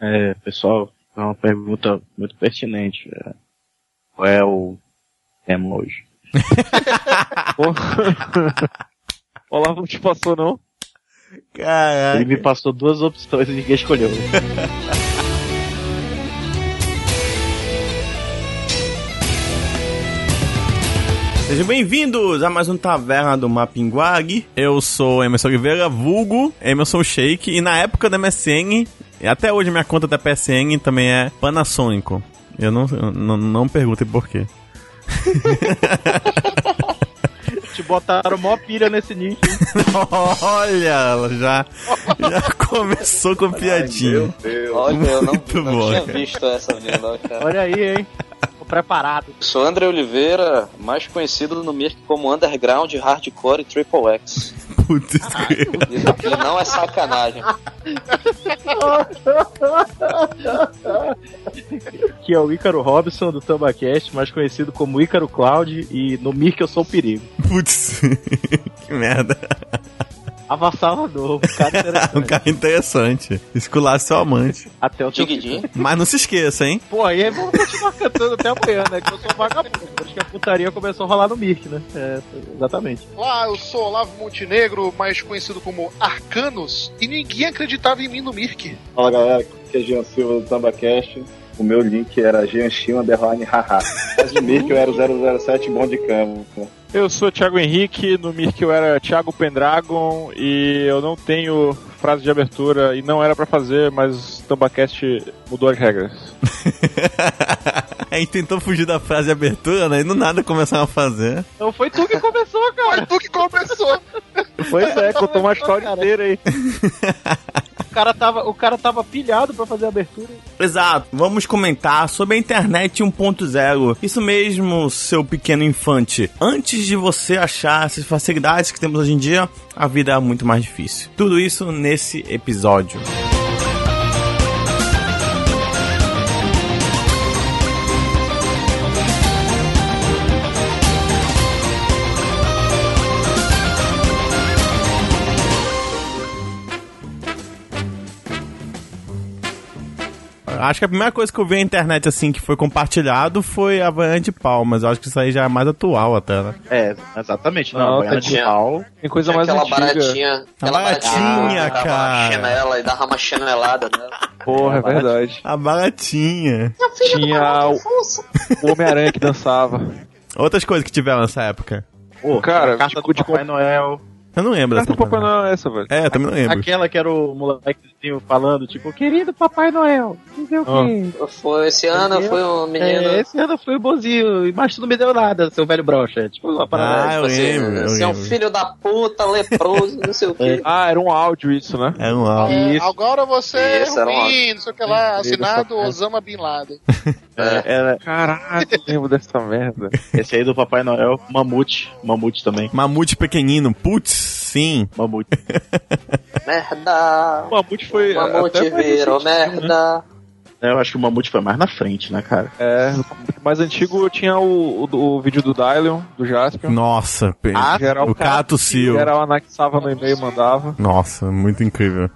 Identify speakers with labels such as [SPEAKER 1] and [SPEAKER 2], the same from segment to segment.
[SPEAKER 1] É, pessoal, é uma pergunta muito pertinente. É, qual é o tema hoje? o Olavo não te passou, não?
[SPEAKER 2] Caraca.
[SPEAKER 1] Ele me passou duas opções e ninguém escolheu.
[SPEAKER 2] Sejam bem-vindos a mais um Taverna do Mapinguag.
[SPEAKER 3] Eu sou Emerson Oliveira, vulgo Emerson Shake, e na época da MSN, e até hoje minha conta da PSN também é Panasonic. Eu não, eu não, não perguntem por quê.
[SPEAKER 1] Te botaram mó pilha nesse nicho.
[SPEAKER 3] Olha, ela já, já começou com piadinha.
[SPEAKER 4] Olha, eu não,
[SPEAKER 3] Muito
[SPEAKER 4] não
[SPEAKER 3] bom,
[SPEAKER 4] tinha
[SPEAKER 3] cara.
[SPEAKER 4] visto essa vinda, não, cara.
[SPEAKER 1] Olha aí, hein? Tô preparado.
[SPEAKER 4] Sou André Oliveira, mais conhecido no Mirk como Underground, Hardcore e Triple X.
[SPEAKER 3] Putz, grilo.
[SPEAKER 4] Isso aqui não é sacanagem.
[SPEAKER 1] Que é o Ícaro Robson do Tambacast, mais conhecido como Ícaro Cloud, e no Mir que eu sou o perigo.
[SPEAKER 3] putz, que merda.
[SPEAKER 1] Avassalador, um cara
[SPEAKER 3] Um
[SPEAKER 1] interessante.
[SPEAKER 3] cara interessante. Escular seu amante.
[SPEAKER 1] Até o teu
[SPEAKER 4] Digidin.
[SPEAKER 3] Mas não se esqueça, hein?
[SPEAKER 1] Pô, aí vamos continuar cantando até amanhã, né? Que eu sou vagabundo. Acho que a putaria começou a rolar no Mirk, né? É, exatamente.
[SPEAKER 5] Lá, Ah, eu sou Olavo Montenegro, mais conhecido como Arcanos, e ninguém acreditava em mim no Mirk.
[SPEAKER 6] Fala galera, aqui é Jean Silva do Tambacast. O meu link era Jeanchinho Underline Haha. Mas de mim que eu era o 007 bom de cama.
[SPEAKER 7] Eu sou o Thiago Henrique, no Mirk eu era Thiago Pendragon e eu não tenho frase de abertura e não era pra fazer, mas o Tambacast mudou as regras.
[SPEAKER 3] A gente tentou fugir da frase de abertura, né? E do nada começaram a fazer.
[SPEAKER 1] Então foi tu que começou, cara.
[SPEAKER 5] Foi tu que começou!
[SPEAKER 7] Pois é, contou uma história inteira aí.
[SPEAKER 1] O cara tava, o cara tava pilhado pra fazer a abertura.
[SPEAKER 3] Exato, vamos comentar sobre a internet 1.0. Isso mesmo, seu pequeno infante. Antes de você achar essas facilidades que temos hoje em dia, a vida é muito mais difícil. Tudo isso nesse episódio. Acho que a primeira coisa que eu vi na internet assim que foi compartilhado foi a variante de palmas. Eu acho que isso aí já é mais atual até, né?
[SPEAKER 1] É, exatamente.
[SPEAKER 7] Não,
[SPEAKER 1] Não, não de
[SPEAKER 7] tadinha.
[SPEAKER 1] pau.
[SPEAKER 7] Tem coisa mais
[SPEAKER 4] aquela
[SPEAKER 7] antiga.
[SPEAKER 4] baratinha. Aquela
[SPEAKER 3] baratinha,
[SPEAKER 4] baratinha, que
[SPEAKER 3] Ah, cara.
[SPEAKER 4] Dava uma chinela e dava uma chinelada, né?
[SPEAKER 7] Porra, é verdade.
[SPEAKER 3] A baratinha.
[SPEAKER 4] tá
[SPEAKER 7] Tinha o o Homem-Aranha que dançava.
[SPEAKER 3] Outras coisas que tiveram nessa época.
[SPEAKER 1] Pô,
[SPEAKER 7] Cara,
[SPEAKER 1] a carta
[SPEAKER 7] tipo
[SPEAKER 1] do
[SPEAKER 7] de
[SPEAKER 1] Papai Noel.
[SPEAKER 3] Eu não lembro
[SPEAKER 7] Carta do Papai
[SPEAKER 3] parada.
[SPEAKER 7] Noel é essa, velho.
[SPEAKER 3] É, eu também não lembro.
[SPEAKER 1] Aquela que era o molequezinho falando, tipo, querido Papai Noel, não sei o
[SPEAKER 7] Ah.
[SPEAKER 1] quê.
[SPEAKER 4] Foi esse ano, foi um menino.
[SPEAKER 1] É, esse ano foi bonzinho, mas tu não me deu nada, seu velho brocha. Tipo, uma parada.
[SPEAKER 3] Ah, eu
[SPEAKER 4] Você-
[SPEAKER 3] lembro, eu
[SPEAKER 4] Você é um
[SPEAKER 3] lembro.
[SPEAKER 4] filho da puta, leproso, não sei o quê.
[SPEAKER 7] Ah, era um áudio isso, né?
[SPEAKER 3] É um álbum.
[SPEAKER 5] É,
[SPEAKER 1] Isso.
[SPEAKER 5] Agora você é
[SPEAKER 4] Isso, era
[SPEAKER 5] ruim, não sei o que lá, assinado
[SPEAKER 1] essa-
[SPEAKER 5] Osama Bin Laden.
[SPEAKER 4] É.
[SPEAKER 1] Era
[SPEAKER 7] Caralho, eu lembro dessa merda.
[SPEAKER 1] esse aí do Papai Noel, Mamute. Mamute também.
[SPEAKER 3] Mamute pequenino, putz, sim.
[SPEAKER 1] Mamute.
[SPEAKER 4] Merda!
[SPEAKER 7] O Mamute foi.
[SPEAKER 4] O amante
[SPEAKER 7] É. até mais
[SPEAKER 4] virou
[SPEAKER 7] recente, né?
[SPEAKER 4] merda!
[SPEAKER 1] É, Eu acho que o Mamute foi mais na frente, né, cara?
[SPEAKER 7] É, mais antigo tinha o, o, o vídeo do Dylion, do Jaspion.
[SPEAKER 3] Nossa, pe-
[SPEAKER 7] Ah, geral
[SPEAKER 3] o Cato Sil.
[SPEAKER 7] Era o anexava no e-mail e mandava.
[SPEAKER 3] Nossa, muito incrível.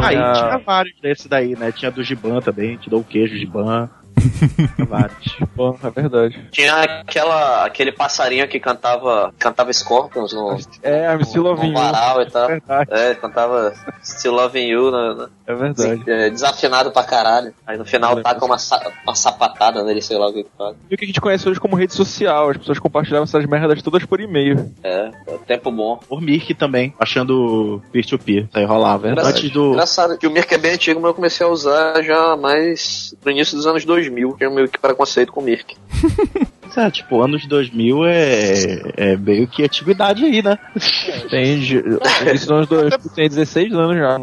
[SPEAKER 1] Aí
[SPEAKER 7] Tinha-
[SPEAKER 1] tinha vários desse daí, né? Tinha do Giban também, te dou o queijo Giban. Tinha vários.
[SPEAKER 7] Bom, é verdade.
[SPEAKER 4] Tinha aquela, aquele passarinho que cantava, cantava Scorpions no,
[SPEAKER 7] É, I'm still
[SPEAKER 4] no
[SPEAKER 7] loving you.
[SPEAKER 4] varal e
[SPEAKER 7] É
[SPEAKER 4] tal.
[SPEAKER 7] verdade,
[SPEAKER 4] É, cantava Still Loving You, né, né?
[SPEAKER 7] é verdade.
[SPEAKER 4] É, desafinado pra caralho. Aí no final taca uma, sa- uma sapatada nele, sei lá o que que faz.
[SPEAKER 7] E o que a gente conhece hoje como rede social, as pessoas compartilhavam essas merdas todas por e-mail.
[SPEAKER 4] É, é tempo bom.
[SPEAKER 1] O Mirk também, achando peer-to-peer. Isso tá aí rolava.
[SPEAKER 4] Engraçado.
[SPEAKER 1] Antes do.
[SPEAKER 4] Engraçado que o Mirk é bem antigo, mas eu comecei a usar já mais no início dos anos 2000. Tinha meio que preconceito com o Mirk.
[SPEAKER 1] Pois É, tipo, anos 2000 é, é meio que antiguidade aí, né?
[SPEAKER 7] É. Tem, de- isso nos dois, tem 16 anos já.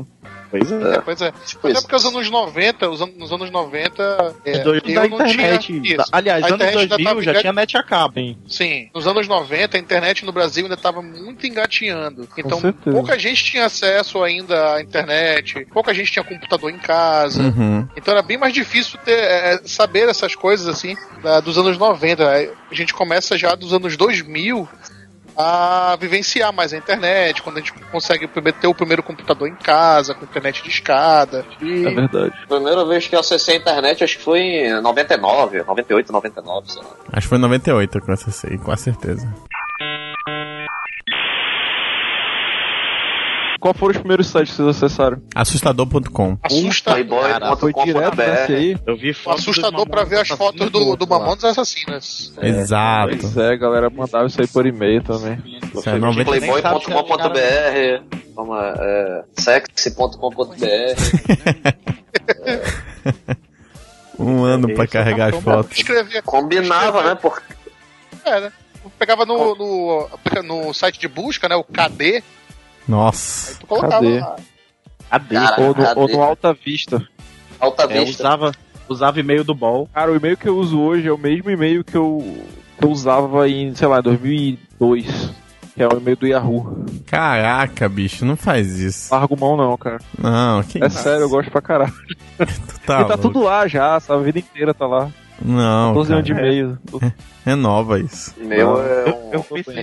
[SPEAKER 8] Pois é.
[SPEAKER 5] Pois é.
[SPEAKER 4] Tipo
[SPEAKER 5] Até
[SPEAKER 4] isso.
[SPEAKER 5] porque os anos 90, os an- nos anos 90, é,
[SPEAKER 1] doido da
[SPEAKER 5] eu não
[SPEAKER 1] internet.
[SPEAKER 5] tinha
[SPEAKER 1] Da-
[SPEAKER 5] isso.
[SPEAKER 1] Aliás,
[SPEAKER 5] A
[SPEAKER 1] anos
[SPEAKER 5] internet ainda
[SPEAKER 1] 2000
[SPEAKER 5] tava
[SPEAKER 1] já
[SPEAKER 5] engat-
[SPEAKER 1] tinha net a cabo.
[SPEAKER 7] Sim.
[SPEAKER 5] Sim, nos anos 90 a internet no Brasil ainda estava muito engatinhando. Então
[SPEAKER 7] certeza.
[SPEAKER 5] pouca gente tinha acesso ainda à internet, pouca gente tinha computador em casa. Então era bem mais difícil ter, é, saber essas coisas assim da- dos anos 90. A gente começa já dos anos 2000 a vivenciar mais a internet, quando a gente consegue prime- ter o primeiro computador em casa, com internet de escada.
[SPEAKER 7] É verdade.
[SPEAKER 4] Primeira vez que eu acessei a internet, acho que foi em 99, 98, 99, sei lá.
[SPEAKER 3] Acho que foi em 98 que eu acessei, com certeza.
[SPEAKER 7] Qual foram os primeiros sites que vocês acessaram?
[SPEAKER 3] Assustador.com.
[SPEAKER 5] Assusta,
[SPEAKER 4] Tá
[SPEAKER 7] Foi direto nesse
[SPEAKER 4] Playboy.com.br.
[SPEAKER 7] aí?
[SPEAKER 8] Eu vi
[SPEAKER 5] um assustador pra ver as fotos do, do Mamão dos Assassinas.
[SPEAKER 3] Exato.
[SPEAKER 7] Pois é, a galera mandava isso aí por e-mail também.
[SPEAKER 3] Isso é 90...
[SPEAKER 4] Playboy.com.br. Como é, é, sexy.com.br.
[SPEAKER 3] Um ano pra carregar as fotos.
[SPEAKER 5] Escrever
[SPEAKER 4] Combinava, né? Porque
[SPEAKER 5] Então, É, né? Eu Pegava no, no, no site de busca, né? O KD,
[SPEAKER 3] Nossa.
[SPEAKER 5] tu colocava
[SPEAKER 7] KD.
[SPEAKER 5] lá.
[SPEAKER 4] Cara,
[SPEAKER 7] Ou no, ou
[SPEAKER 4] cadê?
[SPEAKER 7] no Alta Vista.
[SPEAKER 4] Alta
[SPEAKER 1] É,
[SPEAKER 4] Vista.
[SPEAKER 1] usava, usava e-mail do BOL.
[SPEAKER 7] Cara, o e-mail que eu uso hoje é o mesmo e-mail que eu, que eu usava em, sei lá, 2002. Que é o e-mail do Yahoo.
[SPEAKER 3] Caraca, bicho, não faz isso.
[SPEAKER 7] Largo mão não, cara.
[SPEAKER 3] Não, que
[SPEAKER 7] É sério, eu gosto pra caralho.
[SPEAKER 3] isso, tá,
[SPEAKER 7] e tá tudo lá já, sabe? A vida inteira tá lá.
[SPEAKER 3] Não,
[SPEAKER 7] 12 anos de
[SPEAKER 3] cara,
[SPEAKER 7] e-mail.
[SPEAKER 3] renova isso.
[SPEAKER 4] Meu é um.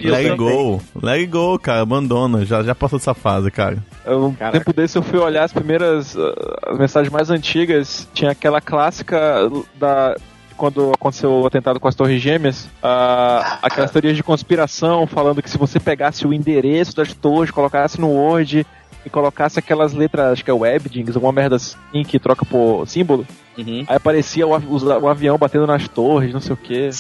[SPEAKER 3] Let it go. Let it go, cara. Abandona. Já, já passou dessa fase, cara.
[SPEAKER 7] Eu, um
[SPEAKER 1] Caraca.
[SPEAKER 7] tempo desse eu fui olhar as primeiras ah, as mensagens mais antigas, tinha aquela clássica da quando aconteceu o atentado com as Torres Gêmeas, ah, aquelas teorias de conspiração falando que se você pegasse o endereço das torres, colocasse no Word e colocasse aquelas letras, acho que é Webdings, alguma merda assim que troca por símbolo, aí aparecia o, av- os- o avião batendo nas torres, não sei o que.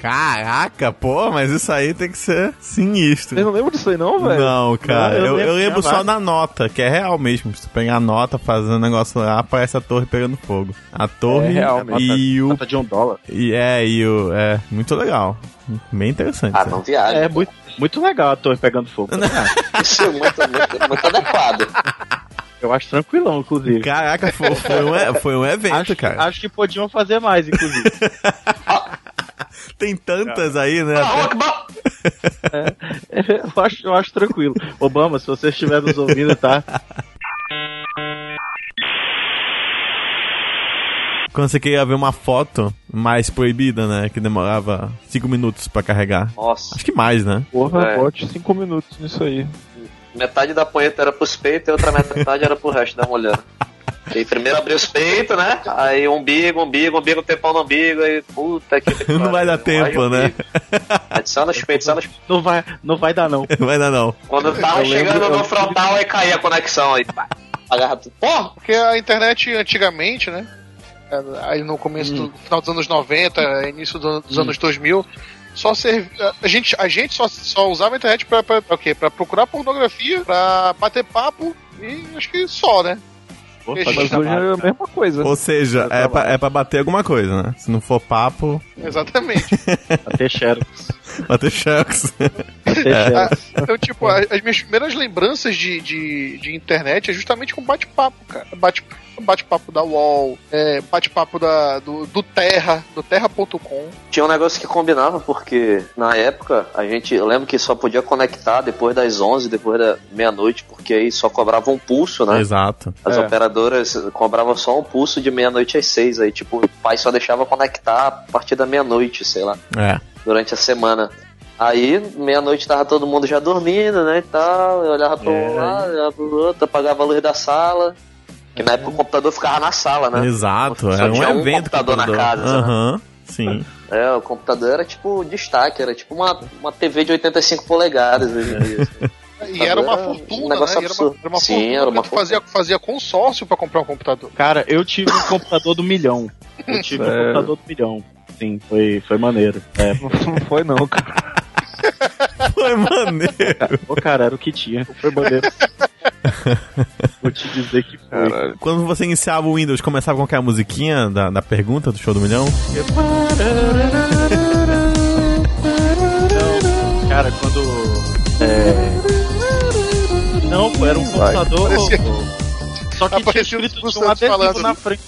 [SPEAKER 3] Caraca, pô, mas isso aí tem que ser sinistro.
[SPEAKER 7] Vocês não lembram disso aí não, velho?
[SPEAKER 3] Não, cara,
[SPEAKER 1] Não, eu
[SPEAKER 3] eu, eu
[SPEAKER 1] lembro,
[SPEAKER 3] lembro
[SPEAKER 1] já
[SPEAKER 3] só
[SPEAKER 1] vai.
[SPEAKER 3] da nota, que é real mesmo. Se tu pegar a nota, fazendo um negócio lá, aparece a torre pegando fogo. A torre
[SPEAKER 7] É real mesmo.
[SPEAKER 3] e o.
[SPEAKER 1] Nota de um dólar.
[SPEAKER 3] E é, e o. É, muito legal. Bem interessante.
[SPEAKER 4] Ah,
[SPEAKER 3] né?
[SPEAKER 4] não viaja.
[SPEAKER 1] É muito, muito legal a torre pegando fogo.
[SPEAKER 4] Isso é muito, muito, muito adequado.
[SPEAKER 1] Eu acho tranquilão, inclusive.
[SPEAKER 3] Caraca, foi, foi um, e- foi um evento,
[SPEAKER 1] Acho,
[SPEAKER 3] cara.
[SPEAKER 1] acho que podiam fazer mais, inclusive.
[SPEAKER 3] Tem tantas aí, né?
[SPEAKER 1] eu, acho, eu acho tranquilo. Obama, se você estiver nos ouvindo, tá?
[SPEAKER 3] Quando você queria ver uma foto mais proibida, né? Que demorava 5 minutos pra carregar.
[SPEAKER 4] Nossa,
[SPEAKER 3] Acho que mais, né?
[SPEAKER 7] Porra,
[SPEAKER 4] É.
[SPEAKER 7] bote 5 minutos nisso aí.
[SPEAKER 4] metade da punheta era pros peitos e a outra metade era pro resto da mulher. E primeiro abriu os peitos, né? Aí umbigo, um umbigo, umbigo, tempão no umbigo, aí puta que pariu.
[SPEAKER 3] Não vai dar tempo,
[SPEAKER 4] Aí, um
[SPEAKER 3] né?
[SPEAKER 4] umbigo. Adiciona os peitos, adiciona os peitos.
[SPEAKER 1] Não vai, não vai dar, não.
[SPEAKER 3] Não vai dar, não.
[SPEAKER 4] Quando tava
[SPEAKER 7] Eu lembro-
[SPEAKER 4] chegando no
[SPEAKER 7] eu-
[SPEAKER 4] frontal, aí caía a conexão, aí pá, agarra tudo. Porra!
[SPEAKER 5] Porque a internet antigamente, né? é, Aí no começo do final dos anos 90, início do- dos anos 2000, só servia. A gente, a gente só, só usava a internet pra, pra, pra quê? Pra procurar pornografia, pra bater papo e acho que só, né?
[SPEAKER 1] Vou
[SPEAKER 5] fazer
[SPEAKER 7] Mas hoje é a mesma coisa.
[SPEAKER 3] Ou seja, é pra, é pra bater alguma coisa, né? Se não for papo,
[SPEAKER 5] Exatamente.
[SPEAKER 1] Até Xerox.
[SPEAKER 3] bater checks.
[SPEAKER 1] Até Xerox.
[SPEAKER 5] Então, tipo, a- as minhas primeiras lembranças de, de, de internet é justamente com bate-papo, cara. Bate- Bate-papo da UOL, é, bate-papo da- do, do Terra, do Terra.com.
[SPEAKER 4] Tinha um negócio que combinava, porque na época a gente, eu lembro que só podia conectar depois das 11, depois da meia-noite, porque aí só cobrava um pulso, né?
[SPEAKER 3] Exato.
[SPEAKER 4] As
[SPEAKER 7] É.
[SPEAKER 4] operadoras cobravam só um pulso de meia-noite às seis, aí tipo, o pai só deixava conectar a partir da meia-noite, sei lá,
[SPEAKER 3] É.
[SPEAKER 4] durante a semana. Aí, meia-noite tava todo mundo já dormindo, né, e tal, eu olhava pra um lado, olhava pro outro, apagava a luz da sala, que na época o computador ficava na sala, né?
[SPEAKER 3] Exato.
[SPEAKER 4] Só
[SPEAKER 3] Era um
[SPEAKER 4] tinha um
[SPEAKER 3] evento.
[SPEAKER 4] computador na casa, né?
[SPEAKER 3] Aham. Sim.
[SPEAKER 4] É, o computador era tipo o destaque, era tipo uma, uma TV de 85 polegadas hoje em dia.
[SPEAKER 5] E era uma
[SPEAKER 4] Era um
[SPEAKER 5] fortuna, né?
[SPEAKER 4] negócio
[SPEAKER 5] Era uma,
[SPEAKER 4] absurdo.
[SPEAKER 5] era uma
[SPEAKER 4] Sim,
[SPEAKER 5] fortuna.
[SPEAKER 4] era uma
[SPEAKER 5] porque tu fazia, fazia consórcio pra comprar um computador.
[SPEAKER 1] Cara, eu tive um computador do milhão. Eu tive um
[SPEAKER 7] Sério?
[SPEAKER 1] computador do milhão. Sim, foi, foi maneiro. É,
[SPEAKER 7] Não foi não, cara.
[SPEAKER 3] Foi maneiro.
[SPEAKER 1] pô, cara, era o que tinha. Foi maneiro. Vou te dizer que foi.
[SPEAKER 3] Quando você iniciava o Windows, começava com aquela musiquinha da, da pergunta do show do milhão?
[SPEAKER 1] Não, cara, quando. É... Não, pô, era um computador.
[SPEAKER 5] Parecia-
[SPEAKER 1] pô, Só que
[SPEAKER 5] Apareceu
[SPEAKER 1] tinha escrito
[SPEAKER 5] o
[SPEAKER 1] tinha um
[SPEAKER 5] Santos
[SPEAKER 1] adesivo
[SPEAKER 5] falando.
[SPEAKER 1] na frente.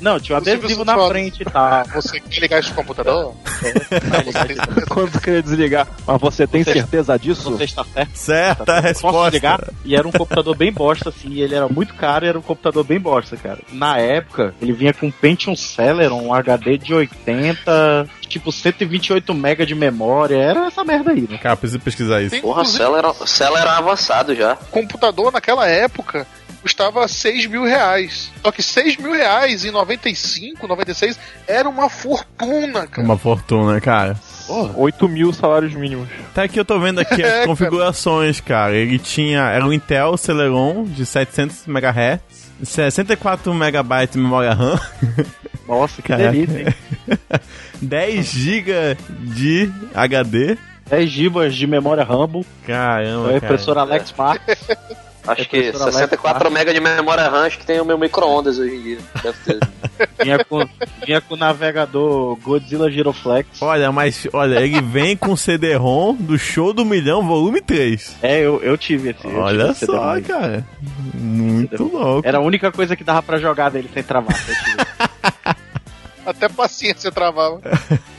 [SPEAKER 1] Não, tinha um
[SPEAKER 5] O Silvio
[SPEAKER 1] adesivo
[SPEAKER 5] Santos
[SPEAKER 1] na
[SPEAKER 5] falando.
[SPEAKER 1] frente e tal.
[SPEAKER 5] Você quer ligar esse computador? Não, você tem certeza.
[SPEAKER 7] Quando queria desligar. Mas você tem
[SPEAKER 1] Você-
[SPEAKER 7] certeza disso?
[SPEAKER 1] Você está
[SPEAKER 4] É.
[SPEAKER 1] certo?
[SPEAKER 9] Certa a
[SPEAKER 1] Posso
[SPEAKER 9] resposta.
[SPEAKER 1] ligar? E era um computador bem bosta, assim. e Ele era muito caro e era um computador bem bosta, cara. Na época, ele vinha com um Pentium Celeron, um HD de 80, tipo 128 MB de memória. Era essa merda aí, né?
[SPEAKER 3] Cara, preciso pesquisar isso.
[SPEAKER 5] Tem,
[SPEAKER 4] Porra,
[SPEAKER 5] inclusive,
[SPEAKER 4] Celeron, Celeron avançado já.
[SPEAKER 5] computador naquela época custava 6 mil reais. Só que 6 mil reais em 95, 96 era uma fortuna, cara.
[SPEAKER 3] Uma fortuna, cara.
[SPEAKER 7] 8 mil salários mínimos.
[SPEAKER 3] Tá aqui, eu tô vendo aqui
[SPEAKER 5] É,
[SPEAKER 3] as
[SPEAKER 5] cara.
[SPEAKER 3] configurações, cara. Ele tinha... Era um Intel Celeron de 700 MHz. 64 MB de memória RAM.
[SPEAKER 1] Nossa, que
[SPEAKER 3] Caraca.
[SPEAKER 1] delícia, hein?
[SPEAKER 3] 10 GB de HD.
[SPEAKER 1] 10 GB de memória Rambo,
[SPEAKER 3] Caramba,
[SPEAKER 1] a
[SPEAKER 3] cara.
[SPEAKER 1] impressora Alex Mark.
[SPEAKER 7] É
[SPEAKER 4] Acho que
[SPEAKER 1] Impressora
[SPEAKER 4] 64 MB de memória RAM, acho que tem o meu micro-ondas hoje em dia. Deve ter.
[SPEAKER 1] Vinha com, vinha com o navegador Godzilla Giroflex.
[SPEAKER 3] Olha, mas olha, ele vem com CD-ROM do Show do Milhão, volume 3.
[SPEAKER 1] É, eu, eu tive esse. eu tive É-
[SPEAKER 3] Olha
[SPEAKER 1] esse CD
[SPEAKER 3] só,
[SPEAKER 1] mesmo.
[SPEAKER 3] cara. Muito louco.
[SPEAKER 1] Era a única coisa que dava pra jogar dele sem travar. eu tive.
[SPEAKER 5] Até paciência travava.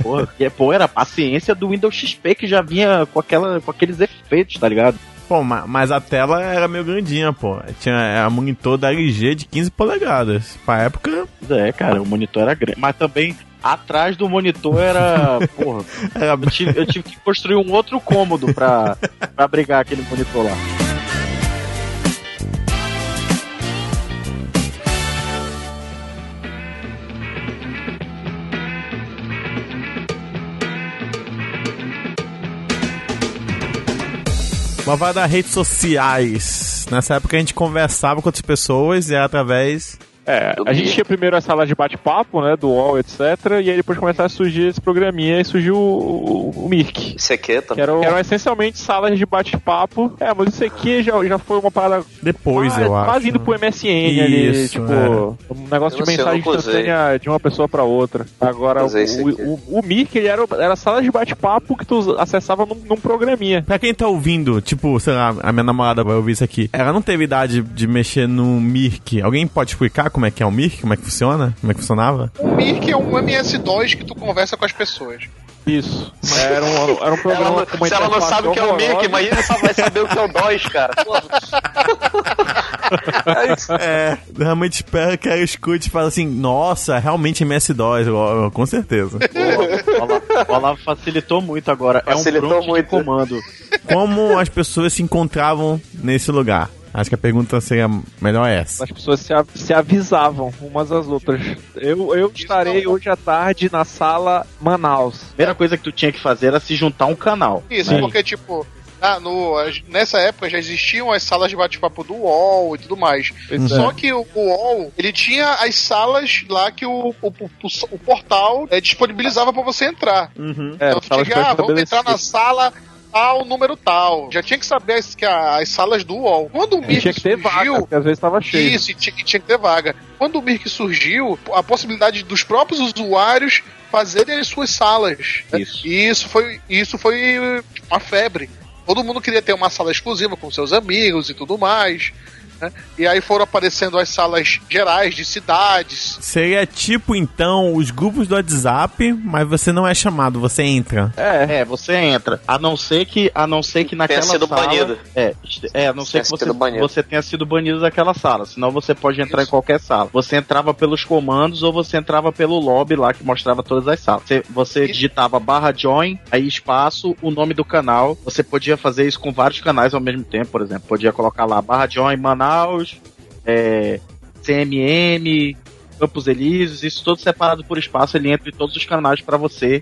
[SPEAKER 1] Porra, porque, pô, era a paciência do Windows XP que já vinha com, aquela, com aqueles efeitos, tá ligado?
[SPEAKER 3] Pô, ma- mas a tela era meio grandinha, pô. Tinha é, a monitor da LG de 15 polegadas. Pra época,
[SPEAKER 1] Pois é, cara, o monitor era grande. Mas também, atrás do monitor era. Porra,
[SPEAKER 3] era
[SPEAKER 1] eu tive, eu tive que construir um outro cômodo pra, pra brigar aquele monitor lá.
[SPEAKER 3] Mas vai das redes sociais. Nessa época a gente conversava com outras pessoas e era através.
[SPEAKER 7] É, a gente tinha primeiro a sala de bate-papo, né, do UOL, etc. E aí depois começaram a surgir esse programinha e surgiu o, o, o Mirk.
[SPEAKER 4] Isso aqui é
[SPEAKER 7] Que
[SPEAKER 4] também.
[SPEAKER 7] eram, que eram essencialmente salas de bate-papo. É, mas isso aqui já, já foi uma parada
[SPEAKER 3] Depois,
[SPEAKER 7] Ah, é quase,
[SPEAKER 3] eu acho. né?
[SPEAKER 7] quase indo pro MSN ali,
[SPEAKER 3] Isso,
[SPEAKER 7] tipo,
[SPEAKER 3] é.
[SPEAKER 7] um negócio
[SPEAKER 4] Eu não sei, eu
[SPEAKER 7] de mensagem
[SPEAKER 4] nunca usei.
[SPEAKER 7] instantânea de uma pessoa pra outra. Agora,
[SPEAKER 4] Nunca
[SPEAKER 7] o,
[SPEAKER 4] usei isso aqui.
[SPEAKER 7] o, o, o Mirk, ele era, era sala de bate-papo que tu us- acessava num, num programinha.
[SPEAKER 3] Pra quem tá ouvindo, tipo, sei lá, a minha namorada vai ouvir isso aqui. Ela não teve idade de mexer no Mirk. Alguém pode explicar como é que é o Mirk? Como é que funciona? Como é que funcionava?
[SPEAKER 5] O Mirk é um MS2 que tu conversa com as pessoas.
[SPEAKER 7] Isso. Era um, era um programa
[SPEAKER 4] Ela,
[SPEAKER 7] com uma
[SPEAKER 4] se ela não
[SPEAKER 7] interface
[SPEAKER 4] sabe o que é o Mickey,
[SPEAKER 7] horrorosa.
[SPEAKER 4] imagina só vai saber o que é o DOS, cara. Pô,
[SPEAKER 3] É, realmente espero que ela escute e fale assim: Nossa, realmente é MS-DOS, ó, com certeza.
[SPEAKER 1] O Olavo facilitou muito agora.
[SPEAKER 4] Facilitou
[SPEAKER 1] é um prompt
[SPEAKER 4] muito.
[SPEAKER 1] de comando.
[SPEAKER 3] Como as pessoas se encontravam nesse lugar? Acho que a pergunta seria melhor essa.
[SPEAKER 7] As pessoas se, a- se avisavam umas às outras. Eu, eu estarei hoje à tarde na sala Manaus.
[SPEAKER 1] Primeira coisa que tu tinha que fazer era se juntar a um canal.
[SPEAKER 5] Isso,
[SPEAKER 1] Sim.
[SPEAKER 5] porque, tipo, na- no- nessa época já existiam as salas de bate-papo do UOL e tudo mais.
[SPEAKER 7] Uhum.
[SPEAKER 5] Só que o, o UOL, ele tinha as salas lá que o, o, o- o portal eh, disponibilizava pra você entrar.
[SPEAKER 7] É,
[SPEAKER 5] então, tu
[SPEAKER 7] salas
[SPEAKER 5] tinha, ah, vamos entrar na
[SPEAKER 7] pré-estabelecidas.
[SPEAKER 5] sala tal, número tal. Já tinha que saber as, que a- as salas do UOL. Quando o
[SPEAKER 7] E
[SPEAKER 5] Mirk
[SPEAKER 7] É, tinha que ter vaga,
[SPEAKER 5] surgiu,
[SPEAKER 7] porque às vezes tava cheio.
[SPEAKER 5] isso, e tinha, e tinha que ter vaga. Quando o Mirk surgiu, a possibilidade dos próprios usuários fazerem as suas salas. né?
[SPEAKER 1] Isso.
[SPEAKER 5] E isso foi, isso foi uma febre. Todo mundo queria ter uma sala exclusiva com seus amigos e tudo mais. né? E aí foram aparecendo as salas gerais de cidades.
[SPEAKER 3] Seria tipo, então, os grupos do WhatsApp, mas você não é chamado, você entra.
[SPEAKER 7] É,
[SPEAKER 1] É, você entra. A não ser que, a não ser que naquela
[SPEAKER 4] sido
[SPEAKER 1] sala.
[SPEAKER 4] banido.
[SPEAKER 1] É, é, a não ser
[SPEAKER 4] Tenha
[SPEAKER 1] que
[SPEAKER 4] sido
[SPEAKER 1] você,
[SPEAKER 4] banido.
[SPEAKER 1] você tenha sido banido daquela sala. Senão você pode entrar em
[SPEAKER 5] Isso.
[SPEAKER 1] qualquer sala. Você entrava pelos comandos ou você entrava pelo lobby lá que mostrava todas as salas. Você, você
[SPEAKER 5] Isso.
[SPEAKER 1] digitava barra join, aí espaço, o nome do canal. Você podia fazer isso com vários canais ao mesmo tempo, por exemplo. Podia colocar lá barra join Manaus, é, CMM, Campos Elíseos, isso todo separado por espaço, ele entra em todos os canais pra você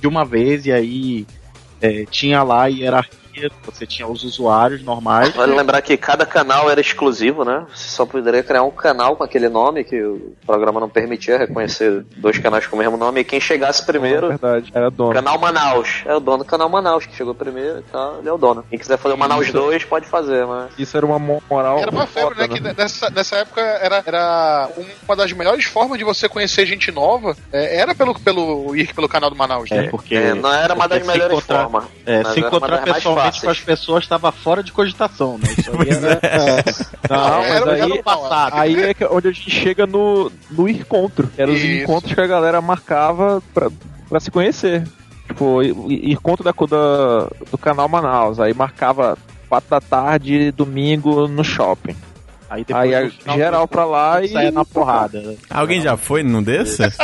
[SPEAKER 1] de uma vez, e aí é, tinha lá a hierarquia, você tinha os usuários normais.
[SPEAKER 4] Vale lembrar que cada canal era exclusivo, né? Você só poderia criar um canal com aquele nome, que o programa não permitia reconhecer dois canais com o mesmo nome, e quem chegasse
[SPEAKER 7] é
[SPEAKER 4] primeiro.
[SPEAKER 7] verdade. Era dono.
[SPEAKER 4] Canal Manaus. É o dono do canal Manaus que chegou primeiro e tal. Ele é o dono. Quem quiser fazer o Manaus 2, pode fazer, mas.
[SPEAKER 7] Isso era uma mo- moral.
[SPEAKER 5] Era uma febre, né?
[SPEAKER 7] foda,
[SPEAKER 5] Que nessa, nessa época era, era uma das melhores formas de você conhecer gente nova. é, Era pelo, pelo ir pelo canal do Manaus, né?
[SPEAKER 1] É, porque
[SPEAKER 4] É, não era uma das
[SPEAKER 1] porque se
[SPEAKER 4] melhores
[SPEAKER 1] encontrar-
[SPEAKER 4] formas.
[SPEAKER 1] é,
[SPEAKER 4] mas
[SPEAKER 1] se
[SPEAKER 4] era uma
[SPEAKER 1] encontrar
[SPEAKER 4] das mais
[SPEAKER 1] pessoal Antigamente com as pessoas estava fora de cogitação, né? Isso aí é era,
[SPEAKER 7] É. Não,
[SPEAKER 5] Era
[SPEAKER 7] mas
[SPEAKER 5] o
[SPEAKER 7] aí,
[SPEAKER 5] ano passado.
[SPEAKER 7] aí é que- onde a gente chega no, no encontro. que Eram os
[SPEAKER 5] Isso.
[SPEAKER 7] encontros que a galera marcava pra, pra se conhecer. Tipo, i- i- encontro da, co- da- do canal Manaus. Aí marcava 4 da tarde, domingo, no shopping.
[SPEAKER 1] Aí depois
[SPEAKER 7] Aí
[SPEAKER 1] no
[SPEAKER 7] a,
[SPEAKER 1] final,
[SPEAKER 7] geral pra lá e.
[SPEAKER 1] saia na porrada. né?
[SPEAKER 3] Alguém já foi num desses?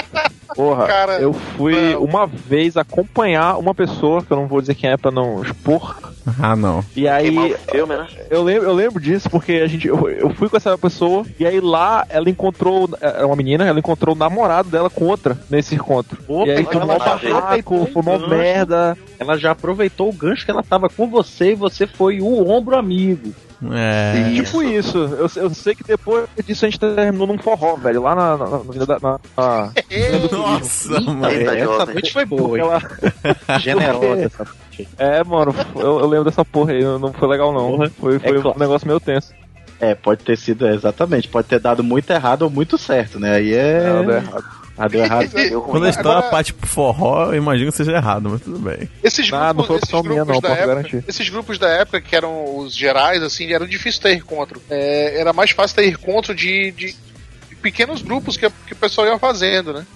[SPEAKER 7] Porra,
[SPEAKER 5] Cara,
[SPEAKER 7] eu fui
[SPEAKER 5] não.
[SPEAKER 7] uma vez acompanhar uma pessoa, que eu não vou dizer quem é pra não expor.
[SPEAKER 3] ah, não.
[SPEAKER 7] E
[SPEAKER 4] Queimar
[SPEAKER 7] aí
[SPEAKER 4] o filme, né?
[SPEAKER 7] Eu lembro, eu lembro disso porque a gente, eu, eu fui com essa pessoa e aí lá ela encontrou, é uma menina, ela encontrou o namorado dela com outra nesse encontro.
[SPEAKER 1] Opa,
[SPEAKER 7] e aí
[SPEAKER 1] então
[SPEAKER 7] foi
[SPEAKER 1] ela
[SPEAKER 7] mó
[SPEAKER 1] já aproveitou
[SPEAKER 7] barraco, foi mó
[SPEAKER 1] o gancho.
[SPEAKER 7] merda.
[SPEAKER 1] Ela já aproveitou o gancho que ela tava com você e você foi o ombro amigo.
[SPEAKER 3] É.
[SPEAKER 7] Tipo isso. Eu, eu sei que depois disso a gente terminou num forró, velho, lá na. na, na, na, na, na-
[SPEAKER 3] Nossa, mano.
[SPEAKER 4] Eita,
[SPEAKER 1] essa
[SPEAKER 4] tá jovem.
[SPEAKER 1] noite foi boa, hein?
[SPEAKER 7] aquela-
[SPEAKER 1] Generosa essa noite.
[SPEAKER 7] É, mano, eu, eu lembro dessa porra aí, não foi legal não. Foi,
[SPEAKER 5] É
[SPEAKER 7] foi um
[SPEAKER 1] clássico.
[SPEAKER 7] negócio meio tenso.
[SPEAKER 1] É, pode ter sido, é, exatamente. Pode ter dado muito errado ou muito certo, né? Aí é.
[SPEAKER 7] Não, deu errado.
[SPEAKER 1] Ah, deu errado.
[SPEAKER 4] Deu ruim.
[SPEAKER 3] Quando a história
[SPEAKER 5] Agora-
[SPEAKER 3] parte pro forró, eu imagino que seja errado, mas tudo bem.
[SPEAKER 5] Esses grupos,
[SPEAKER 7] Ah, não foi
[SPEAKER 5] esses
[SPEAKER 7] opção minha
[SPEAKER 5] grupos
[SPEAKER 7] não,
[SPEAKER 5] da
[SPEAKER 7] posso
[SPEAKER 5] época,
[SPEAKER 7] garantir.
[SPEAKER 5] esses grupos da época que eram os gerais, assim, era difícil ter encontro. É, era mais fácil ter encontro de, de- de pequenos grupos que, que o pessoal ia fazendo, né?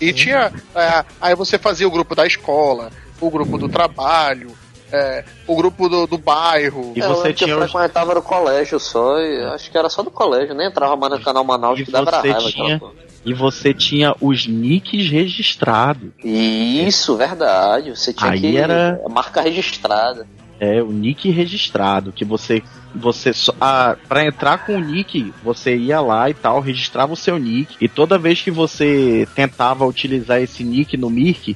[SPEAKER 5] E tinha. é, aí você fazia o grupo da escola, o grupo do trabalho, é, o grupo do, do bairro.
[SPEAKER 1] E
[SPEAKER 4] É, eu
[SPEAKER 1] você
[SPEAKER 4] lembro que
[SPEAKER 1] tinha
[SPEAKER 4] eu
[SPEAKER 1] os.
[SPEAKER 4] frequentava era o colégio só, e acho que era só do colégio, nem entrava mais no canal Manaus
[SPEAKER 1] E
[SPEAKER 4] que dava
[SPEAKER 1] você
[SPEAKER 4] raiva aquela
[SPEAKER 1] tinha-
[SPEAKER 4] porra.
[SPEAKER 1] E você tinha os nicks registrados.
[SPEAKER 4] Isso, verdade. Você tinha
[SPEAKER 1] Aí
[SPEAKER 4] que.
[SPEAKER 1] era-
[SPEAKER 4] Marca registrada.
[SPEAKER 1] É, o nick registrado. Que você. Você só. Ah, pra entrar com o nick, você ia lá e tal, registrava o seu nick. E toda vez que você tentava utilizar esse nick no Mirk.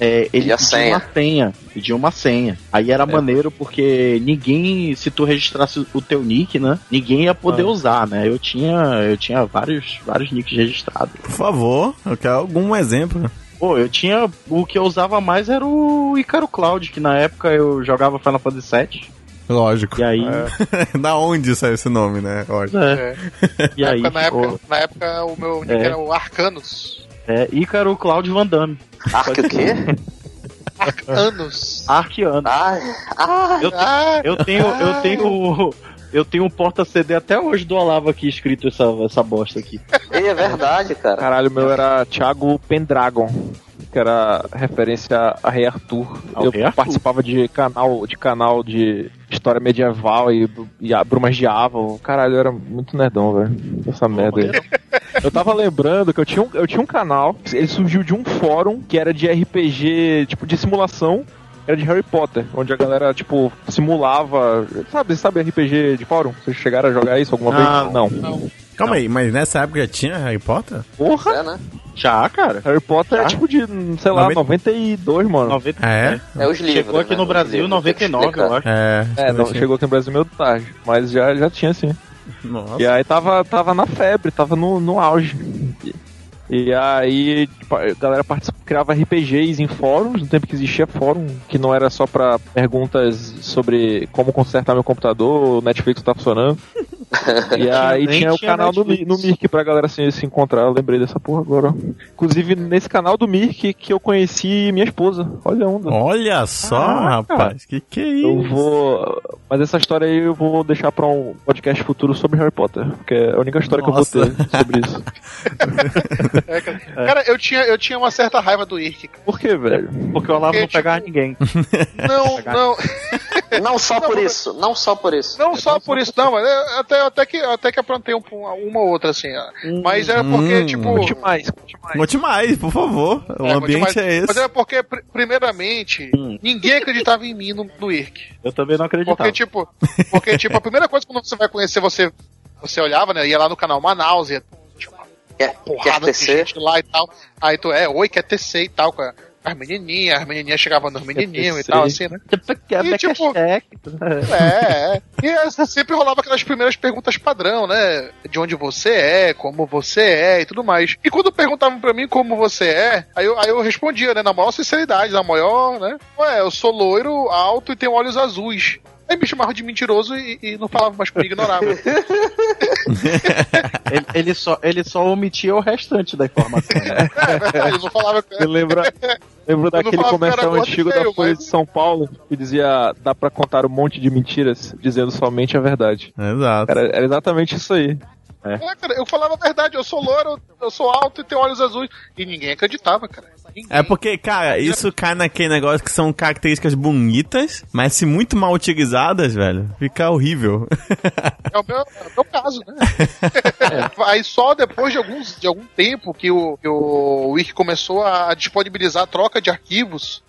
[SPEAKER 1] É, ele
[SPEAKER 4] E a
[SPEAKER 1] pedia
[SPEAKER 4] senha?
[SPEAKER 1] uma senha. Pedia uma senha. Aí era maneiro porque ninguém, se tu registrasse o teu nick, né? Ninguém ia poder usar, né? Eu tinha, eu tinha vários, vários nicks registrados.
[SPEAKER 3] Por favor, eu quero algum exemplo.
[SPEAKER 1] Pô, eu tinha. O que eu usava mais era o Icaro Cloud, que na época eu jogava Final Fantasy VII.
[SPEAKER 3] Lógico.
[SPEAKER 1] E aí.
[SPEAKER 3] da onde saiu esse nome, né? Lógico.
[SPEAKER 1] É,
[SPEAKER 5] É,
[SPEAKER 1] e
[SPEAKER 5] na,
[SPEAKER 1] aí. tipo,
[SPEAKER 5] época, na,
[SPEAKER 1] ficou,
[SPEAKER 5] época, na época o meu nick
[SPEAKER 1] É.
[SPEAKER 5] era o Arcanos.
[SPEAKER 1] é, Icaro Cloud Van Damme.
[SPEAKER 4] Arca o quê?
[SPEAKER 5] Anos.
[SPEAKER 1] Arqueano.
[SPEAKER 4] Ai, ai.
[SPEAKER 1] Eu, te-
[SPEAKER 5] Ah,
[SPEAKER 1] eu tenho. Eu tenho. Eu tenho um porta-CD até hoje do Olavo aqui escrito essa, essa bosta aqui.
[SPEAKER 4] Ei, é verdade, cara.
[SPEAKER 7] Caralho, o meu era Thiago Pendragon, que era referência a Rei Arthur.
[SPEAKER 1] Ao
[SPEAKER 7] eu
[SPEAKER 1] Rei Arthur.
[SPEAKER 7] participava de canal, de canal de história medieval e, e a- brumas de Ava. Caralho, eu era muito nerdão, velho. Essa merda aí. Eu tava lembrando que eu tinha, um, eu tinha um canal, ele surgiu de um fórum que era de RPG, tipo, de simulação. Era de Harry Potter, onde a galera, tipo, simulava. Sabe, sabe RPG de fórum? Vocês chegaram a jogar isso alguma
[SPEAKER 3] Ah,
[SPEAKER 7] vez? Não.
[SPEAKER 3] Calma aí, mas nessa época já tinha Harry Potter?
[SPEAKER 7] Porra!
[SPEAKER 4] É, né?
[SPEAKER 1] Já, cara.
[SPEAKER 7] Harry Potter
[SPEAKER 1] Ah?
[SPEAKER 7] é tipo de, sei lá, 92, mano.
[SPEAKER 1] 90,
[SPEAKER 3] É?
[SPEAKER 4] É os livros.
[SPEAKER 1] chegou aqui
[SPEAKER 4] né?
[SPEAKER 1] no Brasil
[SPEAKER 4] Os livros, tem que
[SPEAKER 1] 99, eu
[SPEAKER 4] explicar.
[SPEAKER 1] acho.
[SPEAKER 3] É.
[SPEAKER 7] É, não, chegou aqui no Brasil meio tarde, mas já, já tinha sim.
[SPEAKER 3] Nossa.
[SPEAKER 7] E aí tava, tava na febre, tava no, no auge. E, e aí tipo, a galera participa- criava RPGs em fóruns, no tempo que existia fórum, que não era só pra perguntas sobre como consertar meu computador, o Netflix tá funcionando. E aí
[SPEAKER 1] Nem
[SPEAKER 7] tinha o
[SPEAKER 1] tinha
[SPEAKER 7] canal do, Mi-
[SPEAKER 1] Netflix.
[SPEAKER 7] no Mirk pra galera se, se encontrar, eu lembrei dessa porra agora. ó. Inclusive nesse canal do Mirk que eu conheci minha esposa, olha a onda.
[SPEAKER 3] Olha só,
[SPEAKER 7] Caraca.
[SPEAKER 3] rapaz. Que que é isso?
[SPEAKER 7] Eu vou. Mas essa história aí eu vou deixar pra um podcast futuro sobre Harry Potter, porque é a única história que eu
[SPEAKER 3] Nossa.
[SPEAKER 7] vou ter sobre isso.
[SPEAKER 5] é, cara, Cara, eu tinha, eu tinha uma certa raiva do Irk. cara.
[SPEAKER 7] Por que, velho?
[SPEAKER 1] Porque o Olavo
[SPEAKER 5] Porque,
[SPEAKER 1] não pegava
[SPEAKER 5] tipo,
[SPEAKER 1] ninguém.
[SPEAKER 5] Não, não,
[SPEAKER 4] Não só
[SPEAKER 5] Não,
[SPEAKER 4] por
[SPEAKER 5] mas-
[SPEAKER 4] isso, não só por isso.
[SPEAKER 5] Não só por isso, não, mas é, até, até, que, até que aprontei um- uma, uma ou outra, assim. ó. Mas era porque,
[SPEAKER 3] hum,
[SPEAKER 5] tipo.
[SPEAKER 7] Conte mais, conte mais.
[SPEAKER 3] Conte mais, por favor. O
[SPEAKER 5] é,
[SPEAKER 3] ambiente
[SPEAKER 5] mas-
[SPEAKER 3] é
[SPEAKER 5] Mas
[SPEAKER 3] esse.
[SPEAKER 5] era porque, pr- primeiramente, ninguém acreditava em mim no, no IRC.
[SPEAKER 1] Hum. Eu também não acreditava.
[SPEAKER 5] Porque, tipo, porque, tipo, a primeira coisa quando você vai conhecer, você, você olhava, né? Ia lá no canal Manaus, ia, tinha uma
[SPEAKER 4] Quer, quer
[SPEAKER 5] porrada de
[SPEAKER 4] tecer?
[SPEAKER 5] gente lá e tal. Aí tu é, oi, quer TC e tal, com a- as menininhas, as menininhas chegavam nos menininhos e
[SPEAKER 7] TC.
[SPEAKER 5] tal, assim, né? E, tipo, É, é. E é, sempre rolava aquelas primeiras perguntas padrão, né? De onde você é, como você é e tudo mais. E quando perguntavam pra mim como você é, aí eu, aí eu respondia, né? Na maior sinceridade, na maior, né? Ué, eu sou loiro, alto e tenho olhos azuis. Aí me chamavam de mentiroso e, e não falava mais comigo, É, ignorava.
[SPEAKER 1] Ele, ele só, ele só omitia o restante da informação. né?
[SPEAKER 5] É, verdade, eu não falava.
[SPEAKER 7] Me lembra, Lembro daquele
[SPEAKER 5] falava que era
[SPEAKER 7] comercial
[SPEAKER 5] gordo e
[SPEAKER 7] antigo da
[SPEAKER 5] feio,
[SPEAKER 7] Folha
[SPEAKER 5] mas-
[SPEAKER 7] de São Paulo que dizia: dá pra contar um monte de mentiras dizendo somente a verdade.
[SPEAKER 3] Exato.
[SPEAKER 7] Era, era exatamente isso aí.
[SPEAKER 5] É, cara, eu falava a verdade, eu sou louro, eu sou alto e tenho olhos azuis. E ninguém acreditava, cara. Ninguém.
[SPEAKER 3] É porque, cara, isso cai naquele negócio que são características bonitas, mas se muito mal utilizadas, velho, fica horrível.
[SPEAKER 5] É o meu, é o meu caso, né? Aí só depois de, alguns, de algum tempo que o, que o Wiki começou a disponibilizar a troca de arquivos,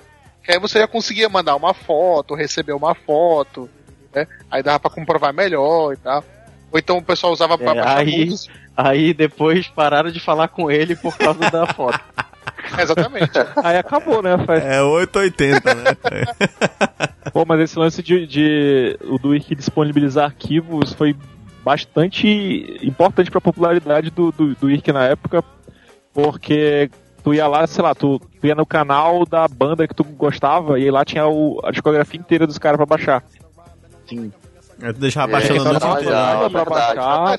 [SPEAKER 5] que aí você já conseguia mandar uma foto, receber uma foto, né? Aí dava pra comprovar melhor e tal. Ou então o pessoal usava pra
[SPEAKER 1] É, aí-
[SPEAKER 5] música.
[SPEAKER 1] Aí depois pararam de falar com ele por causa da foto.
[SPEAKER 5] Exatamente.
[SPEAKER 7] Aí acabou, né? Faz
[SPEAKER 3] É 880, né?
[SPEAKER 7] Pô, mas esse lance de, de o do Wiki disponibilizar arquivos foi bastante importante pra popularidade do, do, do Wiki na época, porque tu ia lá, sei lá, tu, tu ia no canal da banda que tu gostava e lá tinha o- a discografia inteira dos caras pra baixar.
[SPEAKER 3] É, Eu deixava
[SPEAKER 7] É,
[SPEAKER 3] baixando
[SPEAKER 4] então
[SPEAKER 3] a noite
[SPEAKER 4] dá uma
[SPEAKER 3] inteira.
[SPEAKER 4] olhada.
[SPEAKER 7] Dava pra
[SPEAKER 4] verdade.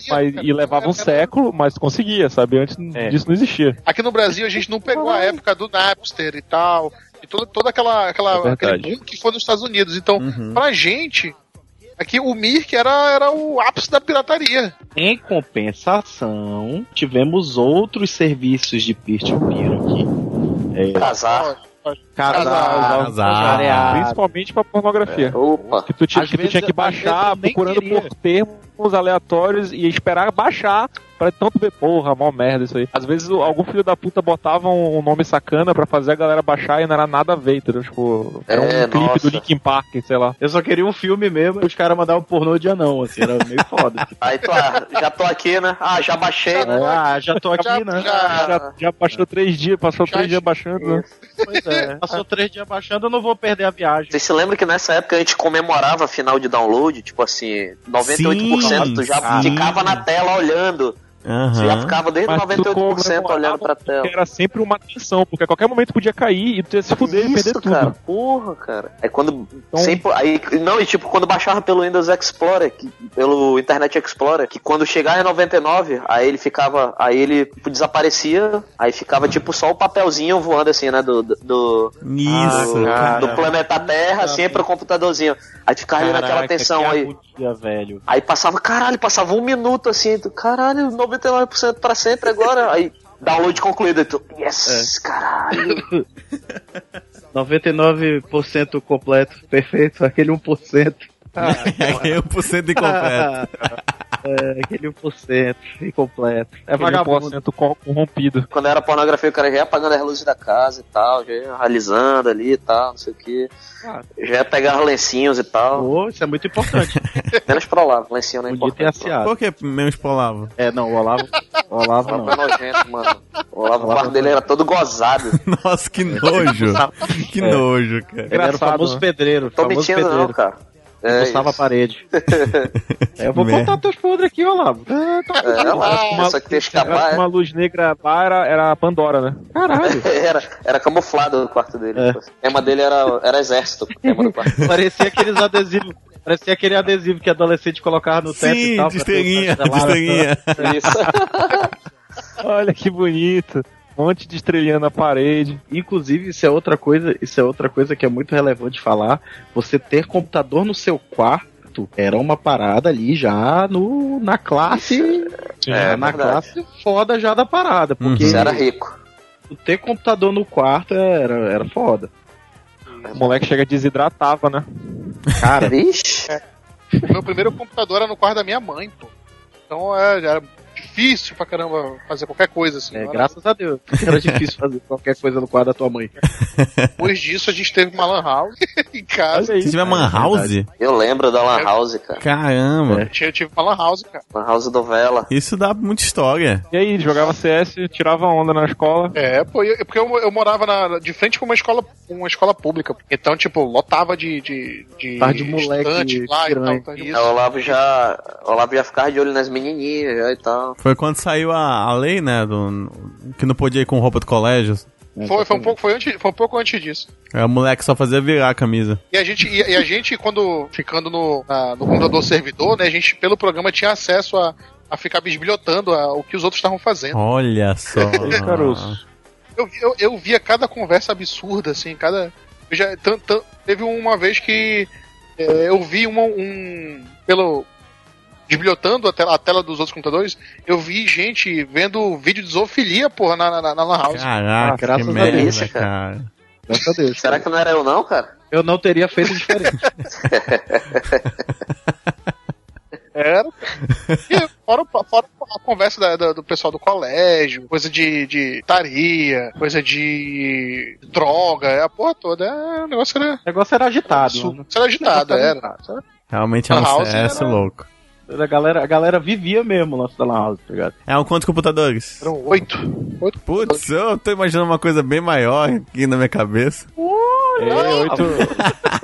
[SPEAKER 7] baixar, mas, e levava um século, mas conseguia, sabe? Antes disso não existia.
[SPEAKER 5] Aqui no Brasil a gente não pegou a época do Napster e tal, e toda, toda aquela,
[SPEAKER 7] É
[SPEAKER 5] aquela
[SPEAKER 7] verdade.
[SPEAKER 5] aquele boom que foi nos Estados Unidos. Então,
[SPEAKER 3] Uhum.
[SPEAKER 5] pra gente, aqui o Mirk era, era o ápice da pirataria.
[SPEAKER 1] Em compensação, tivemos outros serviços de peer-to-peer aqui.
[SPEAKER 4] Casar.
[SPEAKER 5] Casal,
[SPEAKER 3] Casar.
[SPEAKER 1] Ah.
[SPEAKER 7] Principalmente pra pornografia.
[SPEAKER 4] Opa.
[SPEAKER 7] Que tu, tinha-
[SPEAKER 1] Às
[SPEAKER 7] que tu
[SPEAKER 1] vezes-
[SPEAKER 7] tinha que
[SPEAKER 1] às vezes eu
[SPEAKER 7] baixar
[SPEAKER 1] nem
[SPEAKER 7] procurando
[SPEAKER 1] queria.
[SPEAKER 7] por termos aleatórios e esperar baixar pra tanto ver, porra, mó merda isso aí. Às vezes o- algum filho da puta botava um, um nome sacana pra fazer a galera baixar e não era nada a ver, entendeu? Tipo, era um
[SPEAKER 4] É,
[SPEAKER 7] clipe
[SPEAKER 4] nossa.
[SPEAKER 7] do Linkin Park, sei lá.
[SPEAKER 1] Eu só queria um filme mesmo e os caras mandaram um pornô de anão, assim, era meio foda.
[SPEAKER 4] Aí tu, ah, já tô aqui, né? Ah, já baixei, né?
[SPEAKER 1] ah, já tô aqui, né?
[SPEAKER 5] Já-
[SPEAKER 4] Ah,
[SPEAKER 7] Já, já baixou três dias, passou
[SPEAKER 5] Já
[SPEAKER 7] três dias baixando, né?
[SPEAKER 1] Pois é. Passou três dias baixando, eu não vou perder a viagem.
[SPEAKER 4] Vocês se lembram que nessa época a gente comemorava final de download? Tipo assim, 98% tu já
[SPEAKER 3] Sim, sim.
[SPEAKER 4] ficava na tela olhando. Tu já
[SPEAKER 3] Aham.
[SPEAKER 4] ficava desde
[SPEAKER 7] Mas tu
[SPEAKER 4] 98% olhando pra tela.
[SPEAKER 7] Porque era sempre uma tensão, porque a qualquer momento podia cair e tu ia se fuder e perder
[SPEAKER 4] Isso,
[SPEAKER 7] tudo.
[SPEAKER 4] cara. Porra, cara. É quando.
[SPEAKER 7] Então-
[SPEAKER 4] sempre, aí, não, e tipo, quando baixava pelo Windows Explorer, que- pelo Internet Explorer, que quando chegava em 99, aí ele ficava. Aí ele tipo, desaparecia, aí ficava tipo só o papelzinho voando assim, né? Do. do, do-
[SPEAKER 7] Uhum.
[SPEAKER 3] Isso,
[SPEAKER 4] do-
[SPEAKER 7] Ah,
[SPEAKER 3] cara.
[SPEAKER 4] do planeta Terra, assim, pro computadorzinho. Aí tu ficava ali naquela tensão aí.
[SPEAKER 1] agonia, velho.
[SPEAKER 4] Aí passava, caralho, passava um minuto assim, tu, caralho, 99% pra sempre agora. Aí, download concluído, aí tu, yes, caralho.
[SPEAKER 1] 99% completo, perfeito, aquele 1%.
[SPEAKER 3] É 1% incompleto.
[SPEAKER 1] é, aquele 1% incompleto. É
[SPEAKER 7] Aquele
[SPEAKER 1] vagabundo.
[SPEAKER 7] 1% cor- corrompido.
[SPEAKER 4] Quando era pornografia, o cara já ia apagando as luzes da casa e tal, já ia realizando ali e tal, não sei o que. Já ia pegar os lencinhos e tal.
[SPEAKER 1] Pô, isso é muito importante.
[SPEAKER 4] Menos pra lá, lencinho não é
[SPEAKER 1] Podia ter
[SPEAKER 4] importante. não.
[SPEAKER 1] aciado.
[SPEAKER 3] Por que menos polavo?
[SPEAKER 1] É, não, o Olavo. O Olavo
[SPEAKER 4] Olavo
[SPEAKER 1] não.
[SPEAKER 4] é nojento, mano. O Olavo, o quarto dele era todo gozado.
[SPEAKER 3] Nossa, que nojo. Que nojo, cara.
[SPEAKER 1] Ele era o
[SPEAKER 7] Engraçado,
[SPEAKER 1] famoso
[SPEAKER 7] né?
[SPEAKER 1] pedreiro.
[SPEAKER 4] Tô
[SPEAKER 1] famoso
[SPEAKER 4] mentindo não,
[SPEAKER 1] pedreiro.
[SPEAKER 4] cara.
[SPEAKER 1] que
[SPEAKER 4] É,
[SPEAKER 1] Gostava a
[SPEAKER 4] isso.
[SPEAKER 1] parede. É, eu vou
[SPEAKER 3] Merda.
[SPEAKER 1] contar teus podres aqui, Olavo. Ah, tá.
[SPEAKER 4] é, é lógico,
[SPEAKER 7] Uma-
[SPEAKER 4] só que tem que
[SPEAKER 7] Era
[SPEAKER 4] escapar,
[SPEAKER 7] uma
[SPEAKER 4] é.
[SPEAKER 7] luz negra lá era, era a Pandora, né? Caralho.
[SPEAKER 4] Era, era camuflado o quarto dele.
[SPEAKER 1] É.
[SPEAKER 4] tipo assim. O tema dele era, era exército, o tema do quarto.
[SPEAKER 1] Parecia aqueles adesivos. Parecia aquele adesivo que adolescente colocava no teto e
[SPEAKER 3] Sim,
[SPEAKER 1] tal.
[SPEAKER 3] de
[SPEAKER 1] pra ter um o
[SPEAKER 3] estrelinha,
[SPEAKER 1] cara
[SPEAKER 3] de
[SPEAKER 1] lá, né?
[SPEAKER 3] estrelinha.
[SPEAKER 4] Isso.
[SPEAKER 7] Olha que bonito. Um monte de estrelinha na parede.
[SPEAKER 1] Inclusive, isso é outra coisa, isso é outra coisa que é muito relevante falar. Você ter computador no seu quarto era uma parada ali já no, na classe.
[SPEAKER 4] É,
[SPEAKER 1] na
[SPEAKER 4] verdade.
[SPEAKER 1] classe foda já da parada.
[SPEAKER 3] Uhum.
[SPEAKER 1] Porque
[SPEAKER 4] Você era rico.
[SPEAKER 1] tu ter computador no quarto era, era foda.
[SPEAKER 7] O moleque chega e desidratava, né?
[SPEAKER 1] Cara,
[SPEAKER 4] Vixe.
[SPEAKER 5] Meu primeiro computador era no quarto da minha mãe, pô. Então é, era difícil pra caramba fazer qualquer coisa, assim.
[SPEAKER 1] é,
[SPEAKER 5] Era-
[SPEAKER 1] graças a Deus. Era difícil fazer qualquer coisa no quarto da tua mãe.
[SPEAKER 5] Depois disso a gente teve uma lan house em casa.
[SPEAKER 7] Olha aí.
[SPEAKER 3] Se tiver
[SPEAKER 1] É
[SPEAKER 3] man house,
[SPEAKER 4] Eu lembro da Lan House, cara.
[SPEAKER 3] caramba.
[SPEAKER 1] é.
[SPEAKER 5] Eu tive uma lan house, cara.
[SPEAKER 4] Lan House do Vela.
[SPEAKER 3] Isso dá muita história.
[SPEAKER 7] E aí, jogava CS, tirava onda na escola.
[SPEAKER 5] É, pô, eu- porque eu, eu morava na, de frente pra uma escola, uma escola pública. Então, tipo, lotava de. de, de
[SPEAKER 1] Tava de moleque
[SPEAKER 5] estante lá e
[SPEAKER 1] piranha.
[SPEAKER 5] tal. tá
[SPEAKER 4] Aí O
[SPEAKER 5] isso.
[SPEAKER 4] Olavo já. O Olavo já ficava de olho nas menininhas já e tal.
[SPEAKER 3] Foi quando saiu a, a lei, né? Do, que não podia ir com roupa do colégio.
[SPEAKER 5] Foi, foi, um pouco, foi, antes, foi um pouco antes disso.
[SPEAKER 3] É, o moleque só fazia virar a camisa.
[SPEAKER 5] E a gente, e, e a gente quando ficando no, na- no computador servidor, né, a gente, pelo programa, tinha acesso a, a ficar bisbilhotando a- o que os outros estavam fazendo.
[SPEAKER 3] Ah. Olha só.
[SPEAKER 7] Ei, caroço.
[SPEAKER 5] Eu, eu, eu via cada conversa absurda, assim, cada. eu já, tan- tan- teve uma vez que é, eu vi uma, um. pelo. Desbilhotando a tela, a tela dos outros computadores, eu vi gente vendo vídeo de zoofilia, porra, na, na, na Lan House.
[SPEAKER 3] Caraca, que
[SPEAKER 1] graças a né,
[SPEAKER 3] merda,
[SPEAKER 4] Deus, cara.
[SPEAKER 3] cara.
[SPEAKER 1] Graças a Deus.
[SPEAKER 4] Será que não era eu, não, cara?
[SPEAKER 1] Eu não teria feito diferente.
[SPEAKER 5] Era. E fora, o- fora a conversa da- da- do pessoal do colégio, coisa de, de taria, coisa de droga, é a porra toda. É, o negócio era.
[SPEAKER 1] O negócio era agitado. né?
[SPEAKER 5] Isso era agitado, era.
[SPEAKER 3] Realmente é um
[SPEAKER 5] A House
[SPEAKER 3] CS
[SPEAKER 5] era-
[SPEAKER 3] louco.
[SPEAKER 1] né? A galera, a galera vivia mesmo o lance da Lan House, tá ligado?
[SPEAKER 3] É um quantos computadores?
[SPEAKER 1] um
[SPEAKER 5] Eram oito. Oito.
[SPEAKER 3] Putz, eu tô imaginando uma coisa bem maior aqui na minha cabeça.
[SPEAKER 7] Ei, É, oito,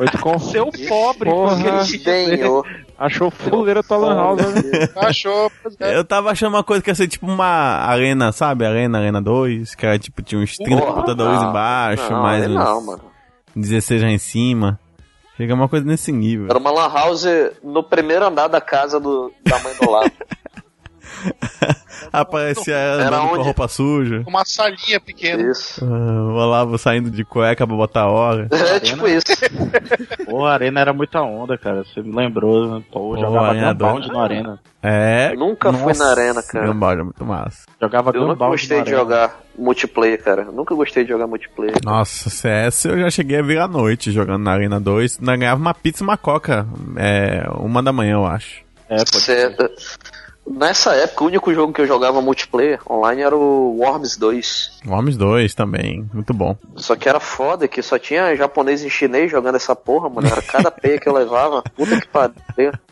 [SPEAKER 7] oito com... Seu
[SPEAKER 1] pobre,
[SPEAKER 7] Porra,
[SPEAKER 4] Senhor.
[SPEAKER 7] achou fuleira tua né? lan house, né?
[SPEAKER 5] Achou. pois é.
[SPEAKER 3] Eu tava achando uma coisa que ia ser tipo uma arena, sabe? Arena, arena 2, que era tipo, tinha uns 30
[SPEAKER 4] Porra,
[SPEAKER 3] computadores
[SPEAKER 4] não.
[SPEAKER 3] embaixo,
[SPEAKER 4] Não,
[SPEAKER 3] mais uns
[SPEAKER 4] não, mano.
[SPEAKER 3] 16 lá em cima. Chega uma coisa nesse nível.
[SPEAKER 4] Era uma lan house no primeiro andar da casa do, da mãe do lado.
[SPEAKER 3] Aparecia ela
[SPEAKER 4] um Era
[SPEAKER 3] andando com a
[SPEAKER 4] onde?
[SPEAKER 3] roupa suja.
[SPEAKER 5] Uma salinha pequena.
[SPEAKER 4] Isso.
[SPEAKER 3] Ah, o Olavo saindo de cueca pra botar hora.
[SPEAKER 4] É tipo isso.
[SPEAKER 1] Pô, a Arena era muita onda, cara. Você me lembrou, né? Pô, eu
[SPEAKER 3] Pô,
[SPEAKER 1] jogava
[SPEAKER 3] Arena
[SPEAKER 1] Gunbound
[SPEAKER 3] doida.
[SPEAKER 1] na Arena.
[SPEAKER 3] É.
[SPEAKER 4] Nunca fui na arena, cara.
[SPEAKER 3] Gambal é muito massa.
[SPEAKER 1] Jogava
[SPEAKER 4] Eu nunca
[SPEAKER 1] Gunbound na
[SPEAKER 4] gostei de
[SPEAKER 1] Arena.
[SPEAKER 4] jogar multiplayer, cara. Nunca gostei de jogar multiplayer.
[SPEAKER 3] Nossa, CS eu já cheguei a vir à noite jogando na Arena 2. Ainda ganhava uma pizza e uma coca. É, uma da manhã, eu acho.
[SPEAKER 1] É, pô.
[SPEAKER 4] Cê- Nessa época, o único jogo que eu jogava multiplayer online era o Worms 2.
[SPEAKER 3] Worms 2 também, muito bom.
[SPEAKER 4] Só que era foda que só tinha japonês e chinês jogando essa porra, mano. Era cada peia que eu levava. Puta que pariu.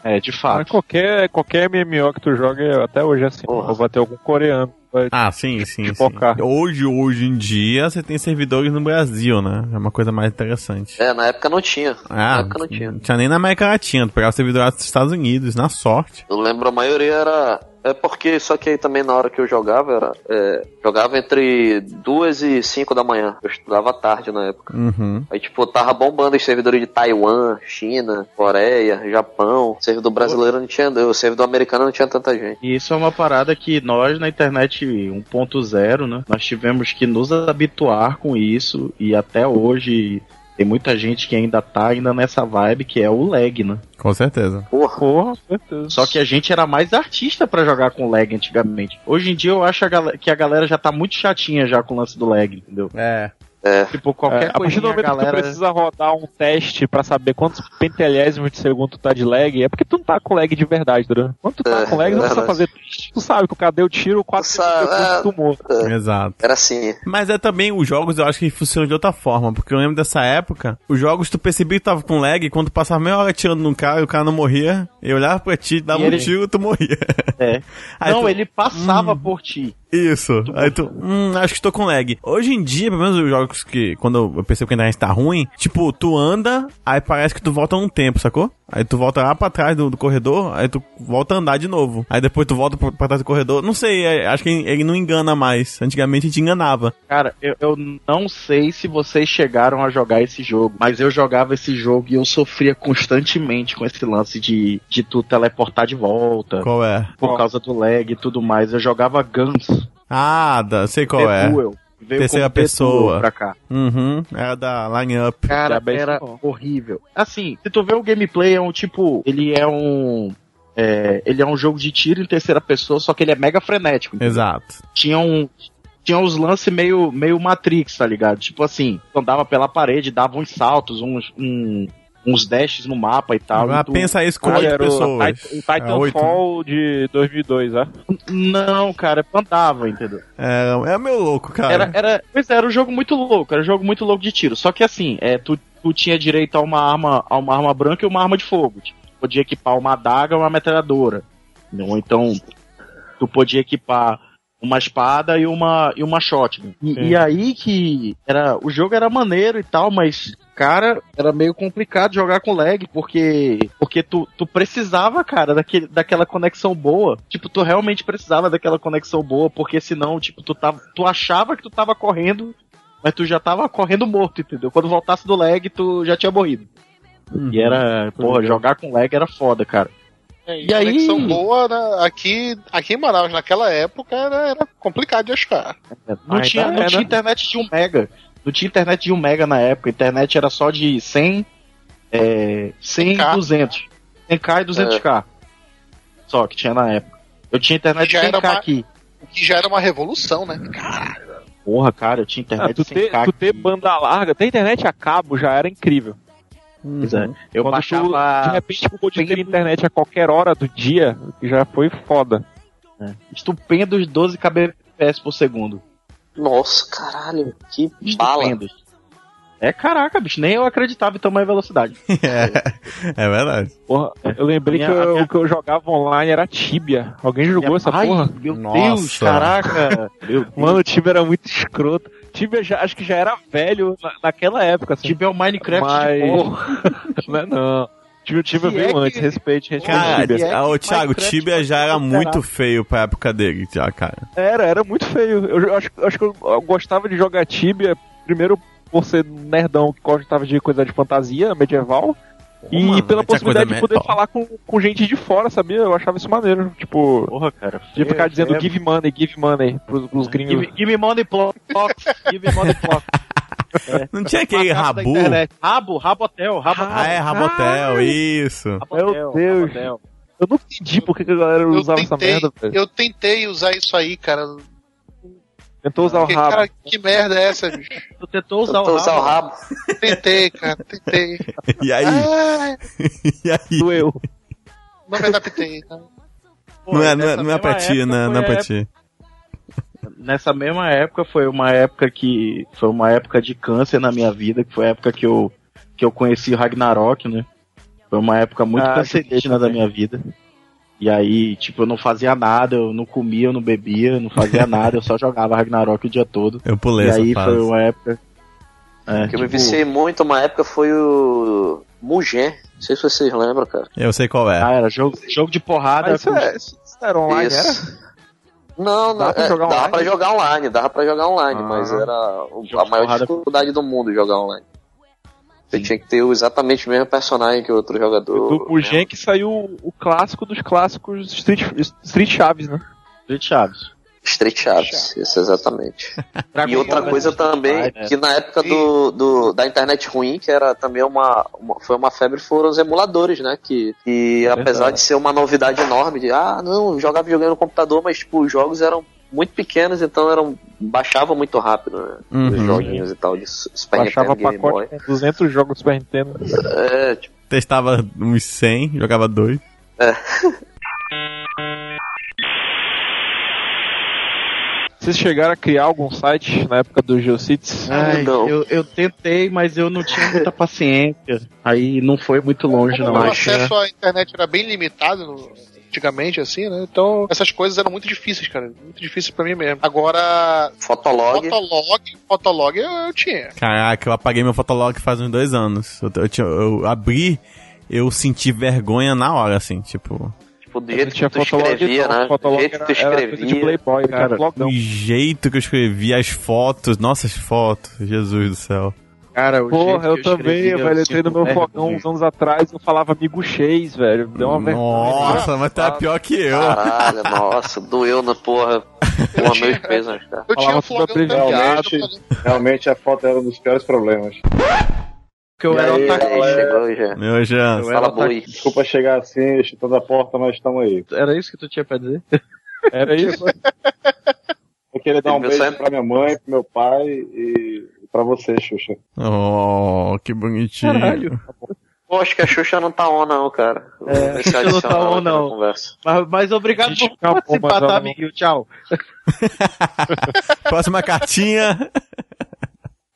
[SPEAKER 1] É, de
[SPEAKER 7] Mas
[SPEAKER 1] fato.
[SPEAKER 7] qualquer, qualquer MMO que tu joga, até hoje é assim.
[SPEAKER 4] Porra.
[SPEAKER 7] Ou vai ter algum coreano. Vai...
[SPEAKER 3] Ah, sim, sim, sim.
[SPEAKER 7] Pipocar.
[SPEAKER 3] Hoje, hoje em dia, você tem servidores no Brasil, né? É uma coisa mais interessante.
[SPEAKER 4] É, na época não tinha. na
[SPEAKER 3] Ah,
[SPEAKER 4] época não tinha.
[SPEAKER 3] não tinha nem na América Latina. Tu pegava servidor lá dos Estados Unidos, na sorte.
[SPEAKER 4] Eu lembro a maioria era. É porque, só que aí também na hora que eu jogava, era. é, jogava entre duas e cinco da manhã. Eu estudava à tarde na época.
[SPEAKER 3] Uhum.
[SPEAKER 4] Aí, tipo, tava bombando os servidores de Taiwan, China, Coreia, Japão. Servidor brasileiro não tinha. O servidor americano não tinha tanta gente.
[SPEAKER 1] E isso é uma parada que nós na internet 1.0, né? Nós tivemos que nos habituar com isso e até hoje tem muita gente que ainda tá ainda nessa vibe que é o lag, né?
[SPEAKER 3] Com certeza.
[SPEAKER 4] Porra.
[SPEAKER 7] Porra, certeza.
[SPEAKER 1] Só que a gente era mais artista pra jogar com lag antigamente. Hoje em dia eu acho a gal- que a galera já tá muito chatinha já com o lance do lag, entendeu?
[SPEAKER 3] É.
[SPEAKER 4] É.
[SPEAKER 1] Tipo,
[SPEAKER 7] É,
[SPEAKER 1] qualquer
[SPEAKER 7] a
[SPEAKER 1] coisa coisinha
[SPEAKER 7] partir do
[SPEAKER 1] a
[SPEAKER 7] momento que tu
[SPEAKER 1] galera...
[SPEAKER 7] precisa rodar um teste pra saber quantos pentelésimos de segundo tu tá de lag, é porque tu não tá com lag de verdade, Duran. Quando tu tá
[SPEAKER 4] É,
[SPEAKER 7] com lag, não precisa
[SPEAKER 4] verdade.
[SPEAKER 7] fazer teste. Tu sabe que o cara deu tiro, quatro
[SPEAKER 4] Tu sabe,
[SPEAKER 7] segundos depois
[SPEAKER 4] é.
[SPEAKER 7] tu tomou.
[SPEAKER 3] Exato.
[SPEAKER 4] Era assim.
[SPEAKER 3] Mas é também, os jogos eu acho que funcionam de outra forma, porque eu lembro dessa época, os jogos tu percebia que tava com lag, e quando tu passava meia hora atirando num cara e o cara não morria, eu olhava pra ti, dava
[SPEAKER 1] E
[SPEAKER 3] um
[SPEAKER 1] ele-
[SPEAKER 3] tiro e tu morria.
[SPEAKER 1] É.
[SPEAKER 3] Aí
[SPEAKER 1] Não,
[SPEAKER 3] tu-
[SPEAKER 1] ele passava por ti.
[SPEAKER 3] Isso. Aí tu, hum, acho que tô com lag. Hoje em dia, pelo menos os jogos que, quando eu percebo que a internet tá ruim, tipo, tu anda, aí parece que tu volta um tempo, sacou? Aí tu volta lá pra trás do, do corredor, aí tu volta a andar de novo. Aí depois tu volta pra, pra trás do corredor. Não sei, é- acho que ele não engana mais. Antigamente a gente enganava.
[SPEAKER 1] Cara, eu, eu não sei se vocês chegaram a jogar esse jogo, mas eu jogava esse jogo e eu sofria constantemente com esse lance de, de tu teleportar de volta.
[SPEAKER 3] Qual é?
[SPEAKER 1] Por
[SPEAKER 7] Qual?
[SPEAKER 1] causa do lag e tudo mais. Eu jogava Guns.
[SPEAKER 3] Ah, da, sei qual
[SPEAKER 1] The
[SPEAKER 3] é.
[SPEAKER 1] Duel. Veio
[SPEAKER 3] Terceira
[SPEAKER 1] como The
[SPEAKER 3] pessoa.
[SPEAKER 1] Duel Pra cá.
[SPEAKER 3] Uhum, era da Line Up.
[SPEAKER 1] Cara,
[SPEAKER 7] Diabetes
[SPEAKER 1] era
[SPEAKER 7] bom.
[SPEAKER 1] horrível. Assim, se tu vê o gameplay, é um tipo. Ele é um. é, ele é um jogo de tiro em terceira pessoa, só que ele é mega frenético.
[SPEAKER 3] Exato.
[SPEAKER 1] Tinha um. Tinha uns lances meio, meio Matrix, tá ligado? Tipo assim, tu andava pela parede, dava uns saltos, uns, um- uns dashes no mapa e tal.
[SPEAKER 3] Agora
[SPEAKER 1] e tu-
[SPEAKER 3] pensa isso com
[SPEAKER 7] Ah,
[SPEAKER 3] oito
[SPEAKER 7] era o
[SPEAKER 3] pessoas.
[SPEAKER 7] Tit- o
[SPEAKER 3] É, oito,
[SPEAKER 7] Titanfall de 2002, é?
[SPEAKER 1] Não, cara, tu andava, entendeu?
[SPEAKER 3] É, é meu louco, cara.
[SPEAKER 1] Era, era, pois é, era um jogo muito louco, era um jogo muito louco de tiro. Só que assim, é, tu, tu tinha direito a uma arma, a uma arma branca e uma arma de fogo. Tipo, tu podia equipar uma adaga e uma metralhadora. Não, Ou então, tu podia equipar uma espada e uma, e uma shotgun.
[SPEAKER 7] Sim.
[SPEAKER 1] E, e aí que era, o jogo era maneiro e tal, mas cara, era meio complicado jogar com lag, porque porque tu, tu precisava, cara, daquele, daquela conexão boa. Tipo, tu realmente precisava daquela conexão boa, porque senão, tipo, tu tava, tu achava que tu tava correndo, mas tu já tava correndo morto, entendeu? Quando voltasse do lag, tu já tinha morrido. E era, porra, jogar com lag era foda, cara.
[SPEAKER 5] É, e
[SPEAKER 10] E aí-
[SPEAKER 5] conexão boa né, aqui, aqui em Manaus, naquela época, era, era complicado de achar.
[SPEAKER 1] Não,
[SPEAKER 10] Ah,
[SPEAKER 1] tinha,
[SPEAKER 10] então
[SPEAKER 1] não
[SPEAKER 10] é,
[SPEAKER 1] tinha
[SPEAKER 10] né?
[SPEAKER 1] internet de 1 mega. Não tinha internet de 1 mega na época. A internet era só de 100, é, 100
[SPEAKER 5] 100K.
[SPEAKER 1] 200. 100k e 200k. Só que tinha na época. Eu tinha internet de
[SPEAKER 5] Já era
[SPEAKER 1] 100k
[SPEAKER 5] uma-
[SPEAKER 1] aqui.
[SPEAKER 5] O que já era uma revolução, né?
[SPEAKER 1] Porra, cara, eu tinha
[SPEAKER 7] Ah,
[SPEAKER 1] internet
[SPEAKER 7] tu,
[SPEAKER 1] de 100k
[SPEAKER 7] ter, tu ter
[SPEAKER 1] aqui.
[SPEAKER 7] banda larga, ter internet a cabo já era incrível.
[SPEAKER 1] Pois é. Eu
[SPEAKER 7] Quando tu,
[SPEAKER 1] baixava...
[SPEAKER 7] de repente, tu pôde ter
[SPEAKER 1] estupendo-
[SPEAKER 7] internet a qualquer hora do dia, que já foi foda.
[SPEAKER 1] estupendos 12 kbps por segundo.
[SPEAKER 4] Nossa, caralho, que bala.
[SPEAKER 1] Estupendos. É caraca, bicho, nem eu acreditava em tamanha velocidade.
[SPEAKER 3] É verdade.
[SPEAKER 7] Porra, eu lembrei
[SPEAKER 1] Minha-
[SPEAKER 7] que eu-
[SPEAKER 1] a minha-
[SPEAKER 7] o que eu jogava online era Tibia. Alguém jogou essa
[SPEAKER 1] Ai,
[SPEAKER 7] porra?
[SPEAKER 1] Meu
[SPEAKER 3] Nossa.
[SPEAKER 1] Deus, caraca. Meu Deus.
[SPEAKER 7] Mano, o Tibia era muito escroto. Tibia já, acho que já era velho na- naquela época, assim.
[SPEAKER 1] Tipo, é o Minecraft de
[SPEAKER 7] mas...
[SPEAKER 1] porra.
[SPEAKER 7] não é não. Tibia, Tibia
[SPEAKER 1] Se
[SPEAKER 7] veio
[SPEAKER 1] é que-
[SPEAKER 7] antes, respeite, respeite
[SPEAKER 3] Cara,
[SPEAKER 7] Tibia.
[SPEAKER 1] é
[SPEAKER 3] ah, ô, Thiago,
[SPEAKER 1] Minecraft
[SPEAKER 3] Tibia já era
[SPEAKER 1] pra
[SPEAKER 3] muito feio pra época dele, já, cara.
[SPEAKER 7] Era, era muito feio. Eu, jo- acho, acho que eu, eu gostava de jogar Tibia, primeiro por ser nerdão que gostava de coisa de fantasia medieval. e
[SPEAKER 3] mano, mas
[SPEAKER 7] pela
[SPEAKER 3] é coisa
[SPEAKER 7] possibilidade de poder
[SPEAKER 3] medieval.
[SPEAKER 7] falar com, com gente de fora, sabia? Eu achava isso maneiro. Tipo,
[SPEAKER 1] Porra, cara.
[SPEAKER 7] de ficar dizendo
[SPEAKER 1] que
[SPEAKER 7] give money, give money pros, pros gringos.
[SPEAKER 1] Give, give me money block. Give me money block.
[SPEAKER 3] Não tinha aquele
[SPEAKER 1] Macaco É. da
[SPEAKER 3] rabu?
[SPEAKER 1] internet. Rabo, rabotel, rabotel.
[SPEAKER 3] Ah, é, Rabotel, isso.
[SPEAKER 1] rabotel,
[SPEAKER 7] Meu Deus.
[SPEAKER 1] rabotel.
[SPEAKER 7] Eu não entendi por que que a galera
[SPEAKER 5] Eu
[SPEAKER 7] usava essa
[SPEAKER 5] tentei,
[SPEAKER 7] merda, velho.
[SPEAKER 5] eu tentei usar isso aí, cara.
[SPEAKER 7] Tentou usar o
[SPEAKER 5] Porque,
[SPEAKER 7] rabo.
[SPEAKER 5] cara, que merda é essa, bicho?
[SPEAKER 1] Tu tentou usar
[SPEAKER 4] Eu tô
[SPEAKER 1] o
[SPEAKER 4] usando o
[SPEAKER 1] rabo.
[SPEAKER 4] rabo.
[SPEAKER 5] Tentei, cara, tentei.
[SPEAKER 3] E aí?
[SPEAKER 1] É,
[SPEAKER 5] Ah,
[SPEAKER 3] E aí?
[SPEAKER 7] Doeu.
[SPEAKER 5] não me adaptei. né?
[SPEAKER 1] Pô,
[SPEAKER 3] Não é,
[SPEAKER 1] e
[SPEAKER 3] não é,
[SPEAKER 1] nessa
[SPEAKER 3] não é pra
[SPEAKER 1] mesma
[SPEAKER 3] ti,
[SPEAKER 1] época
[SPEAKER 3] né?
[SPEAKER 1] foi
[SPEAKER 3] Não é
[SPEAKER 1] a
[SPEAKER 3] pra ti.
[SPEAKER 1] nessa mesma época foi uma época que foi uma época de câncer na minha vida, que foi a época que eu que eu conheci o Ragnarok, né? Foi uma época muito
[SPEAKER 7] Ah,
[SPEAKER 1] cancerígena da minha vida. E aí, tipo, eu não fazia nada, eu não comia, eu não bebia, eu não fazia nada, eu só jogava Ragnarok o dia todo.
[SPEAKER 3] Eu pulei
[SPEAKER 1] e
[SPEAKER 3] essa
[SPEAKER 1] aí
[SPEAKER 3] fase.
[SPEAKER 1] foi uma época é,
[SPEAKER 4] Que eu me
[SPEAKER 1] tipo,
[SPEAKER 4] viciei muito uma época foi o Mugen. Não sei se vocês lembram, cara.
[SPEAKER 3] Eu sei qual é.
[SPEAKER 1] ah, era jogo, jogo de porrada.
[SPEAKER 7] Mas isso,
[SPEAKER 1] com-
[SPEAKER 7] é, isso era online, era?
[SPEAKER 4] Isso. Não, não,
[SPEAKER 7] Dava pra
[SPEAKER 4] é,
[SPEAKER 7] jogar
[SPEAKER 4] dava
[SPEAKER 7] online? Ah.
[SPEAKER 4] pra jogar online, dava pra jogar online, mas era o-
[SPEAKER 1] Jogo
[SPEAKER 4] a
[SPEAKER 1] de
[SPEAKER 4] maior
[SPEAKER 1] porrada.
[SPEAKER 4] dificuldade do mundo jogar online. Você tinha que ter o- exatamente o mesmo personagem que o outro jogador.
[SPEAKER 7] Do Mugen que saiu o clássico dos clássicos Street, Street Chaves, né?
[SPEAKER 1] Street Chaves.
[SPEAKER 4] Street Chaves, isso exatamente. E outra coisa também,
[SPEAKER 1] Né?
[SPEAKER 4] que na época do, do- da internet ruim, que era também uma, uma- foi uma febre, foram os emuladores, né? Que, que
[SPEAKER 7] É
[SPEAKER 4] apesar de ser uma novidade enorme, de ah, não, jogava videogame no computador, mas tipo, os jogos eram muito pequenos, então eram baixava muito rápido, né? Os joguinhos e tal, de Super
[SPEAKER 7] Uhum. Baixava
[SPEAKER 4] Nintendo, Game Boy.
[SPEAKER 7] pacote com 200 jogos do Super Nintendo.
[SPEAKER 4] É, tipo,
[SPEAKER 3] Testava uns 100, jogava dois.
[SPEAKER 7] Vocês chegaram a criar algum site na época do Geocities?
[SPEAKER 1] Ai,
[SPEAKER 4] Não.
[SPEAKER 1] eu, eu tentei, mas eu não tinha muita paciência. Aí não foi muito longe,
[SPEAKER 5] Como
[SPEAKER 1] não.
[SPEAKER 5] o
[SPEAKER 1] Mas,
[SPEAKER 5] acesso à internet era bem limitado no- antigamente, assim, né? Então, essas coisas eram muito difíceis, cara. Muito difícil pra mim mesmo. Agora,
[SPEAKER 4] Fotolog.
[SPEAKER 5] Fotolog, Fotolog eu, eu tinha.
[SPEAKER 3] Caraca, eu apaguei meu Fotolog faz uns dois anos. Eu, eu tinha- eu abri, eu senti vergonha na hora, assim, tipo.
[SPEAKER 4] Tipo, do
[SPEAKER 7] Eu
[SPEAKER 4] jeito que tu escrevia,
[SPEAKER 7] não,
[SPEAKER 4] né? Do
[SPEAKER 7] Fotolog
[SPEAKER 4] jeito que
[SPEAKER 7] era,
[SPEAKER 4] tu
[SPEAKER 7] era coisa de
[SPEAKER 4] escrevia.
[SPEAKER 7] Playboy, cara.
[SPEAKER 3] O jeito que eu escrevi, as fotos, nossas fotos, Jesus do céu.
[SPEAKER 1] cara, o jeito
[SPEAKER 7] Porra,
[SPEAKER 1] que
[SPEAKER 7] eu também,
[SPEAKER 1] escrevi,
[SPEAKER 7] velho. Eu um entrei
[SPEAKER 1] sinto
[SPEAKER 7] no meu
[SPEAKER 1] vergonha.
[SPEAKER 7] fogão uns anos atrás eu falava amigo X, velho. Deu uma vergonha.
[SPEAKER 3] Nossa, mas tá pior que eu.
[SPEAKER 4] Caralho, nossa, doeu na porra. Uma
[SPEAKER 5] tinha-
[SPEAKER 4] meio peso, cara.
[SPEAKER 5] Eu tinha
[SPEAKER 7] Falava tudo
[SPEAKER 5] o Flogão também.
[SPEAKER 7] abreviado.
[SPEAKER 5] tinha o Flogão.
[SPEAKER 11] Realmente a foto era um dos piores problemas.
[SPEAKER 1] Porque eu era
[SPEAKER 11] E aí,
[SPEAKER 1] otaku.
[SPEAKER 11] galera?
[SPEAKER 4] Chegou já.
[SPEAKER 3] Meu Jean.
[SPEAKER 1] Eu era,
[SPEAKER 4] Fala
[SPEAKER 1] otaku.
[SPEAKER 4] boi.
[SPEAKER 11] Desculpa chegar assim, chutando a porta, mas estamos aí.
[SPEAKER 1] Era isso que tu tinha pra dizer?
[SPEAKER 7] Era isso.
[SPEAKER 11] Eu queria dar um
[SPEAKER 4] Meu
[SPEAKER 11] beijo
[SPEAKER 4] sonho-
[SPEAKER 11] pra minha mãe, pro meu pai e pra você, Xuxa.
[SPEAKER 3] Oh, que bonitinho.
[SPEAKER 1] Caralho.
[SPEAKER 4] Pô, acho que a Xuxa não tá on, não, cara.
[SPEAKER 1] É,
[SPEAKER 4] Esse
[SPEAKER 1] a Xuxa não tá
[SPEAKER 4] adicional
[SPEAKER 1] on,
[SPEAKER 4] aqui na
[SPEAKER 1] não.
[SPEAKER 4] Conversa.
[SPEAKER 1] Mas, mas obrigado por
[SPEAKER 7] Desculpa, mas
[SPEAKER 1] participar,
[SPEAKER 7] ela
[SPEAKER 1] tá,
[SPEAKER 7] não-
[SPEAKER 1] amiguinho? Tchau.
[SPEAKER 3] Próxima cartinha.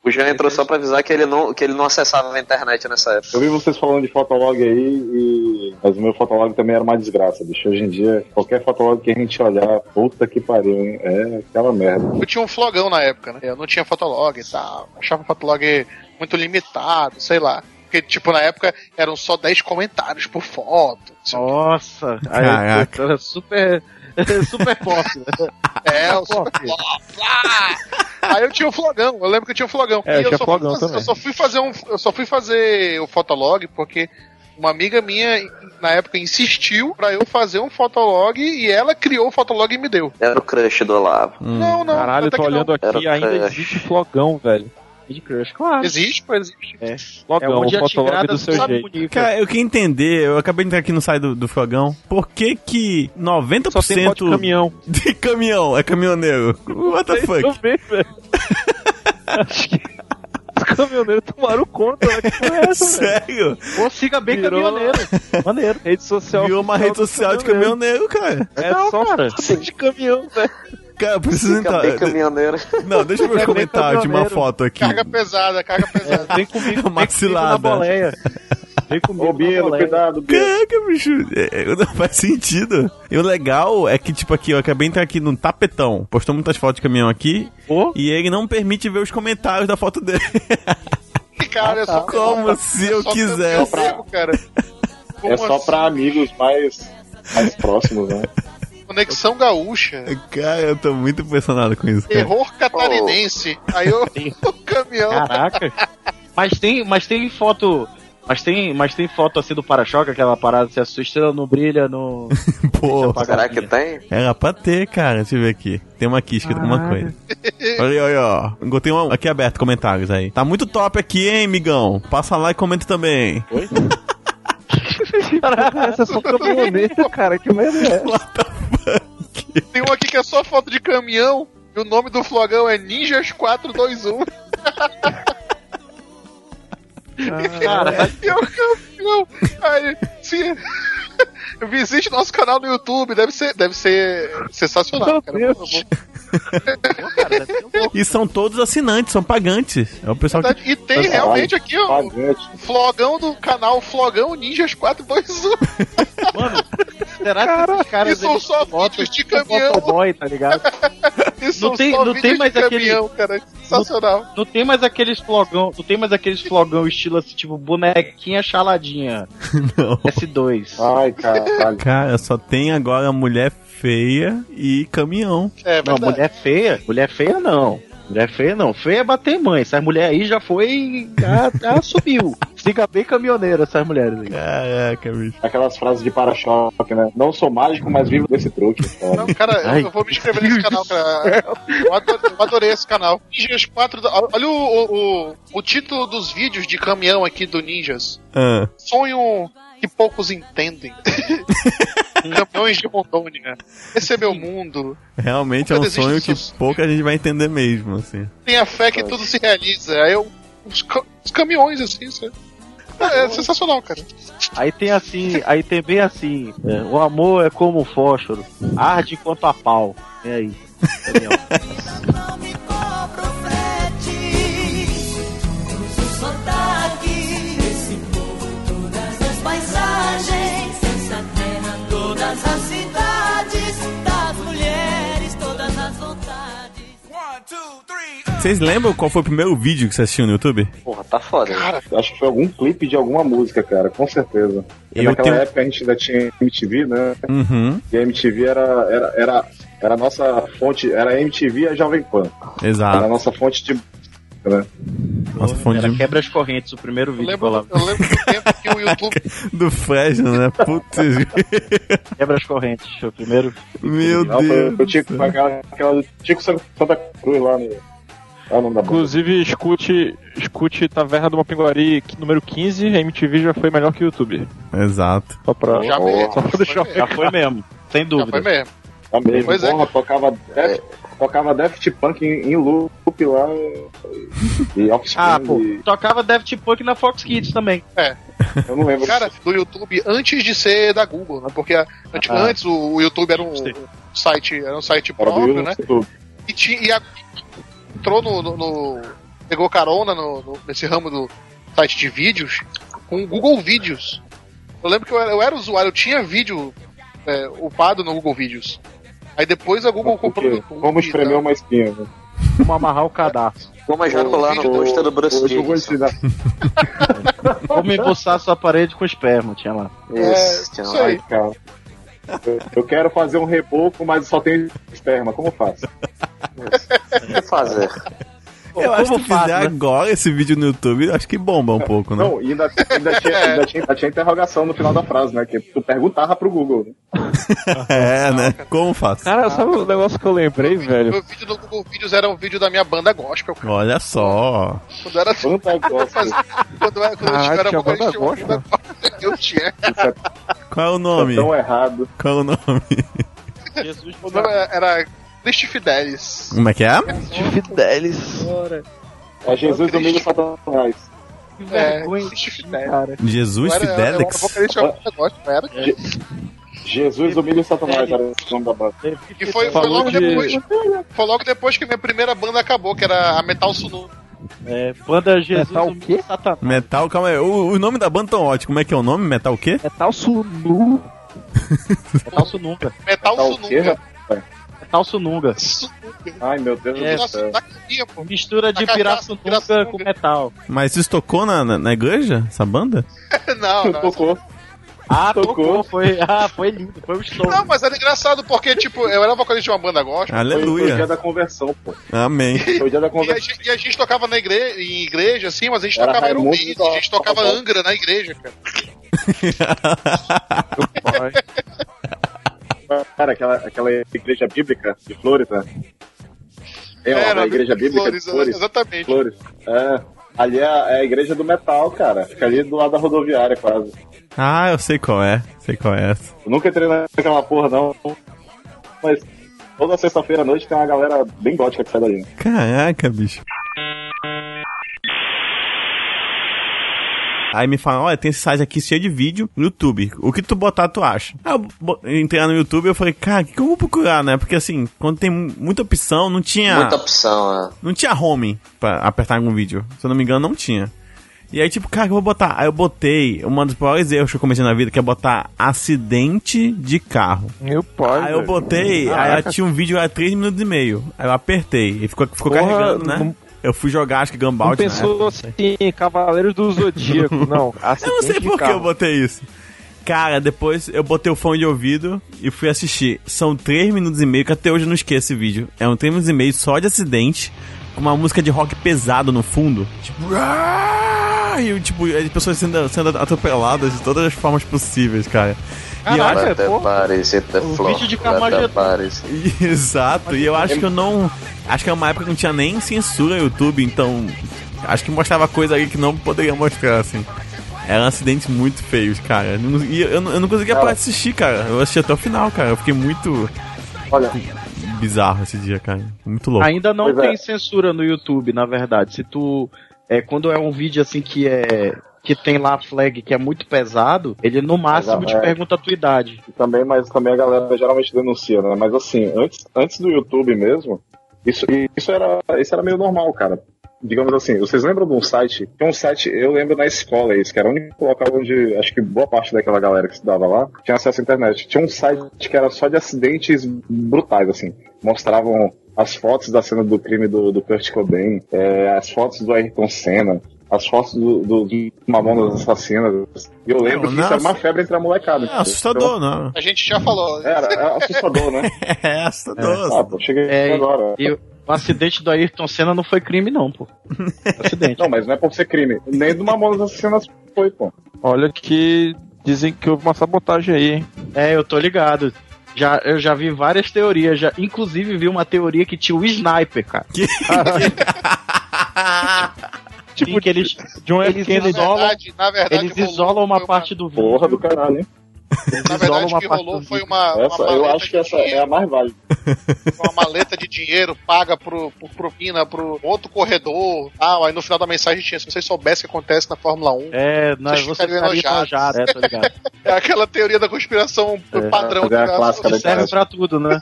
[SPEAKER 4] O Jean entrou só pra avisar que ele não, que ele não acessava a internet nessa época.
[SPEAKER 11] Eu vi vocês falando de fotolog aí, e... mas o meu fotolog também era uma desgraça, bicho. Hoje em dia, qualquer fotolog que a gente olhar, puta que pariu, hein? É aquela merda.
[SPEAKER 5] Eu tinha um flogão na época, né? Eu não tinha Fotolog e tal. Achava o Fotolog muito limitado, sei lá. Porque, tipo, na época eram só 10 comentários por foto. Isso
[SPEAKER 1] Nossa. Aí,
[SPEAKER 3] Caraca.
[SPEAKER 1] pô, era super... Super pop, né?
[SPEAKER 7] Ah,
[SPEAKER 5] É, o Super Aí eu tinha o flogão, eu lembro que eu tinha o flogão.
[SPEAKER 7] É, eu
[SPEAKER 5] eu,
[SPEAKER 7] tinha
[SPEAKER 5] só
[SPEAKER 7] flogão
[SPEAKER 5] fui fazer,
[SPEAKER 7] também.
[SPEAKER 5] eu só fui fazer um. Eu só fui fazer o Fotolog porque Uma amiga minha, na época, insistiu pra eu fazer um fotolog e ela criou o fotolog e me deu.
[SPEAKER 4] Era o crush do Olavo.
[SPEAKER 3] Hum.
[SPEAKER 5] Não, não,
[SPEAKER 7] Hum, Caralho, eu
[SPEAKER 5] até
[SPEAKER 7] tô
[SPEAKER 5] que não.
[SPEAKER 7] olhando
[SPEAKER 4] Era
[SPEAKER 7] aqui,
[SPEAKER 4] o
[SPEAKER 7] ainda
[SPEAKER 4] Crush.
[SPEAKER 7] existe flogão, velho.
[SPEAKER 1] De crush, claro.
[SPEAKER 5] Existe, pô, existe.
[SPEAKER 6] É
[SPEAKER 7] Flogão,
[SPEAKER 6] onde
[SPEAKER 7] o
[SPEAKER 6] a
[SPEAKER 7] fotolog
[SPEAKER 6] tigrada
[SPEAKER 7] do seu
[SPEAKER 6] sabe
[SPEAKER 7] jeito.
[SPEAKER 6] bonito.
[SPEAKER 3] Cara, eu queria entender, eu acabei de entrar aqui no site do, do Fogão, por que que
[SPEAKER 7] Só tem foto
[SPEAKER 3] 90%
[SPEAKER 7] de caminhão.
[SPEAKER 3] de caminhão é caminhoneiro? What the
[SPEAKER 7] Eu
[SPEAKER 3] fuck?
[SPEAKER 7] vi, velho. Acho que os caminhoneiros tomaram conta, né? Que porra é essa, velho?
[SPEAKER 3] Sério?
[SPEAKER 6] Ou siga bem
[SPEAKER 7] Virou-
[SPEAKER 6] caminhoneiro.
[SPEAKER 7] Maneiro. Rede social.
[SPEAKER 3] Virou uma rede social de caminhoneiro, cara.
[SPEAKER 7] É só
[SPEAKER 4] Sim.
[SPEAKER 7] foto de caminhão, velho.
[SPEAKER 3] Cara, eu preciso
[SPEAKER 1] Então,
[SPEAKER 3] entrar.
[SPEAKER 4] Acabei caminhoneiro.
[SPEAKER 3] Não, deixa eu ver os
[SPEAKER 1] Fica bem
[SPEAKER 3] comentários de uma
[SPEAKER 1] caminhoneiro.
[SPEAKER 3] foto aqui.
[SPEAKER 5] Carga pesada, carga pesada.
[SPEAKER 1] Vem comigo, vem comigo
[SPEAKER 3] Macilada.
[SPEAKER 1] na boleia. Vem comigo
[SPEAKER 11] Ô,
[SPEAKER 1] na
[SPEAKER 11] Bino,
[SPEAKER 3] né?
[SPEAKER 1] boleia.
[SPEAKER 11] cuidado, Bino.
[SPEAKER 3] Caraca, bicho, é, é, não faz sentido. E o legal é que, tipo, aqui, eu acabei de entrar aqui num tapetão. Postou muitas fotos de caminhão aqui.
[SPEAKER 1] Pô.
[SPEAKER 3] E ele não permite ver os comentários da foto dele.
[SPEAKER 7] Ah,
[SPEAKER 5] Cara, é só
[SPEAKER 7] tá.
[SPEAKER 3] Como se eu
[SPEAKER 5] só
[SPEAKER 3] quisesse.
[SPEAKER 5] teu amigo, cara. Como
[SPEAKER 11] É só
[SPEAKER 5] assim?
[SPEAKER 11] pra amigos mais, mais próximos, né?
[SPEAKER 5] Conexão gaúcha.
[SPEAKER 3] Cara, eu tô muito impressionado com isso. Cara.
[SPEAKER 5] Terror catarinense. Aí eu, o
[SPEAKER 7] Ah,
[SPEAKER 5] caminhão.
[SPEAKER 1] Caraca,
[SPEAKER 6] Mas tem, mas tem foto. Mas tem, mas tem foto assim do para-choque, aquela parada, se a sua estrela não brilha, não.
[SPEAKER 3] Pô,
[SPEAKER 4] Será que tem?
[SPEAKER 3] era pra ter, cara. Deixa eu ver aqui. Tem uma aqui, escrito alguma coisa. Olha aí, olha aí, ó. Botei uma aqui aberto, comentários aí. Tá muito top aqui, hein, migão? Passa lá e comenta também.
[SPEAKER 7] Essa é só caminhoneta, cara. Que merda é essa?
[SPEAKER 5] Tem um aqui que é só foto de caminhão. E o nome do flogão é Ninjas 421. E é o caminhão. Aí, se... Visite nosso canal no YouTube, deve ser, deve ser sensacional,
[SPEAKER 7] Meu
[SPEAKER 5] cara.
[SPEAKER 7] Deus.
[SPEAKER 5] por favor.
[SPEAKER 3] E são todos assinantes, são pagantes. É o pessoal que.
[SPEAKER 5] né? E tem realmente aqui, ó, o
[SPEAKER 11] Pagante.
[SPEAKER 5] flogão do canal Flogão Ninjas 421.
[SPEAKER 1] mano, será que esses caras
[SPEAKER 5] E são
[SPEAKER 1] eles
[SPEAKER 5] só
[SPEAKER 1] botam
[SPEAKER 5] vídeos de
[SPEAKER 1] tipo
[SPEAKER 5] caminhão.
[SPEAKER 1] motoboy, tá ligado?
[SPEAKER 5] E são
[SPEAKER 6] tem-
[SPEAKER 5] só
[SPEAKER 6] não
[SPEAKER 5] vídeos
[SPEAKER 6] tem
[SPEAKER 5] de
[SPEAKER 6] mais aquele-
[SPEAKER 5] caminhão, cara. Sensacional.
[SPEAKER 6] Não tem mais aqueles flogão, não tem mais aqueles flogão estilo assim, tipo bonequinha chaladinha.
[SPEAKER 3] Não.
[SPEAKER 6] S2.
[SPEAKER 11] Ai, caralho.
[SPEAKER 3] Cara, só tem agora mulher feia e caminhão.
[SPEAKER 5] É,
[SPEAKER 6] Não,
[SPEAKER 5] verdade.
[SPEAKER 6] mulher feia, mulher feia não. Mulher feia não, feia é bater em mãe. Essas mulheres aí já foi. Já, já subiu. Siga bem caminhoneira, essas mulheres aí.
[SPEAKER 3] Caraca, bicho.
[SPEAKER 11] Aquelas frases de para-choque, né? Não sou mágico, mas vivo desse truque. Cara.
[SPEAKER 5] Não, cara, eu-
[SPEAKER 6] Ai,
[SPEAKER 5] eu vou me inscrever nesse canal, cara. Eu adorei, eu adorei esse canal. Ninjas 4. da- Olha o, o, o, o título dos vídeos de caminhão aqui do Ninjas:
[SPEAKER 3] Ah,
[SPEAKER 5] Sonho que poucos entendem. Caminhões de Rondônia. Recebeu o mundo.
[SPEAKER 3] realmente é
[SPEAKER 5] Nunca
[SPEAKER 3] um
[SPEAKER 5] desisto
[SPEAKER 3] sonho
[SPEAKER 5] do
[SPEAKER 3] que
[SPEAKER 5] seu sonho.
[SPEAKER 3] pouca gente vai entender mesmo, assim.
[SPEAKER 5] Tenha fé que tudo se realiza. Aí eu, os, ca- os caminhões, assim, isso é- É, é sensacional, cara.
[SPEAKER 6] Aí tem assim, aí tem bem assim. é, o amor é como um fósforo. Arde quanto a pau. É aí. Caminhão.
[SPEAKER 12] Não me cobro frete, uso o sotaque desse povo, todas as paisagens, essa terra, todas as cidades, das mulheres, todas as vontades.
[SPEAKER 3] Vocês lembram qual foi o primeiro vídeo que você assistiu no YouTube?
[SPEAKER 4] Porra, tá foda.
[SPEAKER 11] Acho que foi algum clipe de alguma música, cara, com certeza. E
[SPEAKER 3] Eu
[SPEAKER 11] naquela
[SPEAKER 3] tenho-
[SPEAKER 11] época a gente ainda tinha MTV, né?
[SPEAKER 3] Uhum,
[SPEAKER 11] E a MTV era, era, era, era a nossa fonte, era a MTV e a Jovem Pan. Era a
[SPEAKER 5] Ah.
[SPEAKER 3] exato.
[SPEAKER 11] nossa fonte de. Né?
[SPEAKER 3] Nossa um fonte
[SPEAKER 6] Era
[SPEAKER 3] de...
[SPEAKER 6] quebra as correntes, o primeiro
[SPEAKER 5] Eu
[SPEAKER 6] vídeo que eu
[SPEAKER 5] lembro,
[SPEAKER 6] falava.
[SPEAKER 5] eu lembro do tempo que o YouTube.
[SPEAKER 3] do Fresno, né? Putz,
[SPEAKER 6] Quebra as correntes, foi o primeiro.
[SPEAKER 3] meu
[SPEAKER 11] Não, foi, foi,
[SPEAKER 3] Deus.
[SPEAKER 11] o Tico, foi aquela, aquela do Tico Santa Cruz lá no. Ah, não dá bom.
[SPEAKER 7] Inclusive, escute, escute Taverna do Mapinguari, que número 15, a MTV já foi melhor que o YouTube.
[SPEAKER 3] Exato.
[SPEAKER 7] Só pra,
[SPEAKER 5] Já me-
[SPEAKER 7] só pra deixar.
[SPEAKER 6] Já foi mesmo, sem
[SPEAKER 5] Já foi
[SPEAKER 6] dúvida.
[SPEAKER 5] mesmo.
[SPEAKER 11] Tá mesmo.
[SPEAKER 5] Pois é.
[SPEAKER 11] Porra, tocava, Def, tocava Daft Punk em, em loop lá. e- E Offspring.
[SPEAKER 6] Ah, pô,
[SPEAKER 11] e-
[SPEAKER 6] tocava Daft Punk na Fox Kids também.
[SPEAKER 11] eu não lembro.
[SPEAKER 5] Cara, do YouTube antes de ser da Google, né? Porque antes,
[SPEAKER 6] Ah.
[SPEAKER 5] antes o, o YouTube era um
[SPEAKER 6] Gostei.
[SPEAKER 5] um site, era um site
[SPEAKER 11] Era do
[SPEAKER 5] próprio, né?
[SPEAKER 11] YouTube.
[SPEAKER 5] E, tinha, e a- entrou no, no- no- pegou carona no, no- nesse ramo do site de vídeos com o Google Vídeos. Eu lembro que eu era, eu era usuário, eu tinha vídeo é, upado no Google Vídeos. Aí depois a Google comprou o
[SPEAKER 11] Porque,
[SPEAKER 5] YouTube.
[SPEAKER 11] como espremer
[SPEAKER 7] um
[SPEAKER 5] então.
[SPEAKER 11] uma espinha. Né?
[SPEAKER 6] Como amarrar o cadastro.
[SPEAKER 4] Como a jacular na
[SPEAKER 5] vídeo do-
[SPEAKER 4] costa do Bruce
[SPEAKER 11] Hoje eu vou
[SPEAKER 4] Dickinson.
[SPEAKER 5] né?
[SPEAKER 11] ensinar.
[SPEAKER 6] Como embussar sua parede com esperma, tinha lá.
[SPEAKER 4] Isso, tinha
[SPEAKER 5] É, isso
[SPEAKER 4] lá.
[SPEAKER 5] aí.
[SPEAKER 11] Ai, cara. Eu- Eu quero fazer um reboco, mas só tem esperma. Como eu faço?
[SPEAKER 4] O que fazer?
[SPEAKER 3] Eu acho que se
[SPEAKER 11] faz,
[SPEAKER 3] fizer agora esse vídeo no YouTube, eu acho que bomba um pouco, né?
[SPEAKER 11] Não, e ainda, ainda, tinha, ainda, tinha, ainda tinha interrogação no final da frase, né? Que tu perguntava pro Google. né?
[SPEAKER 3] é, né? Como faço?
[SPEAKER 7] Cara, sabe o negócio que eu lembrei, velho?
[SPEAKER 5] Meu vídeo do Google Vídeos era um vídeo da minha banda gospel. cara.
[SPEAKER 3] Olha só.
[SPEAKER 5] Quando era
[SPEAKER 11] Banda gospel.
[SPEAKER 5] quando, eu- quando
[SPEAKER 7] Ah,
[SPEAKER 5] eu era
[SPEAKER 7] tinha banda
[SPEAKER 5] tinha uma
[SPEAKER 7] gospel?
[SPEAKER 5] banda que eu tinha.
[SPEAKER 11] Isso é
[SPEAKER 3] Qual é o nome?
[SPEAKER 11] tão errado.
[SPEAKER 3] Qual é o nome?
[SPEAKER 1] Jesus
[SPEAKER 5] O nome era Triste Fidelis.
[SPEAKER 3] Como é que é?
[SPEAKER 7] Fidelis.
[SPEAKER 11] É Jesus do milho satanás.
[SPEAKER 1] Que
[SPEAKER 5] É,
[SPEAKER 1] vergonha,
[SPEAKER 5] Triste Fidelis.
[SPEAKER 1] cara.
[SPEAKER 3] Jesus
[SPEAKER 5] Eu era- é eu era
[SPEAKER 3] Fidelix?
[SPEAKER 5] vocalista de uma banda gospel, era.
[SPEAKER 11] Jesus do milho satanás era o nome da banda.
[SPEAKER 5] E foi, foi
[SPEAKER 7] Falou
[SPEAKER 5] logo
[SPEAKER 7] de-
[SPEAKER 5] depois. Foi logo depois que minha primeira banda acabou, que era a Metal Sunu.
[SPEAKER 1] É, banda Jesus
[SPEAKER 7] Metal o quê?
[SPEAKER 1] Satanás.
[SPEAKER 3] Metal, calma aí. O, o nome da banda tão ótimo. Como é que é o nome? Metal o quê?
[SPEAKER 7] É tal sunu.
[SPEAKER 1] Metal Sununga.
[SPEAKER 5] Metal
[SPEAKER 11] Tá o quê,
[SPEAKER 5] Sununga.
[SPEAKER 11] rapaz?
[SPEAKER 1] Metal Sununga.
[SPEAKER 5] Sununga.
[SPEAKER 11] Ai, meu Deus
[SPEAKER 1] É,
[SPEAKER 11] do céu.
[SPEAKER 5] Nossa, tá aqui, pô.
[SPEAKER 1] Mistura de
[SPEAKER 5] Tá
[SPEAKER 1] pirassununga
[SPEAKER 5] cachaça,
[SPEAKER 1] com metal.
[SPEAKER 3] Mas isso tocou na, na, na igreja? Essa banda?
[SPEAKER 5] Não, não.
[SPEAKER 11] Tocou.
[SPEAKER 1] Ah,
[SPEAKER 11] Tocou.
[SPEAKER 1] tocou. Foi, ah, foi lindo. Foi um show.
[SPEAKER 5] Não, mas era engraçado porque, tipo, eu era vocalista de uma banda gospel.
[SPEAKER 11] Foi, foi o dia
[SPEAKER 3] Aleluia.
[SPEAKER 11] da conversão, pô.
[SPEAKER 3] Amém.
[SPEAKER 11] Foi o dia da
[SPEAKER 5] E a,
[SPEAKER 11] conversão.
[SPEAKER 5] gente, e a gente tocava na igreja, em igreja, assim, mas a gente
[SPEAKER 11] Era
[SPEAKER 5] tocava Iron
[SPEAKER 11] Raimundo
[SPEAKER 5] Maiden,
[SPEAKER 11] da-
[SPEAKER 5] a gente tocava
[SPEAKER 11] da-
[SPEAKER 5] Angra na igreja, cara.
[SPEAKER 11] Cara, aquela, aquela igreja bíblica de Flores, né? É, ó, a igreja bíblica de
[SPEAKER 5] Flores,
[SPEAKER 11] Flores. né?
[SPEAKER 5] Exatamente.
[SPEAKER 11] Flores. É. Ali é a, é a igreja do metal, cara. Fica ali do lado da rodoviária, quase.
[SPEAKER 3] Ah, eu sei qual é. Sei qual é essa.
[SPEAKER 11] Eu nunca entrei naquela porra, não. Mas toda sexta-feira à noite tem uma galera bem gótica que sai dali. né?
[SPEAKER 3] Caraca, bicho. Aí me fala, olha, tem esse site aqui cheio de vídeo no YouTube. O que tu botar, tu acha? Aí eu bo- entrei lá no YouTube e eu falei, cara, o que, que eu vou procurar, né? Porque assim, quando tem mu- muita opção, não tinha.
[SPEAKER 4] Muita opção, né?
[SPEAKER 3] Não tinha home pra apertar algum vídeo. Se eu não me engano, não tinha. E aí, tipo, cara, o que eu vou botar? Aí eu botei, um dos maiores erros que eu cometi na vida, que é botar acidente de carro.
[SPEAKER 7] Meu pai.
[SPEAKER 3] Aí Ah, eu
[SPEAKER 7] velho.
[SPEAKER 3] botei, aí eu tinha um vídeo, era 3 minutos e meio. Aí eu apertei e ficou, ficou
[SPEAKER 7] Porra,
[SPEAKER 3] carregando, né?
[SPEAKER 7] não-
[SPEAKER 3] Eu fui jogar, acho que
[SPEAKER 7] Não
[SPEAKER 3] Gumball.
[SPEAKER 7] pensou assim, em Cavaleiros do Zodíaco, não. Assim,
[SPEAKER 3] Eu não sei por que eu botei isso. Cara, depois eu botei o fone de ouvido e fui assistir. São 3 minutos e meio, que até hoje eu não esqueço esse vídeo. É um 3 minutos e meio só de acidente, com uma música de rock pesado no fundo. Tipo. "Ah!" E tipo, as pessoas sendo, sendo atropeladas de todas as formas possíveis, cara. E eu acho,
[SPEAKER 4] Vai até Paris, até
[SPEAKER 1] O
[SPEAKER 4] Flor.
[SPEAKER 1] vídeo de
[SPEAKER 4] vai até
[SPEAKER 1] Carmageddon.
[SPEAKER 4] Paris.
[SPEAKER 3] Exato, e eu acho que eu não. Acho que é uma época que não tinha nem censura no YouTube, então. Acho que mostrava coisa aí que não poderia mostrar, assim. Eram acidentes muito feios, cara. Não- E eu, eu não- eu não conseguia parar de assistir, cara. Eu assisti até o final, cara. Eu fiquei muito
[SPEAKER 11] Olha,
[SPEAKER 3] bizarro esse dia, cara. Muito louco.
[SPEAKER 6] Ainda não
[SPEAKER 11] Pois é.
[SPEAKER 6] tem censura no YouTube, na verdade. Se tu. É, quando é um vídeo assim que é. Que tem lá a flag que é muito pesado, ele no máximo te
[SPEAKER 11] é.
[SPEAKER 6] pergunta a tua idade.
[SPEAKER 11] e também, mas também a galera geralmente denuncia, né? Mas assim, antes, antes do YouTube mesmo, isso, isso, era, isso era meio normal, cara. Digamos assim, vocês lembram de um site? Tinha um site, eu lembro na escola isso, que era o único local onde acho que boa parte daquela galera que estudava lá tinha acesso à internet. Tinha um site que era só de acidentes brutais, assim. Mostravam as fotos da cena do crime do, do Kurt Cobain, é, as fotos do Ayrton Senna, as fotos do, do, do Mamonas Assassinas. E eu lembro
[SPEAKER 3] Não,
[SPEAKER 11] que isso era
[SPEAKER 3] nossa.
[SPEAKER 11] uma febre entre a molecada.
[SPEAKER 3] É assustador, não.
[SPEAKER 5] A gente já falou.
[SPEAKER 11] Era, era assustador, né?
[SPEAKER 3] É assustador.
[SPEAKER 11] Ah, pô, cheguei
[SPEAKER 6] É,
[SPEAKER 11] agora.
[SPEAKER 6] e- O acidente do Ayrton Senna não foi crime, não, pô. Acidente.
[SPEAKER 11] Não, mas não é por ser crime. Nem do Mamonas Assassinas foi, pô.
[SPEAKER 7] Olha que dizem que houve uma sabotagem aí, hein?
[SPEAKER 6] É, eu tô ligado. Já, eu já vi várias teorias, já, inclusive vi uma teoria que tinha o sniper, cara. Tipo, que eles,
[SPEAKER 7] John um F.
[SPEAKER 6] eles
[SPEAKER 7] Kennedy.
[SPEAKER 6] isolam,
[SPEAKER 5] na verdade,
[SPEAKER 6] eles
[SPEAKER 5] rolou-
[SPEAKER 6] isolam uma
[SPEAKER 5] foi
[SPEAKER 6] parte do vídeo.
[SPEAKER 11] Porra do caralho, hein?
[SPEAKER 5] Na
[SPEAKER 6] isolam
[SPEAKER 5] verdade,
[SPEAKER 6] uma
[SPEAKER 5] o que
[SPEAKER 6] parte
[SPEAKER 5] rolou
[SPEAKER 6] do
[SPEAKER 5] foi
[SPEAKER 6] vídeo.
[SPEAKER 5] uma, uma
[SPEAKER 11] Essa, eu
[SPEAKER 5] maleta
[SPEAKER 11] acho que
[SPEAKER 5] de
[SPEAKER 11] essa é a mais válida.
[SPEAKER 5] uma maleta de dinheiro paga pro, pro propina pro outro corredor tal. Aí no final da mensagem tinha, se vocês soubessem o que acontece na Fórmula 1,
[SPEAKER 6] É, nós
[SPEAKER 5] Vocês
[SPEAKER 6] você
[SPEAKER 5] ficariam
[SPEAKER 6] ficaria enojado, é, tô ligado.
[SPEAKER 5] é aquela teoria da conspiração padrão
[SPEAKER 11] mas é a clássica da
[SPEAKER 6] Serve pra tudo, né?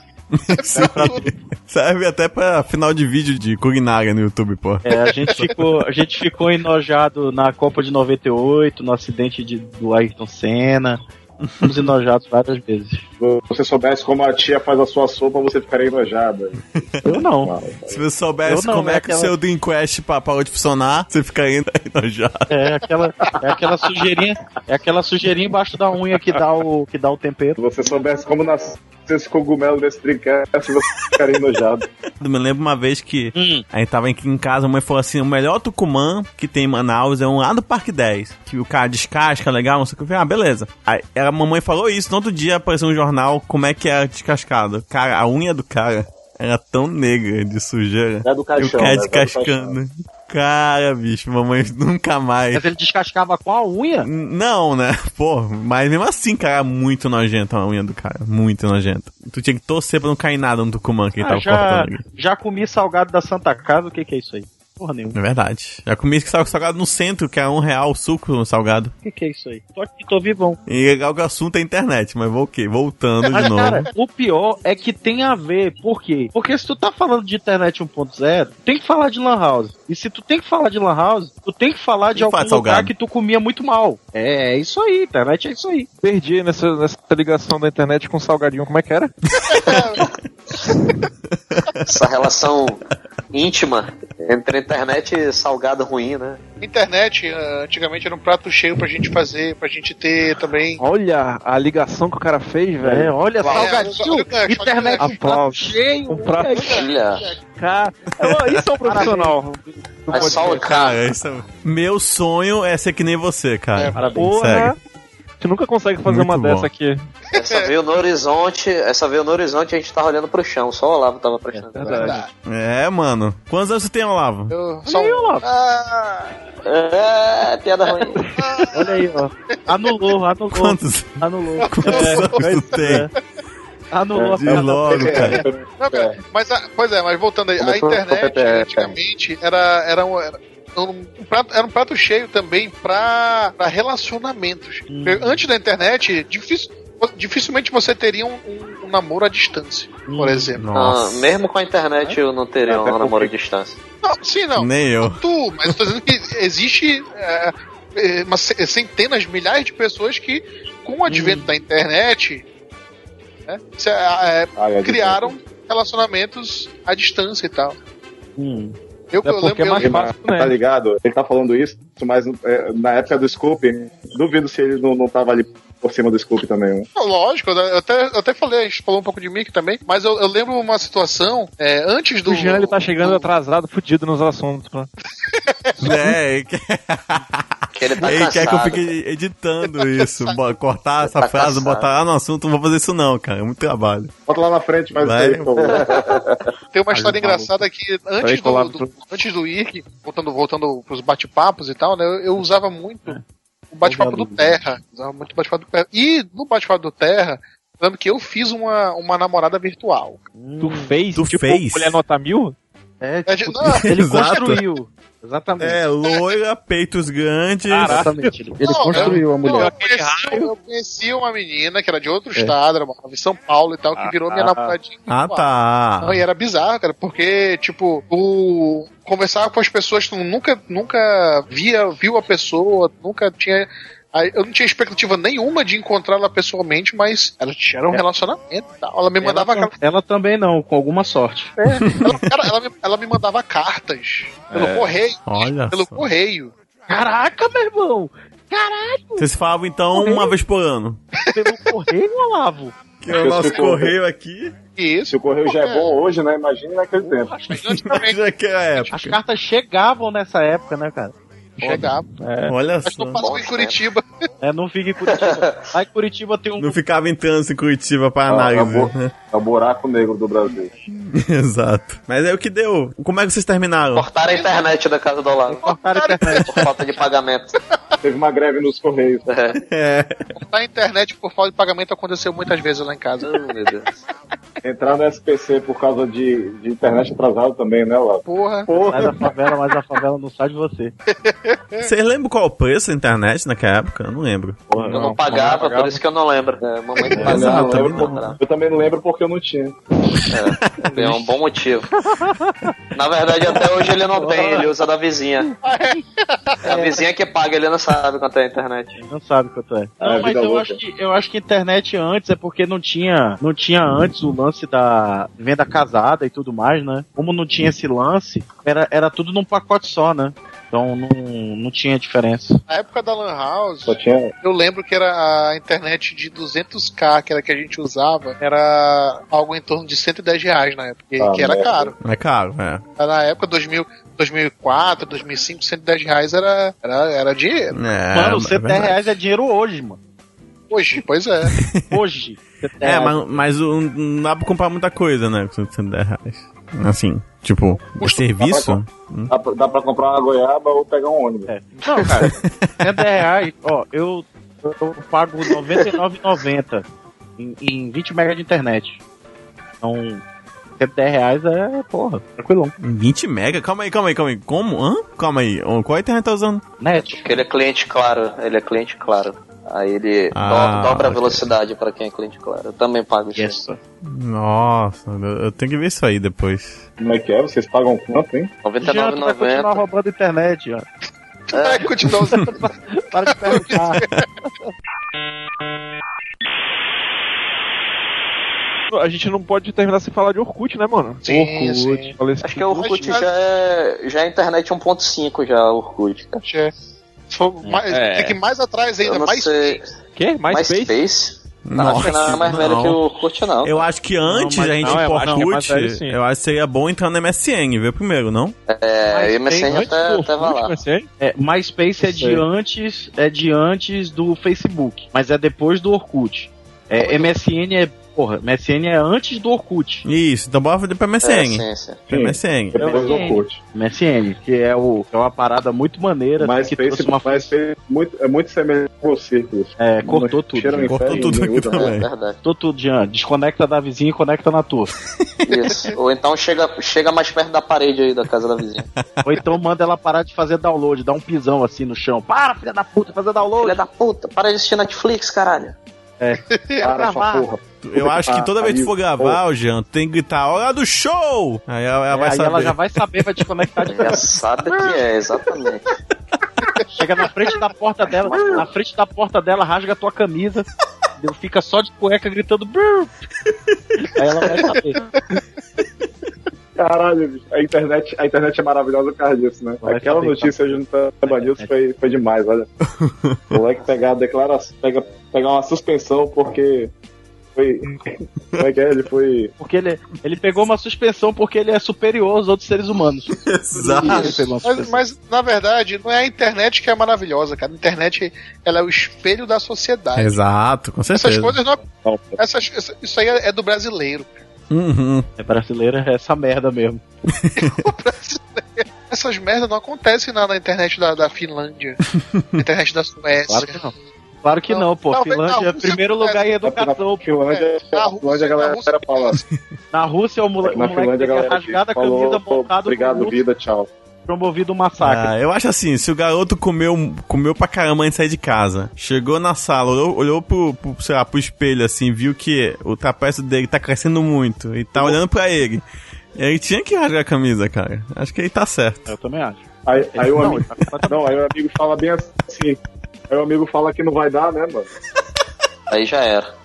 [SPEAKER 5] pra tudo.
[SPEAKER 3] Serve até pra final de vídeo de culinária no YouTube, pô.
[SPEAKER 6] É, a gente ficou, a gente ficou enojado na Copa de 98, no acidente de, do Ayrton Senna. Fomos enojados várias vezes.
[SPEAKER 11] Se você soubesse como a tia faz a sua sopa, você ficaria enojada.
[SPEAKER 1] Eu não.
[SPEAKER 3] Se você soubesse
[SPEAKER 1] Eu não,
[SPEAKER 3] como é
[SPEAKER 1] né,
[SPEAKER 3] que o
[SPEAKER 1] aquela-
[SPEAKER 3] seu Dreamcast pa- parou de funcionar, você fica ainda enojado.
[SPEAKER 1] É aquela, é aquela sujeirinha, é aquela sujeirinha embaixo da unha que dá o, que dá o tempero.
[SPEAKER 11] Se você soubesse como nasceu esse cogumelo desse trinquete, você ficaria enojado.
[SPEAKER 3] Eu me lembro uma vez que
[SPEAKER 1] Hum.
[SPEAKER 3] a gente tava aqui em casa, a mãe falou assim: o melhor Tucumã que tem em Manaus é um lá do Parque 10. Que o cara descasca, legal, não sei o que. Eu falei, ah, beleza. Aí a mamãe falou isso, no outro dia apareceu um jornal, como é que era descascado. Cara, a unha do cara era tão negra de sujeira.
[SPEAKER 4] É
[SPEAKER 3] E
[SPEAKER 4] do
[SPEAKER 3] o
[SPEAKER 4] caixão.
[SPEAKER 3] cara
[SPEAKER 4] né?
[SPEAKER 3] descascando. Cara, bicho, mamãe nunca mais.
[SPEAKER 1] Mas é- ele descascava com a unha?
[SPEAKER 3] Não, né? Pô, mas mesmo assim, cara, é muito nojento a unha do cara. Muito nojento. Tu tinha que torcer pra não cair nada no Tucumã que ele
[SPEAKER 1] Ah,
[SPEAKER 3] tava
[SPEAKER 1] já,
[SPEAKER 3] cortando ali.
[SPEAKER 1] já comi salgado da Santa Casa, o que, que é isso aí? Porra nenhuma.
[SPEAKER 3] É verdade. Já comi esse sal- salgado no centro, que é um real o suco no salgado.
[SPEAKER 1] O que, que é isso aí? Tô aqui, tô vivão.
[SPEAKER 3] E legal que o assunto é internet, mas vou o quê? Voltando de
[SPEAKER 1] Mas,
[SPEAKER 3] novo.
[SPEAKER 1] cara, o pior é que tem a ver. Por quê? Porque se tu tá falando de internet 1.0, tem que falar de Lan House. E se tu tem que falar de Lan House, tu tem que falar de
[SPEAKER 3] que
[SPEAKER 1] algum
[SPEAKER 3] falar de
[SPEAKER 1] lugar
[SPEAKER 3] salgado.
[SPEAKER 1] que tu comia muito mal. É, é isso aí, internet é isso aí.
[SPEAKER 7] Perdi nessa, nessa ligação da internet com o salgadinho, como é que era?
[SPEAKER 4] Essa relação íntima entre a internet e salgado ruim, né?
[SPEAKER 5] Internet, ah, antigamente era um prato cheio pra gente fazer, pra gente ter também.
[SPEAKER 7] Olha a ligação que o cara fez,
[SPEAKER 1] É,
[SPEAKER 7] velho.
[SPEAKER 1] olha,
[SPEAKER 5] Uau. É, só-
[SPEAKER 1] salgadinho,
[SPEAKER 5] só- só-
[SPEAKER 1] internet um prato
[SPEAKER 7] Aplausos.
[SPEAKER 1] cheio.
[SPEAKER 7] Um prato.
[SPEAKER 4] Olha,
[SPEAKER 7] Cara, isso é um profissional.
[SPEAKER 4] mas sal...
[SPEAKER 3] Cara, isso é... Meu sonho é ser que nem você, cara.
[SPEAKER 5] É,
[SPEAKER 3] parabéns.
[SPEAKER 7] Porra. A gente nunca consegue fazer
[SPEAKER 3] Muito
[SPEAKER 7] uma
[SPEAKER 3] bom.
[SPEAKER 7] dessa aqui.
[SPEAKER 4] essa veio no horizonte, essa veio no horizonte e a gente tava olhando pro chão, só o Olavo tava prestando atenção.
[SPEAKER 7] Verdade.
[SPEAKER 3] É, mano. Quantos anos você tem, Olavo?
[SPEAKER 5] Eu, só um... Ah,
[SPEAKER 4] É, piada ruim.
[SPEAKER 1] Olha aí, ó. Anulou, anulou,
[SPEAKER 3] Quantos,
[SPEAKER 1] anulou. É.
[SPEAKER 3] quantos anos você tem?
[SPEAKER 1] Anulou a
[SPEAKER 3] Diz
[SPEAKER 1] piada.
[SPEAKER 4] É.
[SPEAKER 3] logo, cara.
[SPEAKER 5] não, cara, Mas, a- pois é, mas voltando aí, a
[SPEAKER 11] Começou com o
[SPEAKER 5] internet
[SPEAKER 11] PPR,
[SPEAKER 5] antigamente era, era um. Era... Um prato, era um prato cheio também pra, pra relacionamentos. Porque Antes da internet, difícil, dificilmente você teria um, um- um namoro à distância, por exemplo.
[SPEAKER 4] Ah,
[SPEAKER 3] Nossa.
[SPEAKER 4] mesmo com a internet eu não teria um namoro à distância.
[SPEAKER 5] Não, sim, não.
[SPEAKER 3] Nem eu.
[SPEAKER 5] tu, mas eu tô dizendo que existe é, é, umas ce- centenas, milhares de pessoas que, com o advento da internet, né, se, é,
[SPEAKER 1] então-
[SPEAKER 11] Ai,
[SPEAKER 5] é,
[SPEAKER 11] ai,
[SPEAKER 5] criaram relacionamentos à distância e tal.
[SPEAKER 1] Hum.
[SPEAKER 5] Eu,
[SPEAKER 1] É
[SPEAKER 5] eu
[SPEAKER 1] porque
[SPEAKER 5] lembro,
[SPEAKER 1] é mais
[SPEAKER 5] eu,
[SPEAKER 11] Mas,
[SPEAKER 7] né?
[SPEAKER 11] Tá ligado? Ele tá falando isso, mas é, na época do Scoop, duvido se ele não, não tava ali por cima do Scoop também. Né?
[SPEAKER 5] Não, lógico, eu até, eu até falei, a gente falou um pouco de Mickey também, mas eu, eu lembro uma situação é, antes do.
[SPEAKER 7] O Jean ele tá chegando atrasado, fudido nos assuntos. né?
[SPEAKER 3] É, ele quer,
[SPEAKER 4] Que ele tá
[SPEAKER 3] ele quer
[SPEAKER 4] cansado.
[SPEAKER 3] que eu fique editando isso. bo- Cortar essa
[SPEAKER 4] Tá
[SPEAKER 3] frase,
[SPEAKER 4] cansado.
[SPEAKER 3] botar lá no assunto. Não vou fazer isso não, cara. É muito trabalho.
[SPEAKER 11] Bota lá na frente, mas
[SPEAKER 3] Vai.
[SPEAKER 11] aí, por favor.
[SPEAKER 5] Tem uma história engraçada que antes do,
[SPEAKER 7] colava
[SPEAKER 5] do- antes do IRC, voltando, voltando pros bate-papos e tal, né? Eu, eu usava muito
[SPEAKER 1] É.
[SPEAKER 5] o bate-papo do Terra. Usava muito o bate-papo do Terra. E no bate-papo do Terra, eu lembro que eu fiz uma, uma namorada virtual.
[SPEAKER 7] Tu fez?
[SPEAKER 3] Tu
[SPEAKER 7] tipo,
[SPEAKER 3] fez?
[SPEAKER 7] Mulher nota mil?
[SPEAKER 1] É,
[SPEAKER 5] É,
[SPEAKER 1] tipo,
[SPEAKER 5] de- não,
[SPEAKER 1] ele
[SPEAKER 3] Exato.
[SPEAKER 1] construiu. Exatamente.
[SPEAKER 3] É, loira, peitos grandes.
[SPEAKER 1] Exatamente. Ele, ele
[SPEAKER 5] Não,
[SPEAKER 1] construiu a
[SPEAKER 5] não,
[SPEAKER 1] mulher.
[SPEAKER 5] eu, conheci, eu conheci uma menina que era de outro estado, era morava em São Paulo e tal, que virou minha namoradinha.
[SPEAKER 3] Ah,
[SPEAKER 5] virtual.
[SPEAKER 3] tá.
[SPEAKER 5] Não, e era bizarro, cara, porque, tipo, tu conversava com as pessoas, tu nunca, nunca via, viu a pessoa, nunca tinha. aí Eu não tinha expectativa nenhuma de encontrá-la pessoalmente, mas ela tinha um relacionamento e tal. Ela me
[SPEAKER 1] É, Ela,
[SPEAKER 5] mandava.
[SPEAKER 1] tam- ela também não, com alguma sorte.
[SPEAKER 5] Ela, cara, ela me, ela me mandava cartas pelo correio.
[SPEAKER 3] Olha
[SPEAKER 5] Pelo
[SPEAKER 3] só.
[SPEAKER 5] correio.
[SPEAKER 1] Caraca, meu irmão!
[SPEAKER 3] Vocês falavam então uma vez por ano.
[SPEAKER 1] Pelo correio, Olavo.
[SPEAKER 3] Que é o nosso correio aqui.
[SPEAKER 5] E isso.
[SPEAKER 11] Se o correio já é bom hoje, né? Imagina naquele tempo.
[SPEAKER 5] Antigamente
[SPEAKER 3] Já que é a época.
[SPEAKER 1] As cartas chegavam nessa época, né, cara?
[SPEAKER 5] chegava.
[SPEAKER 3] Olha
[SPEAKER 5] Mas
[SPEAKER 3] só.
[SPEAKER 5] não passou em
[SPEAKER 4] Bom,
[SPEAKER 5] Curitiba.
[SPEAKER 1] É, não fica em Curitiba. Lá em Curitiba tem um.
[SPEAKER 3] Não ficava em trânsito em Curitiba pra
[SPEAKER 11] Ah,
[SPEAKER 3] análise.
[SPEAKER 11] acabou. É o buraco negro do Brasil.
[SPEAKER 3] Exato. Mas é o que deu. Como é que vocês terminaram?
[SPEAKER 4] Cortaram a internet da casa do Olavo.
[SPEAKER 1] Cortaram a internet.
[SPEAKER 4] Por falta de pagamento.
[SPEAKER 11] Teve uma greve nos correios.
[SPEAKER 3] É.
[SPEAKER 5] Na internet, por falta de pagamento, aconteceu muitas vezes lá em casa.
[SPEAKER 4] Oh, meu Deus.
[SPEAKER 11] Entrar no SPC por causa de, de internet atrasado também, né, Lázaro?
[SPEAKER 5] Porra.
[SPEAKER 1] Mas a favela, mas a favela não sai de você.
[SPEAKER 3] Vocês lembram qual o preço da internet naquela época? Eu não lembro.
[SPEAKER 4] Eu não, pagava, por isso que eu não lembro. É, mamãe não
[SPEAKER 11] Eu
[SPEAKER 4] pagava.
[SPEAKER 11] não
[SPEAKER 3] também
[SPEAKER 11] lembro por- eu também não lembro porque eu não tinha.
[SPEAKER 4] É, é um bom motivo. Na verdade, até hoje ele não tem, ele usa da vizinha. É a vizinha que paga, ele não sabe quanto é a internet.
[SPEAKER 1] Não sabe quanto é.
[SPEAKER 11] Ah,
[SPEAKER 1] Não, mas
[SPEAKER 11] vida
[SPEAKER 1] eu
[SPEAKER 11] louca.
[SPEAKER 1] acho, que, eu acho que internet antes é porque não tinha, não tinha antes o lance da venda casada e tudo mais, né? Como não tinha esse lance, era, era tudo num pacote só, né? Então não, não tinha diferença.
[SPEAKER 5] Na época da Lan House,
[SPEAKER 11] Só tinha
[SPEAKER 5] eu lembro que era a internet de 200k, que era a que a gente usava, era algo em torno de 110 reais na época, que-
[SPEAKER 11] Ah,
[SPEAKER 5] que era
[SPEAKER 11] merda.
[SPEAKER 5] caro.
[SPEAKER 3] É caro, é.
[SPEAKER 5] Na época, 2000, 2004, 2005, 110 reais era, era, era dinheiro.
[SPEAKER 3] é
[SPEAKER 1] mano,
[SPEAKER 3] mas-
[SPEAKER 1] 70 reais é dinheiro hoje, mano.
[SPEAKER 5] Hoje, pois é.
[SPEAKER 1] Hoje. 70
[SPEAKER 3] É,
[SPEAKER 1] reais.
[SPEAKER 3] mas, mas o- não dá pra comprar muita coisa, né? Com 110 reais. Assim, tipo, o serviço?
[SPEAKER 11] Dá pra, dá pra comprar uma goiaba ou pegar um ônibus.
[SPEAKER 1] Hum? É. Não, cara, 70 reais, ó, eu, eu, eu pago R$ 99,90 em, em 20 mega de internet. Então, R$ 70 reais é, porra, tranquilão.
[SPEAKER 3] 20 mega? Calma aí, calma aí, calma aí. Como? Hã? Calma aí. Ô, Qual a internet tá usando?
[SPEAKER 1] Net.
[SPEAKER 4] Porque ele é cliente claro, ele é cliente claro. Aí ele do-
[SPEAKER 3] Ah,
[SPEAKER 4] dobra a
[SPEAKER 3] ok.
[SPEAKER 4] velocidade pra quem é cliente claro. Eu também pago isso.
[SPEAKER 1] Yes.
[SPEAKER 3] Nossa, eu eu tenho que ver isso aí depois.
[SPEAKER 11] Como é que é? Vocês pagam quanto, hein?
[SPEAKER 1] Já tá tu vai
[SPEAKER 4] 99,90.
[SPEAKER 1] continuar roubando internet, ó.
[SPEAKER 5] Vai continuar usando.
[SPEAKER 1] Para de perguntar.
[SPEAKER 7] A gente não pode terminar sem falar de Orkut, né, mano?
[SPEAKER 5] Sim, sim.
[SPEAKER 7] Falei isso
[SPEAKER 4] Acho que o Orkut
[SPEAKER 5] Mas-
[SPEAKER 4] já é, já é internet 1.5 já, o Orkut, cara.
[SPEAKER 5] É. Se for mais,
[SPEAKER 7] É.
[SPEAKER 5] Tem que ir mais atrás
[SPEAKER 4] Eu
[SPEAKER 5] ainda,
[SPEAKER 4] não
[SPEAKER 5] mais
[SPEAKER 4] sei.
[SPEAKER 7] Quê? Mais
[SPEAKER 4] MySpace?
[SPEAKER 7] Space?
[SPEAKER 4] Não, acho que não é mais
[SPEAKER 3] Nossa,
[SPEAKER 4] velho
[SPEAKER 3] não.
[SPEAKER 4] que o Orkut, não.
[SPEAKER 3] Eu acho que antes
[SPEAKER 7] mas
[SPEAKER 3] a gente
[SPEAKER 7] não,
[SPEAKER 3] ir
[SPEAKER 7] eu
[SPEAKER 3] pro
[SPEAKER 7] acho que é mais
[SPEAKER 3] Orkut,
[SPEAKER 7] velho, sim.
[SPEAKER 3] eu acho que seria bom entrar no MSN, ver primeiro, não?
[SPEAKER 4] É, o MSN
[SPEAKER 7] Antes
[SPEAKER 4] até,
[SPEAKER 7] do
[SPEAKER 4] até vai
[SPEAKER 7] Orkut,
[SPEAKER 4] lá.
[SPEAKER 7] MSN?
[SPEAKER 1] É, MySpace é de, antes, é de antes do Facebook, mas é depois do Orkut. É, MSN é, porra, MSN é antes do Orkut.
[SPEAKER 3] Isso, então bora ver pra MSN.
[SPEAKER 4] É, sim, sim.
[SPEAKER 3] Pra
[SPEAKER 11] Sim.
[SPEAKER 3] MSN.
[SPEAKER 11] Depois do
[SPEAKER 1] Eu-
[SPEAKER 11] Orkut.
[SPEAKER 1] MSN, que é, o, é uma parada muito maneira.
[SPEAKER 11] Mas
[SPEAKER 1] que
[SPEAKER 11] Face,
[SPEAKER 1] trouxe uma
[SPEAKER 11] mas Face muito, é muito semelhante ao círculo.
[SPEAKER 1] É, cortou tudo.
[SPEAKER 11] Cheira um
[SPEAKER 3] Cortou
[SPEAKER 11] inferno,
[SPEAKER 3] tudo
[SPEAKER 11] ninguém
[SPEAKER 3] aqui
[SPEAKER 11] usa, né?
[SPEAKER 4] É
[SPEAKER 3] também.
[SPEAKER 4] verdade.
[SPEAKER 1] Tô tudo, Jean. Desconecta da vizinha e conecta na tua.
[SPEAKER 4] Isso. Ou então chega, chega mais perto da parede aí da casa da vizinha.
[SPEAKER 1] Ou então manda ela parar de fazer download, dá um pisão assim no chão. Para, filha da puta, fazer download.
[SPEAKER 4] Filha da puta, para de assistir Netflix, caralho.
[SPEAKER 11] Para essa
[SPEAKER 1] gravar.
[SPEAKER 11] porra.
[SPEAKER 3] Eu acho que toda vez que for
[SPEAKER 11] Aí,
[SPEAKER 3] gravar, o Jean, tem que gritar, hora do show! Aí ela,
[SPEAKER 4] É,
[SPEAKER 3] ela vai
[SPEAKER 1] aí
[SPEAKER 3] saber.
[SPEAKER 1] ela já vai saber, vai desconectar de
[SPEAKER 4] Engraçado que é, exatamente.
[SPEAKER 1] Chega na frente da porta dela, na frente da porta dela, rasga a tua camisa. entendeu? Fica só de cueca gritando. "Brrr". Aí ela vai saber.
[SPEAKER 11] Caralho, bicho. A internet, a internet é maravilhosa por causa disso, né?
[SPEAKER 1] Vai
[SPEAKER 11] Aquela
[SPEAKER 1] saber,
[SPEAKER 11] notícia hoje no Taba News foi, foi demais, olha. O moleque pegar a declaração, pega, pegar uma suspensão porque foi. Como é que é? Ele foi.
[SPEAKER 1] Porque ele, ele pegou uma suspensão porque ele é superior aos outros seres humanos. Ele pegou uma
[SPEAKER 5] Ah, Mas,
[SPEAKER 1] suspensão.
[SPEAKER 5] mas, na verdade, não é a internet que é maravilhosa, cara. A internet ela é o espelho da sociedade.
[SPEAKER 1] É,
[SPEAKER 3] Exato, com
[SPEAKER 5] Essas
[SPEAKER 3] certeza.
[SPEAKER 5] coisas não.
[SPEAKER 11] Não,
[SPEAKER 5] Essas, essa- isso aí é é do brasileiro.
[SPEAKER 3] Uhum.
[SPEAKER 1] É brasileira, é essa merda mesmo.
[SPEAKER 5] Essas merdas não acontecem na, na internet da, da Finlândia, na internet da
[SPEAKER 1] Claro
[SPEAKER 5] Suécia.
[SPEAKER 1] que não. Claro que não, pô.
[SPEAKER 5] Talvez na
[SPEAKER 1] Finlândia é
[SPEAKER 5] Rússia
[SPEAKER 1] primeiro
[SPEAKER 5] acontece.
[SPEAKER 1] lugar em educação. pô.
[SPEAKER 11] Finlândia,
[SPEAKER 5] na
[SPEAKER 11] Finlândia a galera
[SPEAKER 5] Rússia-
[SPEAKER 11] era fala.
[SPEAKER 1] Na Rússia, o, mole, o
[SPEAKER 11] Na
[SPEAKER 1] moleque
[SPEAKER 11] Finlândia a
[SPEAKER 1] tem que
[SPEAKER 11] galera
[SPEAKER 1] rasgar da
[SPEAKER 11] falou,
[SPEAKER 1] camisa montado
[SPEAKER 11] Obrigado,
[SPEAKER 1] no luto,
[SPEAKER 11] vida, tchau.
[SPEAKER 1] promovido um massacre.
[SPEAKER 3] Ah, eu acho assim, se o garoto comeu, comeu pra caramba antes de sair de casa, chegou na sala, olhou, olhou pro, pro, sei lá, pro espelho, assim, viu que o trapézio dele tá crescendo muito e tá olhando pra ele. Ele tinha que rasgar a camisa, cara. Acho que ele tá certo.
[SPEAKER 1] Eu também acho.
[SPEAKER 11] Aí, aí o amigo.
[SPEAKER 1] ele tá-
[SPEAKER 11] Não, aí o amigo fala bem assim. Aí o amigo fala que não vai dar, né, mano?
[SPEAKER 4] Aí já era.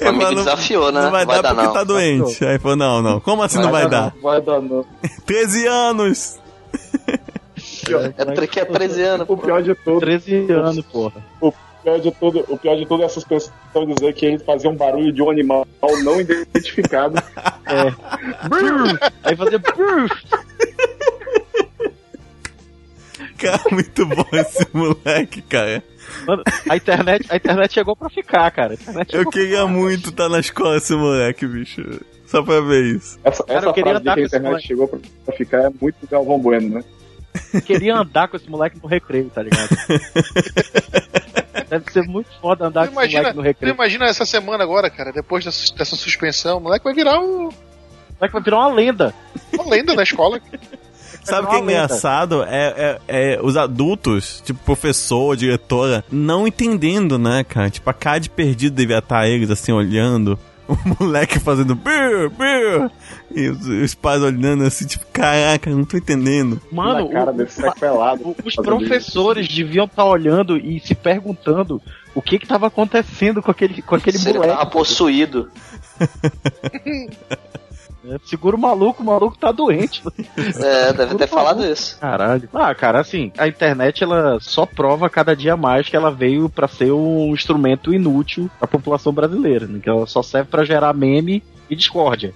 [SPEAKER 4] O amigo
[SPEAKER 3] Mas não-
[SPEAKER 4] desafiou, né?
[SPEAKER 3] É, Não vai, dar, porque
[SPEAKER 4] não.
[SPEAKER 3] tá doente. Aí falou, não, não. Como assim não vai dar?
[SPEAKER 11] Não, vai dar, não.
[SPEAKER 3] 13 anos!
[SPEAKER 4] É porque é 13 anos.
[SPEAKER 11] O pior de tudo,
[SPEAKER 1] 13 anos, porra.
[SPEAKER 11] o pior de tudo, o pior de tudo é essas pessoas dizer que ele fazia um barulho de um animal não identificado.
[SPEAKER 1] Aí fazer.
[SPEAKER 3] Cara, muito bom esse moleque, cara.
[SPEAKER 1] Mano, a internet, a internet chegou pra ficar, cara. A internet
[SPEAKER 3] Eu queria muito estar na escola esse moleque, bicho. Só pra ver isso.
[SPEAKER 11] Essa,
[SPEAKER 1] Cara, eu
[SPEAKER 11] essa
[SPEAKER 1] queria
[SPEAKER 11] frase de
[SPEAKER 1] andar com
[SPEAKER 11] que a
[SPEAKER 1] esse
[SPEAKER 11] internet
[SPEAKER 1] moleque.
[SPEAKER 11] chegou pra, pra ficar é muito Galvão Bueno, né?
[SPEAKER 1] queria andar com esse moleque no recreio, tá ligado? Deve ser muito foda andar
[SPEAKER 5] Tu
[SPEAKER 1] com esse
[SPEAKER 5] imagina,
[SPEAKER 1] moleque no
[SPEAKER 5] tu
[SPEAKER 1] recreio.
[SPEAKER 5] imagina essa semana agora, cara, depois dessa, dessa suspensão, o moleque vai virar um-
[SPEAKER 1] O moleque vai virar uma lenda.
[SPEAKER 5] uma lenda da escola.
[SPEAKER 3] Sabe o que é
[SPEAKER 1] Aumenta.
[SPEAKER 3] engraçado? É, é- é os adultos, tipo professor, diretora, não entendendo, né, cara? Tipo, a cara de perdido devia estar eles, assim, olhando. O moleque fazendo... Biu, biu. E os, os pais olhando assim, tipo, caraca, não tô entendendo.
[SPEAKER 1] Mano,
[SPEAKER 11] na cara
[SPEAKER 1] o-
[SPEAKER 11] desse sequelado.
[SPEAKER 1] o- os
[SPEAKER 11] fazendo
[SPEAKER 1] professores deviam estar olhando e se perguntando o que que tava acontecendo com aquele, com aquele
[SPEAKER 4] Se ele
[SPEAKER 1] moleque.
[SPEAKER 4] tava possuído.
[SPEAKER 1] né? Segura o maluco, o maluco tá doente.
[SPEAKER 4] É, deve ter falado isso.
[SPEAKER 1] Caralho. Ah, cara, assim, a internet ela só prova cada dia mais que ela veio pra ser um instrumento inútil pra população brasileira, né? Que ela só serve pra gerar meme e discórdia.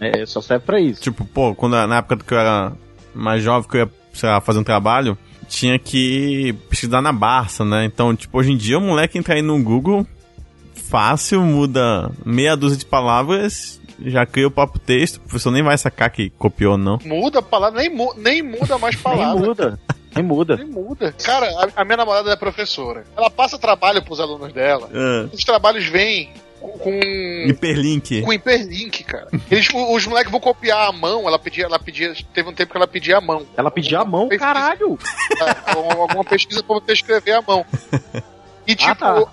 [SPEAKER 1] É, só serve pra isso.
[SPEAKER 3] Tipo, pô, quando, na época que eu era mais jovem, que eu ia, sei lá, fazer um trabalho, tinha que pesquisar na Barça, né? Então, tipo, hoje em dia o moleque entra aí no Google fácil, muda meia dúzia de palavras, já cria o próprio texto, o professor nem vai sacar que copiou, não.
[SPEAKER 5] Muda a palavra, nem, mu- nem muda mais
[SPEAKER 1] Nem
[SPEAKER 5] palavra.
[SPEAKER 1] muda. Nem muda.
[SPEAKER 5] Nem muda. Cara, a, a minha namorada é professora. Ela passa trabalho pros alunos dela.
[SPEAKER 1] É.
[SPEAKER 5] Os trabalhos vêm com- com
[SPEAKER 3] Hiperlink.
[SPEAKER 5] com hiperlink, cara. Eles, o- os moleques vão copiar a mão, ela pedia, ela pedia, teve um tempo que ela pedia a mão.
[SPEAKER 1] Ela pediu a mão,
[SPEAKER 5] Fez
[SPEAKER 1] É caralho.
[SPEAKER 5] Tá? Ou Alguma pesquisa pra você escrever a mão. E tipo,
[SPEAKER 1] tá.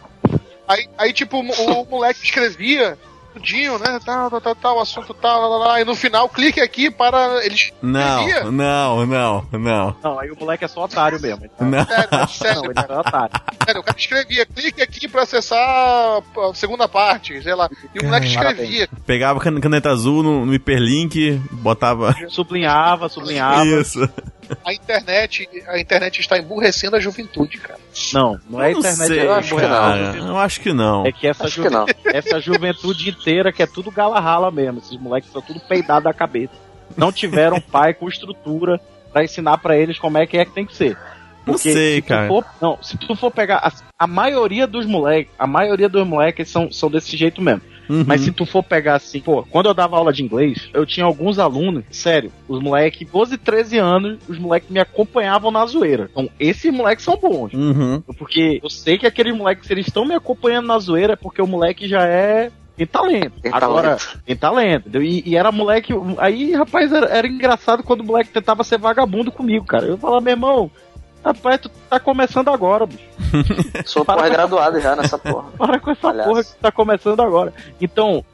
[SPEAKER 5] aí, aí tipo, o, o moleque escrevia tudinho, né, tal, tal, tal, tal, assunto tal, lá, lá, lá, e no final, clique aqui para... Eles
[SPEAKER 3] Não,
[SPEAKER 5] escrevia.
[SPEAKER 3] não, não, não.
[SPEAKER 1] Não, aí o moleque é só otário mesmo. Ele tá-
[SPEAKER 3] Não.
[SPEAKER 5] Sério,
[SPEAKER 1] Não,
[SPEAKER 5] sério,
[SPEAKER 1] ele é otário.
[SPEAKER 5] sério, o cara escrevia, clique aqui pra acessar a segunda parte, sei lá. E o
[SPEAKER 1] É,
[SPEAKER 5] moleque escrevia.
[SPEAKER 3] Pegava can- caneta azul no, no hiperlink, botava.
[SPEAKER 1] Sublinhava, sublinhava.
[SPEAKER 3] Isso.
[SPEAKER 5] A internet, a internet está emburrecendo a juventude, cara.
[SPEAKER 1] Não, não é a
[SPEAKER 3] Eu não
[SPEAKER 1] internet.
[SPEAKER 3] sei,
[SPEAKER 1] é
[SPEAKER 4] eu acho que
[SPEAKER 1] borracha.
[SPEAKER 3] cara. Eu acho que não.
[SPEAKER 1] É que essa,
[SPEAKER 4] Acho
[SPEAKER 1] ju
[SPEAKER 4] que não.
[SPEAKER 1] essa juventude inteira que é tudo gala rala mesmo. Esses moleques são tudo peidado da cabeça. Não tiveram pai com estrutura pra ensinar pra eles como é que é que tem que ser.
[SPEAKER 3] Não sei,
[SPEAKER 1] se tu
[SPEAKER 3] cara.
[SPEAKER 1] for- não, se tu for pegar a, a maioria dos moleques, a maioria dos moleques são, são desse jeito mesmo.
[SPEAKER 3] Uhum.
[SPEAKER 1] Mas se tu for pegar assim, pô, quando eu dava aula de inglês, eu tinha alguns alunos, sério, os moleques, 12, 13 anos, os moleques me acompanhavam na zoeira. Então, esses moleques são bons.
[SPEAKER 3] Uhum.
[SPEAKER 1] Porque eu sei que aqueles moleques, se eles estão me acompanhando na zoeira, é porque o moleque já é. Tem talento.
[SPEAKER 4] Tem
[SPEAKER 1] Agora, tem talento. entendeu? E, e era moleque. Aí, rapaz, era, era engraçado quando o moleque tentava ser vagabundo comigo, cara. Eu falava, meu irmão, rapaz, tu tá começando agora, bicho.
[SPEAKER 4] Sou um porra graduado já nessa porra.
[SPEAKER 1] Para com essa
[SPEAKER 4] Palhaço.
[SPEAKER 1] porra que tu tá começando agora. Então,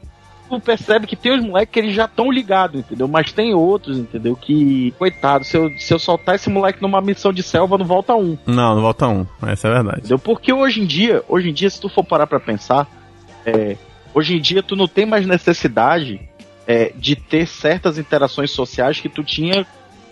[SPEAKER 1] tu percebe que tem os moleques que eles já estão ligados, entendeu? Mas tem outros, entendeu? Que, coitado, se eu, se eu soltar esse moleque numa missão de selva, não volta um.
[SPEAKER 3] Não, não volta um. Essa é a verdade.
[SPEAKER 1] Entendeu? Porque hoje em dia, hoje em dia, se tu for parar pra pensar, é, hoje em dia tu não tem mais necessidade é, de ter certas interações sociais que tu tinha,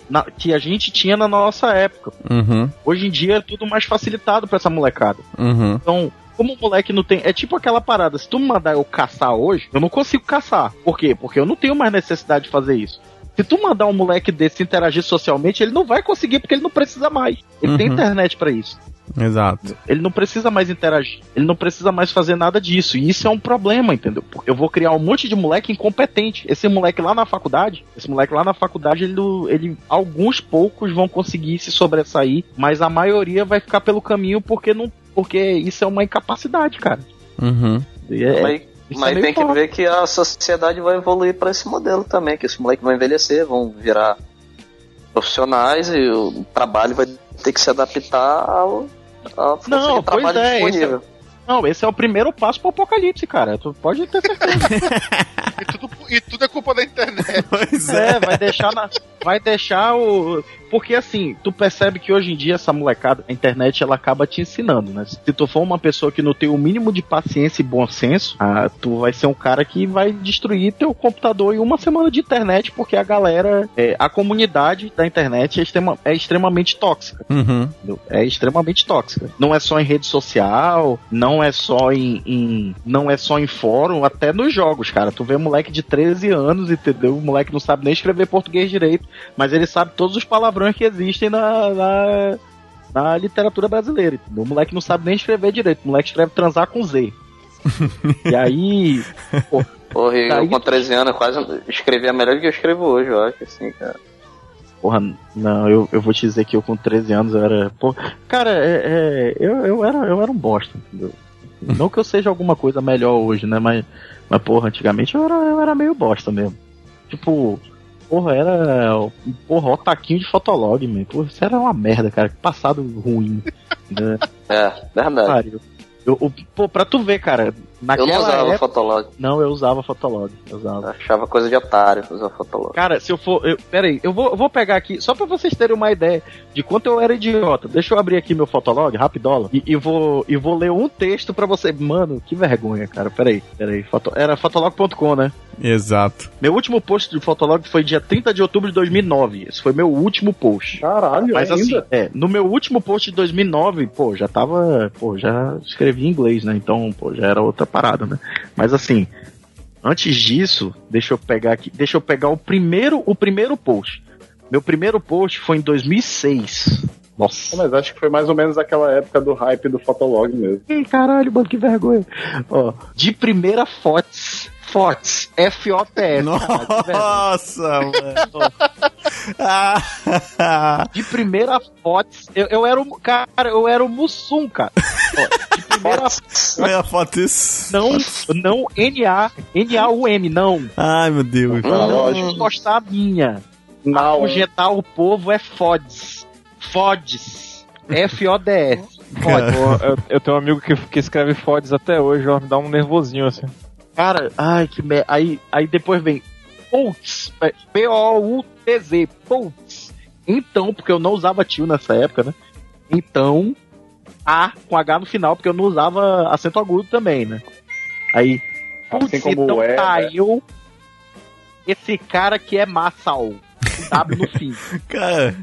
[SPEAKER 1] na- que a gente tinha na nossa época.
[SPEAKER 3] Uhum.
[SPEAKER 1] Hoje em dia é tudo mais facilitado pra essa molecada.
[SPEAKER 3] Uhum.
[SPEAKER 1] Então, como o moleque não tem. É tipo aquela parada, se tu me mandar eu caçar hoje, eu não consigo caçar. Por quê? Porque eu não tenho mais necessidade de fazer isso. Se tu mandar um moleque desse interagir socialmente, ele não vai conseguir porque ele não precisa mais. Ele tem
[SPEAKER 3] Uhum.
[SPEAKER 1] internet pra isso.
[SPEAKER 3] Exato.
[SPEAKER 1] Ele não precisa mais interagir. Ele não precisa mais fazer nada disso. E isso é um problema, entendeu? Porque eu vou criar um monte de moleque incompetente. Esse moleque lá na faculdade, esse moleque lá na faculdade, ele, não- ele alguns poucos vão conseguir se sobressair, mas a maioria vai ficar pelo caminho porque não, porque isso é uma incapacidade, cara.
[SPEAKER 3] Uhum.
[SPEAKER 1] E é-
[SPEAKER 4] Mas,
[SPEAKER 1] isso é
[SPEAKER 4] mas
[SPEAKER 1] meio
[SPEAKER 4] tem que
[SPEAKER 1] foda.
[SPEAKER 4] ver que a sociedade vai evoluir pra esse modelo também, que esses moleques vão envelhecer, vão virar profissionais e o trabalho vai ter que se adaptar ao, à função
[SPEAKER 1] Não,
[SPEAKER 4] de trabalho
[SPEAKER 1] pois é,
[SPEAKER 4] disponível.
[SPEAKER 1] Não, esse é o primeiro passo pro apocalipse, cara. Tu pode ter certeza.
[SPEAKER 5] E tudo, e tudo é culpa da internet.
[SPEAKER 3] Pois é.
[SPEAKER 1] é, vai deixar na, vai deixar o porque assim, tu percebe que hoje em dia essa molecada, a internet ela acaba te ensinando, né? Se tu for uma pessoa que não tem o mínimo de paciência e bom senso, ah, tu vai ser um cara que vai destruir teu computador em uma semana de internet, porque a galera, é, a comunidade da internet é, extrema- é extremamente tóxica.
[SPEAKER 3] Uhum.
[SPEAKER 1] entendeu? É extremamente tóxica. Não é só em rede social, não é só em, em- não é só em fórum, até nos jogos, cara. Tu vê moleque de 13 anos, entendeu? O moleque não sabe nem escrever português direito, mas ele sabe todos os palavrões que existem na, na, na literatura brasileira. entendeu? O moleque não sabe nem escrever direito, o moleque escreve transar com Z. e aí,
[SPEAKER 4] Porra, e
[SPEAKER 1] Tá,
[SPEAKER 4] eu
[SPEAKER 1] e-
[SPEAKER 4] com 13 anos quase escrevia melhor do que eu escrevo hoje, eu acho, assim, cara.
[SPEAKER 1] Porra, não, eu, eu vou te dizer que eu com 13 anos eu era. Pô, cara, é, é, eu, eu, era, eu era um bosta, entendeu? Não que eu seja alguma coisa melhor hoje, né? Mas, mas porra, antigamente eu era, eu era meio bosta mesmo. Tipo, porra, era. Porra, otaquinho de fotolog, mano. Porra, isso era uma merda, cara. Que passado ruim. Né?
[SPEAKER 4] É, verdade.
[SPEAKER 1] Pariu. Eu, o- pô, pra tu ver, cara,
[SPEAKER 4] Eu
[SPEAKER 1] naquela
[SPEAKER 4] não usava
[SPEAKER 1] época...
[SPEAKER 4] Fotolog.
[SPEAKER 1] Não, eu usava Fotolog, eu usava.
[SPEAKER 4] Achava coisa de otário usar Fotolog.
[SPEAKER 1] Cara, se eu for. Eu, pera aí, eu vou, eu vou pegar aqui, só pra vocês terem uma ideia de quanto eu era idiota. Deixa eu abrir aqui meu fotolog, rapidola, e, e vou, e vou ler um texto pra você. Mano, que vergonha, cara. Pera aí, pera aí. Foto- era fotolog.com, né?
[SPEAKER 3] Exato.
[SPEAKER 1] Meu último post de fotolog foi dia 30 de outubro de 2009. Esse foi meu último post.
[SPEAKER 11] Caralho,
[SPEAKER 1] Mas
[SPEAKER 11] ainda.
[SPEAKER 1] assim, é, no meu último post de 2009, pô, já tava, pô, já escrevi em inglês, né? Então, pô, já era outra parada, né? Mas assim, antes disso, deixa eu pegar aqui, deixa eu pegar o primeiro, o primeiro post. Meu primeiro post foi em 2006. Nossa.
[SPEAKER 11] Mas acho que foi mais ou menos aquela época do hype do Fotolog mesmo.
[SPEAKER 1] Ih, caralho, mano, que vergonha. Ó, de primeira fotos. Fotos. F-O-T-S. caralho, que vergonha.
[SPEAKER 3] Nossa, mano. Ah,
[SPEAKER 1] De primeira fotos. Eu, eu era o. Cara, eu era o Mussum, cara. Ó, de primeira
[SPEAKER 3] Olha a foto isso.
[SPEAKER 1] Não, não N-A, N-A-U-M, não.
[SPEAKER 3] Ai, meu Deus.
[SPEAKER 11] Ah,
[SPEAKER 1] Não
[SPEAKER 11] lógico.
[SPEAKER 1] gostar a minha. Ah,
[SPEAKER 11] Não,
[SPEAKER 1] Projetar o povo é FODS. FODS. F-O-D-S.
[SPEAKER 3] Cara.
[SPEAKER 7] Pô, eu, eu tenho um amigo que, que escreve fodes até hoje, ó, me dá um nervosinho assim.
[SPEAKER 1] Cara, ai, que merda. Aí, aí depois vem é, POUTS. P-O-U-T-Z. POUTS. Então, porque eu não usava tio nessa época, né? Então, A com H no final, porque eu não usava acento agudo também, né? Aí, putz,
[SPEAKER 11] assim como
[SPEAKER 1] então
[SPEAKER 11] o é. né?
[SPEAKER 1] caiu esse cara que é Massal. Com W no fim.
[SPEAKER 3] Cara,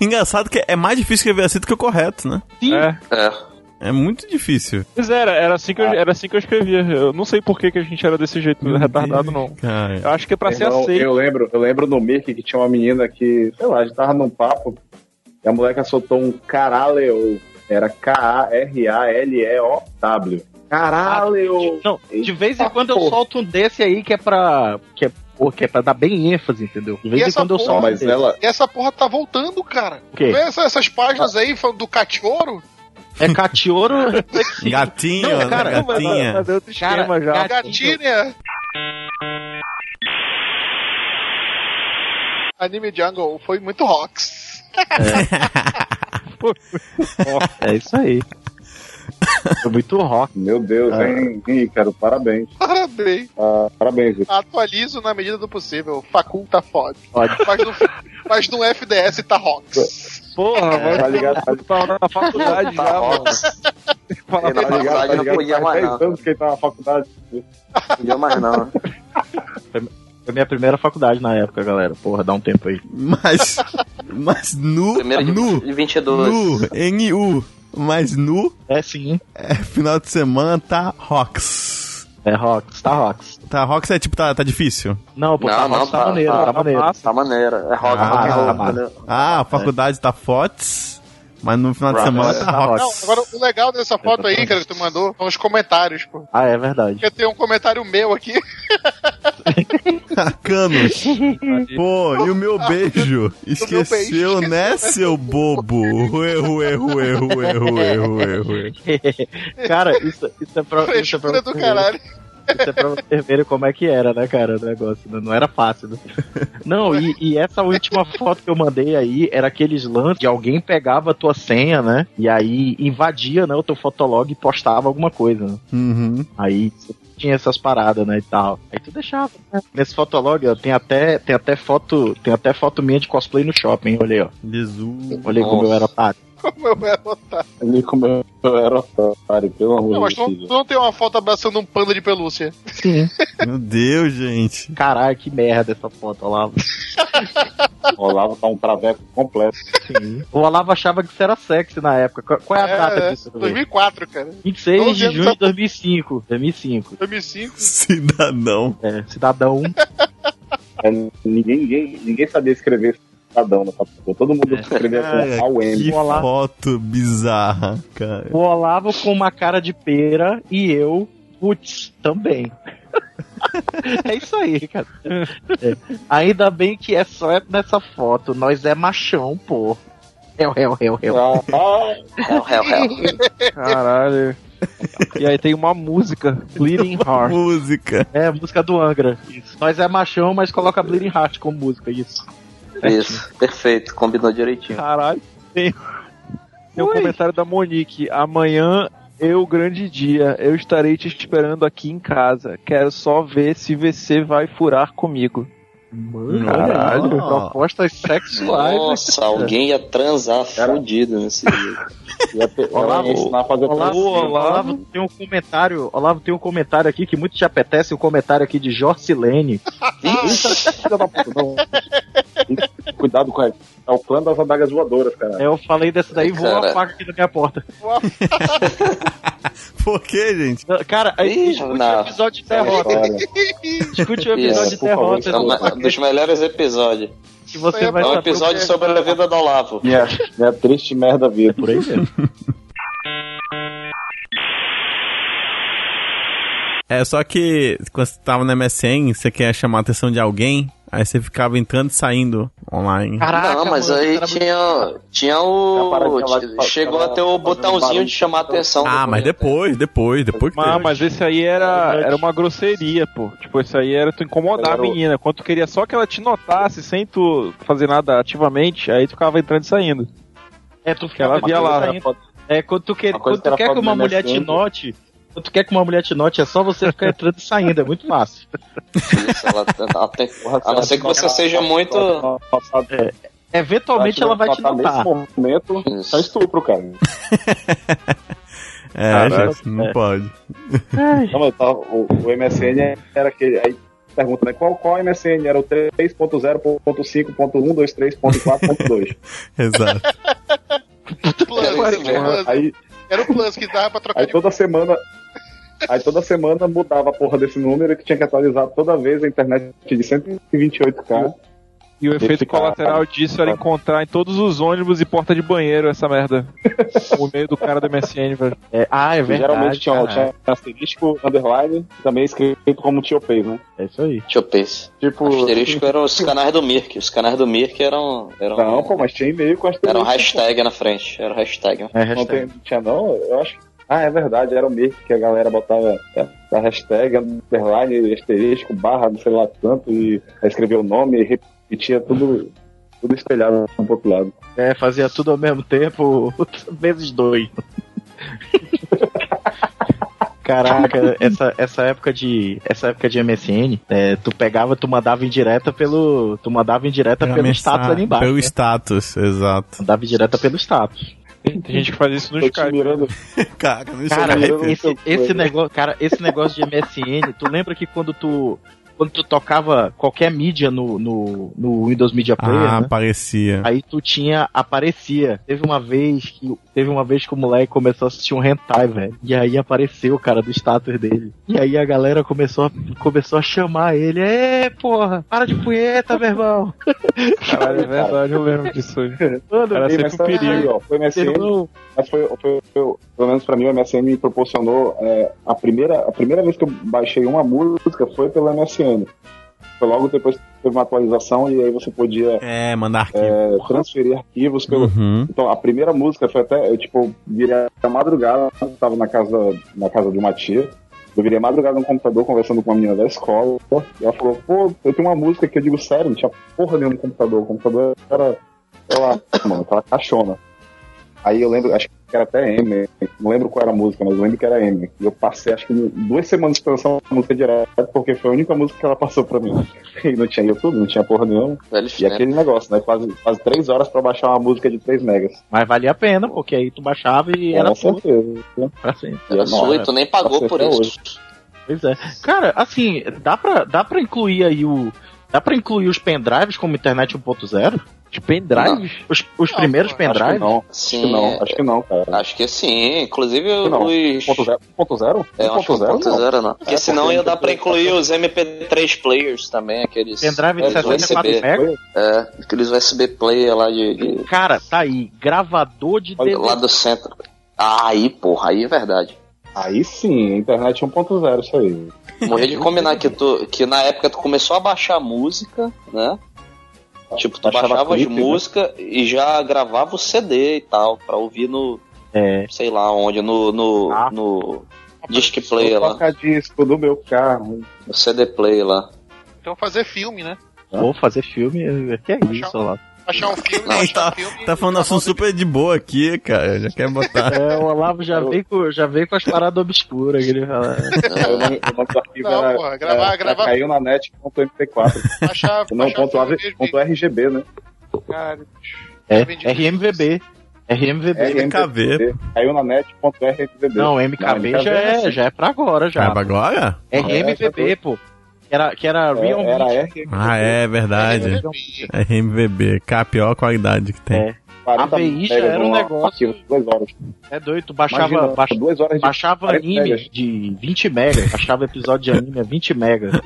[SPEAKER 3] engraçado que é mais difícil escrever assim do que o correto, né?
[SPEAKER 1] Sim,
[SPEAKER 7] É.
[SPEAKER 4] É.
[SPEAKER 3] É muito difícil.
[SPEAKER 7] Pois era, era assim, que eu, era assim que eu escrevia. Eu não sei por que, que a gente era desse jeito
[SPEAKER 3] Meu
[SPEAKER 7] retardado,
[SPEAKER 3] Deus,
[SPEAKER 7] não.
[SPEAKER 3] Cara.
[SPEAKER 7] Eu acho que é pra ser
[SPEAKER 11] Então,
[SPEAKER 7] aceito.
[SPEAKER 11] eu lembro, eu lembro no Mirk que tinha uma menina que, sei lá, a gente tava num papo e a moleca soltou um caraleo. Era K-A-R-A-L-E-O-W. Caralho!
[SPEAKER 1] Não, de vez em
[SPEAKER 11] Ah, Eita
[SPEAKER 1] quando eu
[SPEAKER 11] porra.
[SPEAKER 1] solto um desse aí que é pra. que é, pô, que é pra dar bem ênfase, entendeu? De vez
[SPEAKER 5] E
[SPEAKER 1] em
[SPEAKER 5] essa
[SPEAKER 1] quando eu
[SPEAKER 5] porra?
[SPEAKER 1] solto. um
[SPEAKER 11] Mas
[SPEAKER 1] desse.
[SPEAKER 11] ela.
[SPEAKER 5] E essa porra tá voltando, cara.
[SPEAKER 1] O quê?
[SPEAKER 5] Vê essa- essas páginas aí falando do cachorro?
[SPEAKER 1] É catioro.
[SPEAKER 3] Gatinho,
[SPEAKER 1] Não,
[SPEAKER 3] né,
[SPEAKER 1] cara, não, mas-
[SPEAKER 3] gatinha.
[SPEAKER 7] Fazer outro
[SPEAKER 1] Cara,
[SPEAKER 7] tá esquema já.
[SPEAKER 1] cara,
[SPEAKER 5] Gatinha. Anime Jungle foi muito rocks.
[SPEAKER 1] é isso aí. É muito rock.
[SPEAKER 11] Meu Deus,
[SPEAKER 1] Ah.
[SPEAKER 11] hein, Ícaro, parabéns.
[SPEAKER 5] Parabéns.
[SPEAKER 11] Ah, parabéns, Ícaro.
[SPEAKER 5] Atualizo na medida do possível. Facul tá foda.
[SPEAKER 1] Foda.
[SPEAKER 5] Mas no, mas no FDS tá rocks.
[SPEAKER 7] Porra, vai
[SPEAKER 11] Tá ligado? Tá ligado?
[SPEAKER 7] tá na faculdade já,
[SPEAKER 4] Tá
[SPEAKER 7] mano.
[SPEAKER 4] ótimo.
[SPEAKER 7] Fala
[SPEAKER 4] Tá
[SPEAKER 11] Tá ligado?
[SPEAKER 4] ligado, não podia
[SPEAKER 11] Faz
[SPEAKER 4] mais não.
[SPEAKER 11] 10 anos que ele tá na faculdade.
[SPEAKER 4] Não podia mais não.
[SPEAKER 1] Foi minha primeira faculdade na época, galera. Porra, dá um tempo aí.
[SPEAKER 3] Mas, mas nu,
[SPEAKER 4] Primeiro de,
[SPEAKER 3] nu,
[SPEAKER 4] de 22.
[SPEAKER 3] nu, N-U, mas nu,
[SPEAKER 1] É sim.
[SPEAKER 3] final de semana tá rocks.
[SPEAKER 1] É rocks, tá rocks.
[SPEAKER 3] Tá, rocks é tipo, tá, tá difícil?
[SPEAKER 1] Não, pô,
[SPEAKER 4] Não,
[SPEAKER 1] tá
[SPEAKER 4] não,
[SPEAKER 1] rocks, tá,
[SPEAKER 4] tá-
[SPEAKER 1] maneiro, tá,
[SPEAKER 7] tá
[SPEAKER 1] maneiro.
[SPEAKER 7] massa.
[SPEAKER 4] Tá maneira. É rock,
[SPEAKER 3] Ah,
[SPEAKER 4] rock and roll,
[SPEAKER 1] tá massa.
[SPEAKER 4] entendeu?
[SPEAKER 3] Ah, a faculdade tá fotes, mas no final de
[SPEAKER 4] Rocks.
[SPEAKER 3] semana tá rocks.
[SPEAKER 5] Não, agora o legal dessa foto aí, cara, que tu mandou, são os comentários, pô.
[SPEAKER 1] Ah, é verdade.
[SPEAKER 5] Porque tem um comentário meu aqui.
[SPEAKER 3] Canos. Pô, e o meu beijo? Esqueceu,
[SPEAKER 5] beijo.
[SPEAKER 3] né, seu bobo? Ruê, ruê, ruê, ruê, ruê, ruê, ruê.
[SPEAKER 1] Cara, isso, isso é pra. Isso é pra,
[SPEAKER 5] Frescura do caralho.
[SPEAKER 1] Isso é pra vocês verem como é que era, né, cara, o negócio. né? Não era fácil, né? Não, e, e essa última foto que eu mandei aí era aqueles lances de alguém pegava a tua senha, né? E aí invadia, né, o teu fotolog e postava alguma coisa. né?
[SPEAKER 3] Uhum.
[SPEAKER 1] Aí tinha essas paradas, né, e tal. Aí tu deixava, né? Nesse fotolog, ó, tem até, tem até foto, tem até foto minha de cosplay no shopping, olhei, ó.
[SPEAKER 3] Jesus.
[SPEAKER 1] Olhei como eu
[SPEAKER 4] Nossa.
[SPEAKER 1] era ah, otário.
[SPEAKER 5] Como eu era otário.
[SPEAKER 11] Ele comeu era otário, pelo
[SPEAKER 5] Não,
[SPEAKER 11] amor
[SPEAKER 5] mas
[SPEAKER 11] de
[SPEAKER 5] tu não,
[SPEAKER 11] Deus.
[SPEAKER 5] tu não tem uma foto abraçando um panda de pelúcia.
[SPEAKER 1] Sim.
[SPEAKER 3] Meu Deus, gente.
[SPEAKER 1] Caralho, que merda essa foto, ó lá.
[SPEAKER 11] O Olavo tá um traveco completo.
[SPEAKER 1] O Olavo achava que isso era sexy na época. Qual- Qual é a
[SPEAKER 5] É,
[SPEAKER 1] data
[SPEAKER 5] é,
[SPEAKER 1] disso? Dudu?
[SPEAKER 5] 2004, cara.
[SPEAKER 1] 26
[SPEAKER 5] 12
[SPEAKER 1] de
[SPEAKER 5] É, anos
[SPEAKER 1] junho de
[SPEAKER 5] atrás.
[SPEAKER 1] 2005. 2005.
[SPEAKER 5] 2005.
[SPEAKER 3] Cidadão.
[SPEAKER 1] É,
[SPEAKER 6] né?
[SPEAKER 1] cidadão.
[SPEAKER 11] É, ninguém, ninguém, ninguém sabia escrever cidadão na faculdade. Todo mundo
[SPEAKER 1] É.
[SPEAKER 11] escrevia
[SPEAKER 3] Cara,
[SPEAKER 11] com AUM.
[SPEAKER 3] que
[SPEAKER 1] Vou lá.
[SPEAKER 3] foto bizarra, cara.
[SPEAKER 1] O Olavo com uma cara de pera e eu, putz, também. é isso aí, cara. É. Ainda bem que é só nessa foto. Nós é machão, pô. É o réu, réu, réu.
[SPEAKER 11] Ah, ah,
[SPEAKER 4] É o réu, réu.
[SPEAKER 7] Caralho. E aí tem uma música, Bleeding Heart.
[SPEAKER 3] Música.
[SPEAKER 1] É a música do Angra. Isso. Nós é machão, mas coloca Bleeding Heart como música, isso.
[SPEAKER 4] Isso, perfeito,
[SPEAKER 3] Ah,
[SPEAKER 4] combinou direitinho.
[SPEAKER 7] Caralho. Tem, tem um
[SPEAKER 1] Ui.
[SPEAKER 7] comentário da Monique. Amanhã Eu, grande dia, eu estarei te esperando aqui em casa. Quero só ver se você vai furar comigo.
[SPEAKER 6] Mano, Caralho. propostas sexuais.
[SPEAKER 4] Nossa, alguém ia transar fudido nesse dia. Ia pe-
[SPEAKER 11] Olavo,
[SPEAKER 4] ia ensinar a fazer
[SPEAKER 6] Olavo,
[SPEAKER 4] trans-
[SPEAKER 6] Olavo, tem um comentário, Olavo tem um comentário aqui que muito te apetece, o comentário aqui de Jorcilene.
[SPEAKER 3] Ah,
[SPEAKER 11] Eita, filha da puta, não. Cuidado com a... É o plano das adagas voadoras, cara.
[SPEAKER 6] É, eu falei dessa daí, vou
[SPEAKER 4] Cara.
[SPEAKER 6] uma faca aqui na minha porta.
[SPEAKER 3] Por quê, gente?
[SPEAKER 6] Cara,
[SPEAKER 4] Ih,
[SPEAKER 6] aí escute
[SPEAKER 4] não.
[SPEAKER 6] o episódio de
[SPEAKER 5] é
[SPEAKER 11] Essa
[SPEAKER 6] derrota.
[SPEAKER 11] história.
[SPEAKER 6] Escute o episódio
[SPEAKER 4] Isso,
[SPEAKER 6] de
[SPEAKER 11] por favor,
[SPEAKER 6] derrota
[SPEAKER 4] É uma-
[SPEAKER 6] do-
[SPEAKER 4] dos melhores episódios.
[SPEAKER 6] que você vai
[SPEAKER 4] É um
[SPEAKER 6] saber. o
[SPEAKER 4] episódio
[SPEAKER 6] que é.
[SPEAKER 4] sobre a vida do Olavo.
[SPEAKER 11] Minha, minha né, triste merda vida.
[SPEAKER 6] Por aí mesmo.
[SPEAKER 3] É só que quando você tava na MSN, você quer chamar a atenção de alguém, aí você ficava entrando e saindo online.
[SPEAKER 4] não, mas
[SPEAKER 6] mano,
[SPEAKER 4] aí
[SPEAKER 6] cara,
[SPEAKER 4] tinha, tinha
[SPEAKER 11] Tinha a
[SPEAKER 4] o.
[SPEAKER 11] paradinha lá de fa-
[SPEAKER 4] chegou
[SPEAKER 11] tava
[SPEAKER 4] até o
[SPEAKER 11] fazendo
[SPEAKER 4] botãozinho
[SPEAKER 11] barulho.
[SPEAKER 4] de chamar a atenção.
[SPEAKER 3] Ah,
[SPEAKER 4] do
[SPEAKER 3] mas
[SPEAKER 4] punheta.
[SPEAKER 3] depois, depois, depois que
[SPEAKER 7] Ah,
[SPEAKER 3] teve.
[SPEAKER 7] mas esse aí era, era uma grosseria, pô. Tipo, isso aí era tu incomodar
[SPEAKER 11] Era
[SPEAKER 7] a
[SPEAKER 11] o-
[SPEAKER 7] menina. Quando tu queria só que ela te notasse sem tu fazer nada ativamente, aí tu ficava entrando e saindo.
[SPEAKER 6] É, tu
[SPEAKER 7] Que ela
[SPEAKER 6] ficava
[SPEAKER 7] via lá.
[SPEAKER 6] saindo. É, quando tu quer,
[SPEAKER 11] Uma coisa
[SPEAKER 6] quando tu
[SPEAKER 11] que era
[SPEAKER 6] quer que
[SPEAKER 11] foto
[SPEAKER 6] uma
[SPEAKER 11] do
[SPEAKER 6] mulher te
[SPEAKER 11] MSN.
[SPEAKER 6] note, quando tu quer que uma mulher te note, é só você ficar entrando e saindo, é muito fácil.
[SPEAKER 4] Isso, ela- ela tem- a não ser que você seja muito.
[SPEAKER 6] Eventualmente ela vai te notar.
[SPEAKER 11] tá Nesse momento,
[SPEAKER 4] Isso.
[SPEAKER 11] só estupro, cara.
[SPEAKER 3] É, gente, não pode.
[SPEAKER 11] Não, mas tava- o, o MSN era aquele. Aí pergunta, né? Qual, qual MSN? Era o 3.0.5.123.4.2.
[SPEAKER 3] Exato.
[SPEAKER 4] Agora,
[SPEAKER 5] Plus,
[SPEAKER 11] aí,
[SPEAKER 5] né? era o Plus que dava pra trocar
[SPEAKER 11] aí
[SPEAKER 5] de
[SPEAKER 11] toda semana. Aí toda semana mudava a porra desse número que tinha que atualizar toda vez a internet de 128k.
[SPEAKER 7] E o
[SPEAKER 11] Deixa
[SPEAKER 7] efeito
[SPEAKER 11] eu ficar-
[SPEAKER 7] colateral disso era encontrar em todos os ônibus e porta de banheiro essa merda. o meio do cara da MSN, velho.
[SPEAKER 6] É, ah, é verdade.
[SPEAKER 11] Geralmente tinha, um-
[SPEAKER 6] cara.
[SPEAKER 11] tinha asterisco, underline, também escrito como tio Pay, né?
[SPEAKER 6] É isso aí.
[SPEAKER 4] Deixa eu pensar.
[SPEAKER 11] Tipo.
[SPEAKER 4] Asterisco eram os canais do Mirk. Os canais do Mirk eram. eram
[SPEAKER 11] Não, pô, mas tinha e-mail com asterisco.
[SPEAKER 4] Era um hashtag na frente. Era um hashtag.
[SPEAKER 6] É,
[SPEAKER 11] Não
[SPEAKER 6] hashtag.
[SPEAKER 11] tem- não tinha não? Eu acho que. Ah, é verdade, era o meio que a galera botava é, a hashtag, underline, asterisco, barra, não sei lá tanto, e aí escrevia o nome e repetia tudo, tudo espelhado um pro outro lado.
[SPEAKER 6] É, fazia tudo ao mesmo tempo, vezes dois. Caraca, essa, essa época de essa época de MSN, é, tu pegava, tu mandava em direta pelo, tu mandava em direta pelo status ali embaixo.
[SPEAKER 3] Pelo
[SPEAKER 6] né?
[SPEAKER 3] status, exato.
[SPEAKER 6] Mandava em direta pelo status.
[SPEAKER 7] Tem, tem gente que faz isso no
[SPEAKER 11] Tô te
[SPEAKER 7] Skype.
[SPEAKER 11] mirando,
[SPEAKER 3] Caraca, não
[SPEAKER 6] Cara,
[SPEAKER 11] lembro
[SPEAKER 6] esse,
[SPEAKER 11] dessa
[SPEAKER 6] esse
[SPEAKER 11] coisa.
[SPEAKER 6] negócio, cara, esse negócio de MSN, tu lembra que quando tu quando tu tocava qualquer mídia no, no, no Windows Media Player,
[SPEAKER 3] Ah,
[SPEAKER 6] né?
[SPEAKER 3] parecia.
[SPEAKER 6] Aí tu tinha, aparecia. Teve uma vez que teve uma vez que o moleque começou a assistir um hentai, velho. E aí apareceu o cara do status dele. E aí a galera começou a, começou a chamar ele. É, porra, para de punheta, meu irmão.
[SPEAKER 7] Caralho, é verdade, eu lembro disso aí.
[SPEAKER 6] Mano,
[SPEAKER 7] Era
[SPEAKER 11] Ei,
[SPEAKER 7] sempre
[SPEAKER 11] mas
[SPEAKER 7] um
[SPEAKER 11] tá aí,
[SPEAKER 7] perigo.
[SPEAKER 11] ó, Foi
[SPEAKER 6] meu
[SPEAKER 11] MSN,
[SPEAKER 6] irmão.
[SPEAKER 11] mas foi, foi- foi- pelo menos pra mim, o MSN me proporcionou. é, a, primeira, a primeira vez que eu baixei uma música foi pelo MSN. Foi logo depois que teve uma atualização e aí você podia
[SPEAKER 3] É, mandar arquivo.
[SPEAKER 11] é, transferir arquivos pelo,
[SPEAKER 3] Uhum.
[SPEAKER 11] Então, a primeira música foi até, eu, tipo, virei a madrugada, eu tava na casa, na casa de uma tia, eu virei a madrugada no computador conversando com uma menina da escola, e ela falou, pô, eu tenho uma música que eu digo, sério, não tinha porra nenhuma no computador, o computador era, sei lá, mano, aquela caixona. Aí eu lembro, acho que era até M, não lembro qual era a música, mas eu lembro que era M. E eu passei, acho que duas semanas pensando na música direto, porque foi a única música que ela passou pra mim. E não tinha YouTube, não tinha porra nenhuma.
[SPEAKER 4] Velhos
[SPEAKER 11] E
[SPEAKER 4] tempos.
[SPEAKER 11] aquele negócio, né? Quase, quase três horas pra baixar uma música de 3 megas.
[SPEAKER 6] Mas valia a pena, porque aí tu baixava e era
[SPEAKER 11] Com
[SPEAKER 6] sua
[SPEAKER 11] certeza.
[SPEAKER 6] pra sempre.
[SPEAKER 4] Era
[SPEAKER 11] Não,
[SPEAKER 4] sua e
[SPEAKER 11] né?
[SPEAKER 4] tu nem pagou
[SPEAKER 11] Até
[SPEAKER 4] por
[SPEAKER 11] hoje.
[SPEAKER 4] isso.
[SPEAKER 6] Pois é. Cara, assim, dá pra, dá pra incluir aí o. Dá pra incluir os pendrives como internet 1.0?
[SPEAKER 7] De pendrive?
[SPEAKER 6] Os, os
[SPEAKER 5] Não,
[SPEAKER 6] primeiros
[SPEAKER 5] pô,
[SPEAKER 11] Acho que é
[SPEAKER 6] pendrives?
[SPEAKER 11] não, acho que
[SPEAKER 4] Sim.
[SPEAKER 11] não, acho que não, cara.
[SPEAKER 4] Acho que sim. Inclusive
[SPEAKER 11] que não.
[SPEAKER 4] os.
[SPEAKER 11] Ponto zero? Ponto zero?
[SPEAKER 4] É, eu acho que
[SPEAKER 11] ponto
[SPEAKER 4] um
[SPEAKER 11] zero,
[SPEAKER 4] ponto
[SPEAKER 11] não.
[SPEAKER 4] zero, não. Porque
[SPEAKER 11] É,
[SPEAKER 4] senão
[SPEAKER 11] porque
[SPEAKER 4] ia dar pra
[SPEAKER 11] MP3
[SPEAKER 4] incluir os MP3 players também, aqueles. é,
[SPEAKER 6] Pendrive de
[SPEAKER 4] aqueles
[SPEAKER 6] 64
[SPEAKER 4] USB,
[SPEAKER 6] MB?
[SPEAKER 4] É, aqueles USB player lá de. de-
[SPEAKER 6] Cara, tá aí. Gravador de
[SPEAKER 11] Olha,
[SPEAKER 6] DVD.
[SPEAKER 4] lá do centro. Ah, aí, porra, aí é verdade.
[SPEAKER 11] Aí sim, internet é 1.0, isso aí.
[SPEAKER 4] Morri de combinar que, tu, que na época tu começou a baixar música, né? Tipo, tu
[SPEAKER 11] Baixava
[SPEAKER 4] baixava,
[SPEAKER 11] clipe, né?
[SPEAKER 4] as músicas e já gravava o CD e tal, pra ouvir no.
[SPEAKER 6] É.
[SPEAKER 4] Sei lá onde, no. no,
[SPEAKER 6] Ah.
[SPEAKER 4] no disc player
[SPEAKER 11] Vou
[SPEAKER 4] lá.
[SPEAKER 11] tocar disco do meu carro.
[SPEAKER 4] No CD player lá.
[SPEAKER 5] Então fazer filme, né?
[SPEAKER 6] Vou fazer filme. Que é isso, lá.
[SPEAKER 5] Achar um filme,
[SPEAKER 3] Não,
[SPEAKER 5] achar
[SPEAKER 3] tá,
[SPEAKER 5] um filme.
[SPEAKER 3] tá falando um assunto super de boa aqui, cara. Já quer botar.
[SPEAKER 1] É, o Olavo já veio com, já veio com as paradas obscuras que ele fala.
[SPEAKER 11] O nome o nome do arquivo
[SPEAKER 5] Não,
[SPEAKER 11] era,
[SPEAKER 5] porra, gravar-
[SPEAKER 11] era-
[SPEAKER 5] gravar-
[SPEAKER 11] Caiu na net.mp4.
[SPEAKER 5] Achar,
[SPEAKER 11] É, Não,
[SPEAKER 5] achar
[SPEAKER 11] ponto, AV,
[SPEAKER 5] filme é
[SPEAKER 11] ponto RGB, né?
[SPEAKER 5] Cara,
[SPEAKER 6] É, RMVB. RMVB.
[SPEAKER 3] MKV.
[SPEAKER 11] Caiu na net.rmvb.
[SPEAKER 6] Não, MKB, já, é, já é pra agora, já.
[SPEAKER 3] Acaba agora?
[SPEAKER 6] RMVB, pô. Que era, que era
[SPEAKER 11] É,
[SPEAKER 6] Real
[SPEAKER 11] era
[SPEAKER 6] Meat.
[SPEAKER 11] R,
[SPEAKER 3] Ah, é verdade.
[SPEAKER 5] RMVB.
[SPEAKER 3] É MVB. K, a pior qualidade que tem.
[SPEAKER 6] É. AVI já era um negócio-
[SPEAKER 11] Arquivo, duas horas.
[SPEAKER 6] É doido, tu baixava,
[SPEAKER 11] Imagina,
[SPEAKER 6] baixa-
[SPEAKER 11] duas horas de
[SPEAKER 6] baixava
[SPEAKER 11] 40
[SPEAKER 6] anime
[SPEAKER 11] megas.
[SPEAKER 6] de 20 mega, baixava episódio de anime a 20 mega.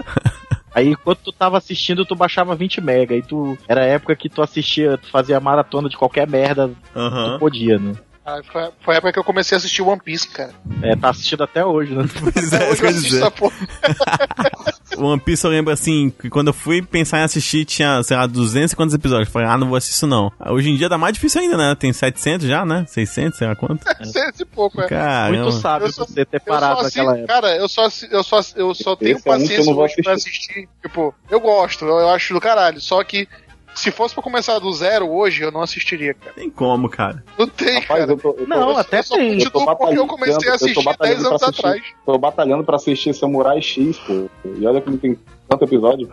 [SPEAKER 6] Aí enquanto tu tava assistindo, tu baixava 20 mega. Aí tu. Era a época que tu assistia, tu fazia maratona de qualquer merda que
[SPEAKER 3] Aham.
[SPEAKER 6] tu podia, né?
[SPEAKER 5] Ah, foi- Foi a época que eu comecei a assistir One Piece, cara.
[SPEAKER 6] É, tá assistindo até hoje, né?
[SPEAKER 3] Pois
[SPEAKER 5] Até
[SPEAKER 3] é,
[SPEAKER 5] hoje
[SPEAKER 3] isso
[SPEAKER 5] eu
[SPEAKER 3] quer
[SPEAKER 5] assisto
[SPEAKER 3] dizer.
[SPEAKER 5] essa porra.
[SPEAKER 3] O One Piece eu lembro assim, que quando eu fui pensar em assistir, tinha, sei lá, 200 e quantos episódios. Eu falei, ah, não vou assistir isso não. Hoje em dia tá mais difícil ainda, né? Tem 700 já, né? 600, sei lá quanto.
[SPEAKER 5] Cento e pouco, é.
[SPEAKER 6] Muito
[SPEAKER 3] Caramba.
[SPEAKER 6] sábio
[SPEAKER 5] Eu só-
[SPEAKER 6] você ter
[SPEAKER 5] Eu
[SPEAKER 6] parado
[SPEAKER 5] só
[SPEAKER 4] assim-
[SPEAKER 6] naquela
[SPEAKER 5] assisto,
[SPEAKER 6] época.
[SPEAKER 5] cara, eu só, assi- eu só, assi- eu só tenho
[SPEAKER 11] é um que eu
[SPEAKER 5] paciência
[SPEAKER 11] não vou
[SPEAKER 5] hoje pra assistir. Tipo, eu gosto, eu, eu acho do caralho. Só que se fosse pra começar do zero hoje, eu não assistiria, cara.
[SPEAKER 3] Tem como, cara.
[SPEAKER 5] Não tem,
[SPEAKER 11] Rapaz,
[SPEAKER 5] cara.
[SPEAKER 11] eu tô, eu tô,
[SPEAKER 6] Não, até
[SPEAKER 5] eu só
[SPEAKER 6] tem.
[SPEAKER 11] eu tô
[SPEAKER 5] continuo porque eu
[SPEAKER 11] batalhando,
[SPEAKER 5] comecei a
[SPEAKER 11] eu tô
[SPEAKER 5] assistir
[SPEAKER 11] batalhando
[SPEAKER 5] 10 anos
[SPEAKER 11] pra assistir.
[SPEAKER 5] atrás.
[SPEAKER 11] tô batalhando pra assistir Samurai X, pô. E olha que não tem tanto episódio.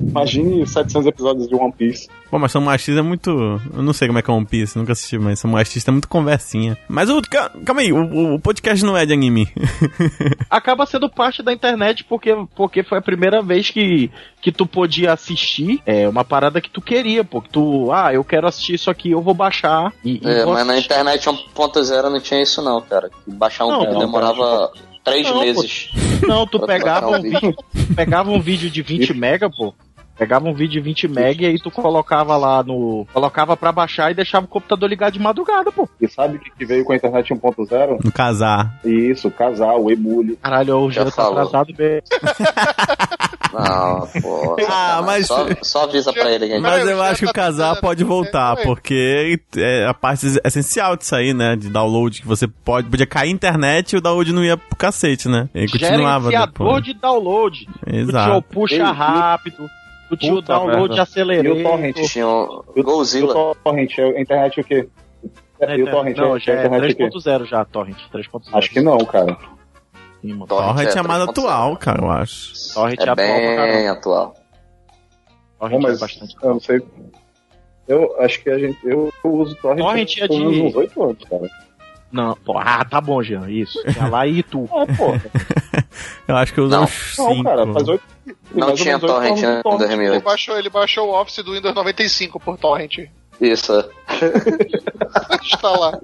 [SPEAKER 11] Imagine 700 episódios de One Piece.
[SPEAKER 3] Pô, mas Samurai X é muito. Eu não sei como é que é One Piece, nunca assisti, mas Samurai X tá muito conversinha. Mas o. ca- Calma aí, o, o podcast não é de anime.
[SPEAKER 6] acaba sendo parte da internet porque, porque foi a primeira vez que, que tu podia assistir é uma parada que tu queria, pô. Que tu, ah, eu quero assistir isso aqui, eu vou baixar. E, e
[SPEAKER 4] É,
[SPEAKER 6] vou
[SPEAKER 4] mas na
[SPEAKER 6] assistir.
[SPEAKER 4] internet 1.0 não tinha isso não, cara. Baixar um
[SPEAKER 6] Não,
[SPEAKER 4] vídeo
[SPEAKER 6] não,
[SPEAKER 4] demorava três
[SPEAKER 6] Não, pô.
[SPEAKER 4] meses.
[SPEAKER 6] Não, tu
[SPEAKER 4] pra
[SPEAKER 6] pegava
[SPEAKER 4] baixar
[SPEAKER 6] um, vídeo, pegava um vídeo de 20 mega, pô. Pegava um vídeo de 20 mega e aí tu colocava lá no. Colocava pra baixar e deixava o computador ligado de madrugada, pô.
[SPEAKER 11] E sabe o que que veio com a internet 1.0?
[SPEAKER 3] No casar.
[SPEAKER 11] Isso, casal, emule.
[SPEAKER 6] Caralho, o
[SPEAKER 4] Já
[SPEAKER 6] Jean tá
[SPEAKER 4] falou.
[SPEAKER 6] atrasado mesmo.
[SPEAKER 4] Não, pô.
[SPEAKER 3] Ah, mas-
[SPEAKER 4] Só, só avisa pra ele, gente.
[SPEAKER 3] Mas
[SPEAKER 5] Mas
[SPEAKER 3] eu
[SPEAKER 5] já
[SPEAKER 3] acho que
[SPEAKER 5] tá
[SPEAKER 3] o casar
[SPEAKER 5] tudo-
[SPEAKER 3] pode voltar,
[SPEAKER 5] é.
[SPEAKER 3] porque é a parte essencial disso aí, né? De download, que você pode. Podia cair a internet e o download não ia pro cacete, né? Ele continuava
[SPEAKER 6] Gerenciador
[SPEAKER 3] depois.
[SPEAKER 6] de download. Tu tinha o
[SPEAKER 3] Exato.
[SPEAKER 6] puxa
[SPEAKER 11] Ei, e-
[SPEAKER 6] rápido. Tu tinha o
[SPEAKER 11] Puta
[SPEAKER 6] download
[SPEAKER 11] merda.
[SPEAKER 6] acelerado.
[SPEAKER 11] E o torrent?
[SPEAKER 4] Tinha um
[SPEAKER 11] E o
[SPEAKER 4] Godzilla.
[SPEAKER 11] Torrent, a internet é o quê?
[SPEAKER 6] É,
[SPEAKER 11] E o Torrent,
[SPEAKER 6] não,
[SPEAKER 11] é-
[SPEAKER 6] já
[SPEAKER 11] a
[SPEAKER 6] é
[SPEAKER 11] internet é o quê?
[SPEAKER 6] 3.0 já, Torrent. 3.0.
[SPEAKER 11] Acho que não, cara.
[SPEAKER 6] Sim, mano.
[SPEAKER 3] Torrent é
[SPEAKER 4] é
[SPEAKER 3] a mais
[SPEAKER 4] 3.0.
[SPEAKER 3] atual, cara, eu acho.
[SPEAKER 6] Torrent é
[SPEAKER 4] É
[SPEAKER 6] atual pra
[SPEAKER 4] bem
[SPEAKER 6] caramba.
[SPEAKER 4] atual.
[SPEAKER 6] Torrent
[SPEAKER 11] Bom,
[SPEAKER 6] é
[SPEAKER 11] mas
[SPEAKER 6] bastante.
[SPEAKER 11] eu não sei. Eu acho que a gente. Eu, eu uso Torrent. um
[SPEAKER 6] Torrent é
[SPEAKER 11] pelo
[SPEAKER 6] de-
[SPEAKER 11] menos tipo, uns 8 anos, cara.
[SPEAKER 6] Não, pô, ah, tá bom, Jean, isso. Tinha lá e tu.
[SPEAKER 11] Ah, pô.
[SPEAKER 3] Eu acho que eu uso
[SPEAKER 4] Não,
[SPEAKER 3] uns
[SPEAKER 11] Não,
[SPEAKER 3] cinco.
[SPEAKER 11] cara, faz 8
[SPEAKER 4] Não tinha torrent,
[SPEAKER 11] então
[SPEAKER 4] né? Em
[SPEAKER 5] Ele
[SPEAKER 4] 2008.
[SPEAKER 5] baixou, ele baixou o Office do Windows 95 por torrent.
[SPEAKER 4] Isso.
[SPEAKER 5] Está lá.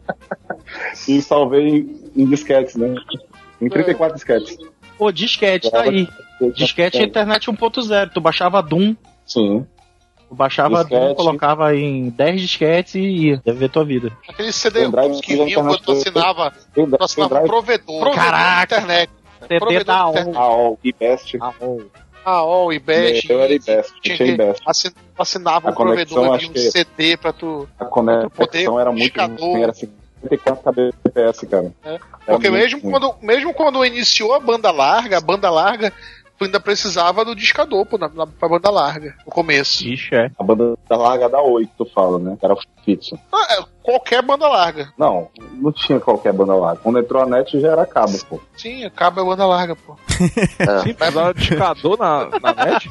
[SPEAKER 11] E salvei em, em disquetes, né? Em 34 disquetes.
[SPEAKER 6] Pô, disquete tá aí. Disquete é internet 1.0. Tu baixava Doom,
[SPEAKER 11] Sim.
[SPEAKER 6] tu baixava Doom,
[SPEAKER 11] Disquete.
[SPEAKER 6] colocava em 10 disquetes e ia. Deve ver tua vida.
[SPEAKER 5] Aquele CD
[SPEAKER 11] Pendrive
[SPEAKER 5] que vinha quando tu
[SPEAKER 11] internacional.
[SPEAKER 5] assinava,
[SPEAKER 11] Tem
[SPEAKER 5] tu assinava um
[SPEAKER 11] drive,
[SPEAKER 5] provedor, provedor
[SPEAKER 6] Caraca!
[SPEAKER 5] da internet.
[SPEAKER 6] CD
[SPEAKER 5] Provedor
[SPEAKER 6] da
[SPEAKER 5] de
[SPEAKER 6] tá ON.
[SPEAKER 11] AOL e Best.
[SPEAKER 6] da ON.
[SPEAKER 5] AOL, IBET.
[SPEAKER 11] É, Eu era Ibest,
[SPEAKER 5] tinha
[SPEAKER 11] tinha
[SPEAKER 5] que-
[SPEAKER 11] Ibest.
[SPEAKER 5] assin- Assinava
[SPEAKER 11] A
[SPEAKER 5] um
[SPEAKER 11] conexão,
[SPEAKER 5] provedor
[SPEAKER 11] acho
[SPEAKER 5] de um
[SPEAKER 11] que- é
[SPEAKER 5] CD pra tu.
[SPEAKER 11] A conexão era muito
[SPEAKER 5] Discador.
[SPEAKER 11] ruim, era 54 kbps, cara.
[SPEAKER 5] É.
[SPEAKER 11] Era
[SPEAKER 5] Porque
[SPEAKER 11] muito
[SPEAKER 5] mesmo
[SPEAKER 11] ruim.
[SPEAKER 5] quando, mesmo quando iniciou a banda larga, a banda larga, tu ainda precisava do discador pô, na, na, pra banda larga, no começo.
[SPEAKER 6] Ixi, é.
[SPEAKER 11] A banda da larga da 8, tu fala, né? Era fixo.
[SPEAKER 5] Ah, é, qualquer banda larga.
[SPEAKER 11] Não, não tinha qualquer banda larga. Quando entrou a net já era cabo, pô.
[SPEAKER 5] Sim, acaba a banda larga, pô.
[SPEAKER 7] Sim, precisava de discador na, na net?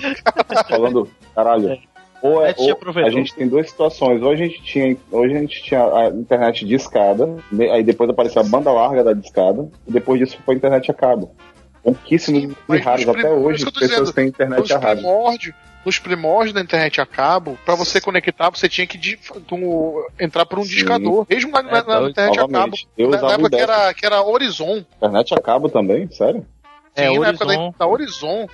[SPEAKER 11] falando, caralho. Ou, é,
[SPEAKER 6] Net tinha
[SPEAKER 11] ou
[SPEAKER 6] provedor.
[SPEAKER 11] a gente tem duas situações. Ou a gente tinha, ou a gente tinha a internet de escada, né, aí depois apareceu a banda larga da discada, e depois disso foi a internet a cabo. Pouquíssimos e
[SPEAKER 5] mas
[SPEAKER 11] raros
[SPEAKER 5] nos
[SPEAKER 11] até
[SPEAKER 5] prim- por
[SPEAKER 11] hoje
[SPEAKER 5] isso que eu tô
[SPEAKER 11] pessoas
[SPEAKER 5] dizendo,
[SPEAKER 11] têm internet
[SPEAKER 5] Nos
[SPEAKER 11] a rádio.
[SPEAKER 5] primórdios, nos primórdios da internet a cabo, pra você conectar, você tinha que de- tu entrar por um
[SPEAKER 11] Sim.
[SPEAKER 5] discador. Mesmo na, na- na
[SPEAKER 7] doido,
[SPEAKER 5] internet a cabo.
[SPEAKER 11] Novamente, eu
[SPEAKER 5] Na, na
[SPEAKER 11] usava o
[SPEAKER 5] época que
[SPEAKER 11] Dex.
[SPEAKER 5] era, que era Horizon.
[SPEAKER 11] Internet a cabo também, sério?
[SPEAKER 6] É,
[SPEAKER 5] Sim, na época
[SPEAKER 6] Horizon.
[SPEAKER 5] da, da Horizon,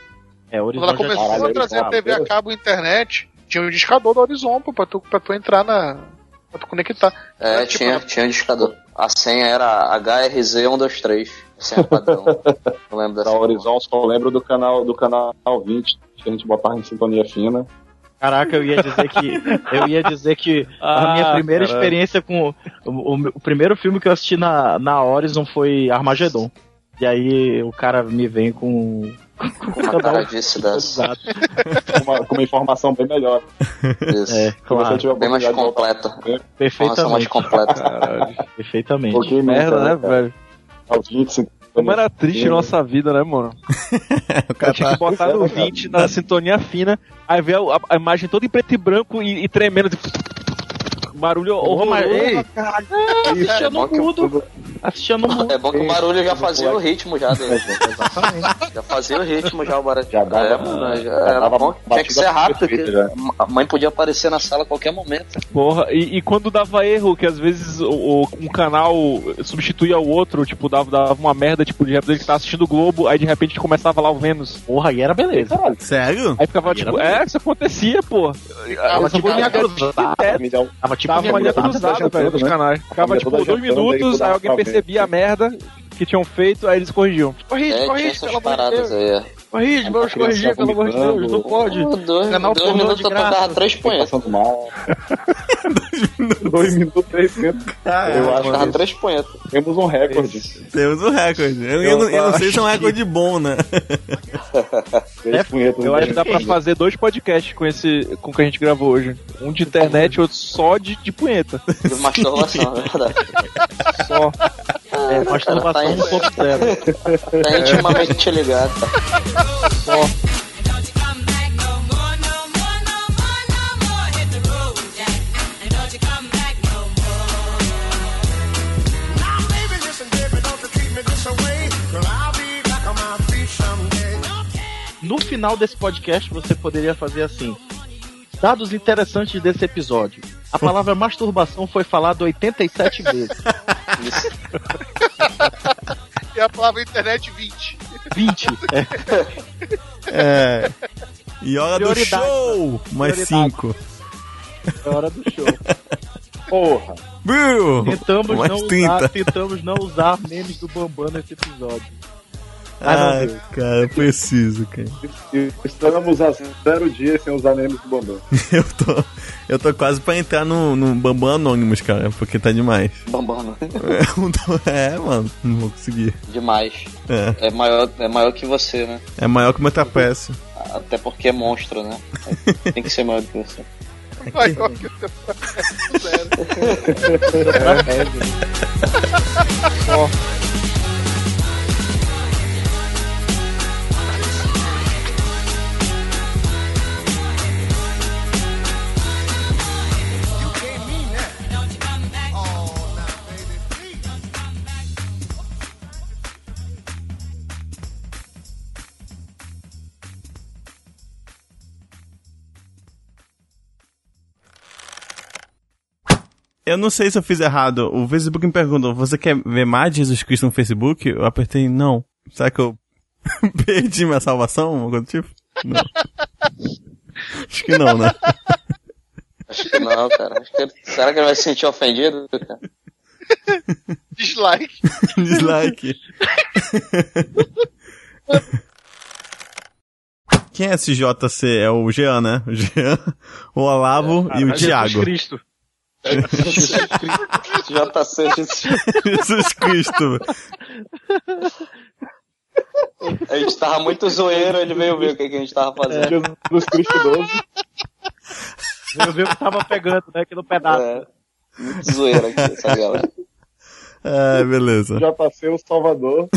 [SPEAKER 6] É,
[SPEAKER 5] Quando ela
[SPEAKER 6] Horizon já
[SPEAKER 5] começou
[SPEAKER 11] um Caralho,
[SPEAKER 5] a trazer a
[SPEAKER 11] Horizon, é
[SPEAKER 5] TV a
[SPEAKER 11] beleza.
[SPEAKER 5] cabo e internet, tinha um discador da Horizon, pô, pra tu, pra tu entrar na. pra tu conectar.
[SPEAKER 4] É, tinha,
[SPEAKER 11] tipo,
[SPEAKER 4] tinha discador. A senha era HRZ123. Senha padrão. Eu lembro
[SPEAKER 11] Da
[SPEAKER 4] dessa.
[SPEAKER 11] Horizon, só lembro do canal do canal 20, que a gente botava em sintonia fina.
[SPEAKER 6] Caraca, eu ia dizer que. Eu ia dizer que a
[SPEAKER 1] Ah,
[SPEAKER 6] minha primeira experiência com. O, o- o primeiro filme que eu assisti na, na Horizon foi Armagedon. E aí o cara me vem com
[SPEAKER 4] Uma
[SPEAKER 11] um
[SPEAKER 4] taradice dessa.
[SPEAKER 11] uma, com uma informação bem melhor.
[SPEAKER 4] Isso.
[SPEAKER 1] É,
[SPEAKER 11] Se você
[SPEAKER 1] claro.
[SPEAKER 11] tiver a
[SPEAKER 4] Bem mais
[SPEAKER 11] oportunidade de voltar-
[SPEAKER 4] completa. Informação mais
[SPEAKER 1] Perfeitamente.
[SPEAKER 4] completa.
[SPEAKER 1] Perfeitamente.
[SPEAKER 11] Pô, que
[SPEAKER 7] Merda, né,
[SPEAKER 11] cara?
[SPEAKER 7] velho?
[SPEAKER 11] Aos 25
[SPEAKER 7] Como era
[SPEAKER 11] É.
[SPEAKER 7] triste nossa vida, né, mano? O cara tá tinha que botar no 20 na sintonia fina, aí vê a, a imagem toda em preto e branco e, e tremendo. assim, Barulho horroroso.
[SPEAKER 11] ei.
[SPEAKER 4] É bom que o-
[SPEAKER 1] Assistia no mundo.
[SPEAKER 4] é bom que o barulho já fazia o ritmo já dele. Já fazia o ritmo já o baratinho.
[SPEAKER 11] Já dava-
[SPEAKER 4] é, mano, já,
[SPEAKER 11] já
[SPEAKER 4] era
[SPEAKER 11] dava
[SPEAKER 4] bom. Tinha que
[SPEAKER 11] batida né?
[SPEAKER 4] ser rápido,
[SPEAKER 11] perfeita
[SPEAKER 4] que
[SPEAKER 11] já.
[SPEAKER 4] a mãe podia aparecer na sala a qualquer momento.
[SPEAKER 7] Porra, e, e quando dava erro, que às vezes o- o- um canal substituía o outro, tipo, dava, dava uma merda, tipo, de repente ele tá assistindo o Globo, aí de repente começava lá o Vênus.
[SPEAKER 1] Porra, aí era beleza.
[SPEAKER 3] Sério?
[SPEAKER 7] Aí ficava, tipo, é, isso acontecia, pô.
[SPEAKER 5] Tava
[SPEAKER 7] Essa
[SPEAKER 5] tipo
[SPEAKER 7] bolinha
[SPEAKER 5] linha
[SPEAKER 7] cruzada.
[SPEAKER 11] Me dá um-
[SPEAKER 1] Tava tipo
[SPEAKER 7] Tava uma linha
[SPEAKER 11] cruzada,
[SPEAKER 7] cruzada,
[SPEAKER 11] toda
[SPEAKER 7] velho, dos
[SPEAKER 11] né?
[SPEAKER 7] canais. Ficava,
[SPEAKER 11] Família
[SPEAKER 7] tipo,
[SPEAKER 11] toda
[SPEAKER 7] dois
[SPEAKER 11] jantando,
[SPEAKER 7] minutos,
[SPEAKER 11] aí
[SPEAKER 7] aí alguém
[SPEAKER 11] pra
[SPEAKER 7] percebia a merda que tinham feito, aí eles corrigiam. Corrige,
[SPEAKER 4] É, tinha
[SPEAKER 7] corrige, pelo
[SPEAKER 4] essas
[SPEAKER 7] amor de
[SPEAKER 4] paradas
[SPEAKER 7] Deus.
[SPEAKER 4] aí. é.
[SPEAKER 7] Corrige, vamos
[SPEAKER 11] criança
[SPEAKER 7] corrigir, pelo amor de
[SPEAKER 11] vomitando.
[SPEAKER 7] Deus. Não pode.
[SPEAKER 4] Pô, Dois,
[SPEAKER 11] é
[SPEAKER 1] Canal
[SPEAKER 4] dois
[SPEAKER 1] pornô
[SPEAKER 4] minutos
[SPEAKER 1] de
[SPEAKER 4] eu
[SPEAKER 1] graça.
[SPEAKER 4] tocava três punhetas.
[SPEAKER 11] Passando mal. Dois minutos, três minutos. eu acho
[SPEAKER 4] Tocava
[SPEAKER 11] que
[SPEAKER 4] três punhetas.
[SPEAKER 11] temos um recorde.
[SPEAKER 3] Temos um recorde. Eu, eu não- eu não sei se é um recorde bom, né?
[SPEAKER 11] Três punhetas.
[SPEAKER 7] Eu acho que dá pra fazer dois podcasts com esse. com o que a gente gravou hoje. Um de internet e outro só de, de punheta.
[SPEAKER 4] De masturbação, é verdade.
[SPEAKER 7] Só.
[SPEAKER 1] É, masturbação
[SPEAKER 4] Tá em-
[SPEAKER 1] 1.0.
[SPEAKER 4] Tá intimamente ligado.
[SPEAKER 1] No final desse podcast, você poderia fazer assim. Dados interessantes desse episódio. A palavra masturbação foi falada 87 vezes.
[SPEAKER 5] E a palavra internet 20.
[SPEAKER 1] 20.
[SPEAKER 3] É. E hora do
[SPEAKER 1] Prioridade,
[SPEAKER 3] show! Mais
[SPEAKER 1] Prioridade.
[SPEAKER 3] cinco.
[SPEAKER 1] É hora do show.
[SPEAKER 11] Porra.
[SPEAKER 3] Bill!
[SPEAKER 1] Tentamos
[SPEAKER 3] Mais
[SPEAKER 1] não,
[SPEAKER 3] 30.
[SPEAKER 1] usar, tentamos não usar memes do Bambam nesse episódio.
[SPEAKER 3] Ah,
[SPEAKER 1] Ai,
[SPEAKER 3] cara, eu preciso, cara.
[SPEAKER 11] Estamos há zero dias sem usar memes do Bambam.
[SPEAKER 3] Eu tô, eu tô quase pra entrar no, no Bambam Anônimos, cara, porque tá demais.
[SPEAKER 4] Bambam, né?
[SPEAKER 3] É, um do- É, mano, não vou conseguir.
[SPEAKER 4] Demais.
[SPEAKER 3] É,
[SPEAKER 4] É maior, é maior que você, né?
[SPEAKER 3] é maior que o meu trapécio.
[SPEAKER 4] Até porque é monstro, né? Tem que ser maior que você.
[SPEAKER 5] Maior que o tempo. Zero.
[SPEAKER 3] Eu não sei se eu fiz errado. O Facebook me perguntou: você quer ver mais de Jesus Cristo no Facebook? Eu apertei não. Será que eu perdi minha salvação? Alguma coisa do tipo? Não. Acho que não, né?
[SPEAKER 4] Acho que não, cara. Acho que ele- será que ele vai se sentir ofendido? cara?
[SPEAKER 5] Dislike.
[SPEAKER 3] Dislike. Quem é esse JC? É o Jean, né? O Jean, o Olavo e o Thiago.
[SPEAKER 1] É, ah, Cristo.
[SPEAKER 4] JC, Jesus.
[SPEAKER 3] Jesus Cristo.
[SPEAKER 4] a gente tava muito zoeiro, ele veio ver o que, que a gente tava fazendo.
[SPEAKER 11] Jesus Cristo 12.
[SPEAKER 1] Eu vi o que tava pegando, né? Aqui no pedaço.
[SPEAKER 4] É. Muito zoeiro aqui, essa galera.
[SPEAKER 3] Ah, beleza.
[SPEAKER 11] Já passei o Salvador.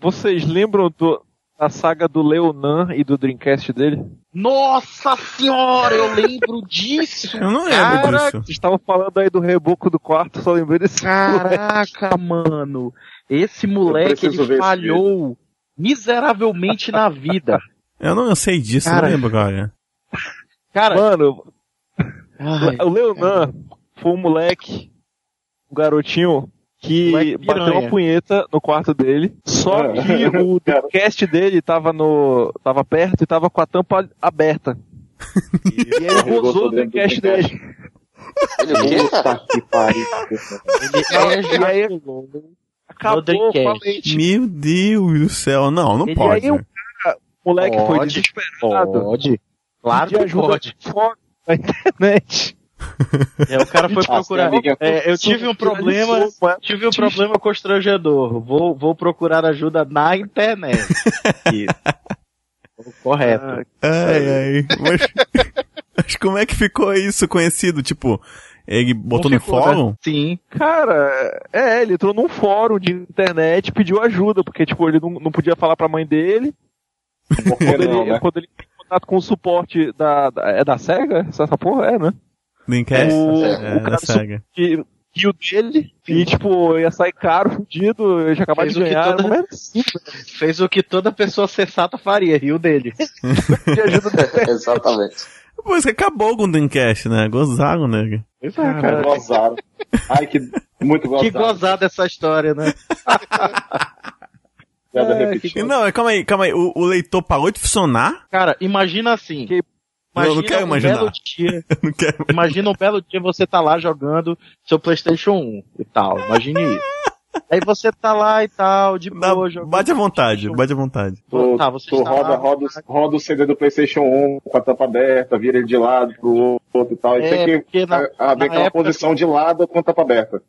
[SPEAKER 7] Vocês lembram do- da saga do Leonan e do Dreamcast dele?
[SPEAKER 1] Nossa senhora, eu lembro disso.
[SPEAKER 3] Eu não lembro
[SPEAKER 7] Cara,
[SPEAKER 3] disso.
[SPEAKER 7] Vocês estavam falando aí do reboco do quarto, só lembrei desse.
[SPEAKER 1] Caraca, mano. Esse moleque,
[SPEAKER 11] preciso
[SPEAKER 1] ele
[SPEAKER 11] ver esse
[SPEAKER 1] falhou miseravelmente na vida.
[SPEAKER 3] Eu não eu sei disso,
[SPEAKER 1] Cara.
[SPEAKER 3] eu não lembro, cara.
[SPEAKER 1] Cara,
[SPEAKER 7] Mano,
[SPEAKER 1] ai,
[SPEAKER 7] o Leonan foi um moleque, um garotinho, que
[SPEAKER 1] Um Moleque
[SPEAKER 7] bateu
[SPEAKER 1] piranha.
[SPEAKER 7] uma punheta no quarto dele. Só
[SPEAKER 11] É.
[SPEAKER 7] que o cast dele tava no. tava perto e tava com a tampa aberta. E ele gozou do cast dele.
[SPEAKER 4] Ele o quê, cara?
[SPEAKER 11] Puta que pariu.
[SPEAKER 5] É,
[SPEAKER 7] E aí, acabou com a
[SPEAKER 1] Dreamcast.
[SPEAKER 7] leite.
[SPEAKER 3] Meu Deus do céu. Não, não
[SPEAKER 7] Ele
[SPEAKER 3] pode.
[SPEAKER 1] é
[SPEAKER 7] aí, o O moleque foi
[SPEAKER 1] Pode,
[SPEAKER 7] desesperado.
[SPEAKER 1] pode. Claro
[SPEAKER 7] de
[SPEAKER 1] que
[SPEAKER 7] ajuda
[SPEAKER 1] pode.
[SPEAKER 7] fora da internet.
[SPEAKER 1] É, o cara foi
[SPEAKER 11] Ah,
[SPEAKER 1] procurar.
[SPEAKER 11] sim, amiga,
[SPEAKER 1] É, eu tive um problema, tive um problema constrangedor. Vou, vou procurar ajuda na internet. Isso. Correto.
[SPEAKER 3] Ai, ai. Mas, mas como é que ficou isso conhecido? Tipo, ele botou no
[SPEAKER 1] ficou,
[SPEAKER 3] fórum?
[SPEAKER 1] Sim.
[SPEAKER 7] Cara, é, ele entrou num fórum de internet e pediu ajuda, porque, tipo, ele não, não podia falar pra mãe dele. Quando ele,
[SPEAKER 11] Não, né?
[SPEAKER 7] quando ele entrou em contato com o suporte da, da- É da SEGA? Essa, essa porra? É, né?
[SPEAKER 3] Dreamcast?
[SPEAKER 7] O-
[SPEAKER 3] é,
[SPEAKER 7] o cara
[SPEAKER 3] da SEGA.
[SPEAKER 7] Que e o dele, e tipo, ia sair caro, fudido, eu ia acabar
[SPEAKER 1] Fez
[SPEAKER 7] de
[SPEAKER 1] o que
[SPEAKER 7] ganhar,
[SPEAKER 1] toda-
[SPEAKER 7] não é assim,
[SPEAKER 1] Fez o que toda pessoa sensata faria, riu dele.
[SPEAKER 7] de ajuda do
[SPEAKER 4] Exatamente.
[SPEAKER 3] Pô, isso que é, acabou com o Dreamcast, né? Gozaram, né?
[SPEAKER 1] Pois é, cara.
[SPEAKER 11] Gozaram. Ai, que muito
[SPEAKER 1] Que
[SPEAKER 11] gozaram.
[SPEAKER 1] gozada essa história, né?
[SPEAKER 11] Piada
[SPEAKER 3] E
[SPEAKER 11] repetida.
[SPEAKER 3] Não, é, calma aí, calma aí. O, o leitor parou de funcionar?
[SPEAKER 1] Cara, imagina assim. um
[SPEAKER 7] Que-
[SPEAKER 3] Não, eu não quero imaginar.
[SPEAKER 1] belo dia,
[SPEAKER 3] Não quero.
[SPEAKER 1] imagina um belo dia você tá lá jogando seu Playstation 1 e tal. Imagine isso. Aí você tá lá e tal, de
[SPEAKER 3] Dá-
[SPEAKER 1] boa, jogando.
[SPEAKER 3] bate à vontade, bate à vontade.
[SPEAKER 11] Tu,
[SPEAKER 1] Tá, você
[SPEAKER 11] tu
[SPEAKER 1] está
[SPEAKER 11] roda,
[SPEAKER 1] lá-
[SPEAKER 11] roda, roda o CD do PlayStation 1 com a tampa aberta, vira ele de lado pro outro e tal. E
[SPEAKER 1] É,
[SPEAKER 11] tem que
[SPEAKER 1] porque na-
[SPEAKER 11] a- abrir
[SPEAKER 1] na
[SPEAKER 11] aquela
[SPEAKER 1] época-
[SPEAKER 11] posição de lado com a tampa aberta.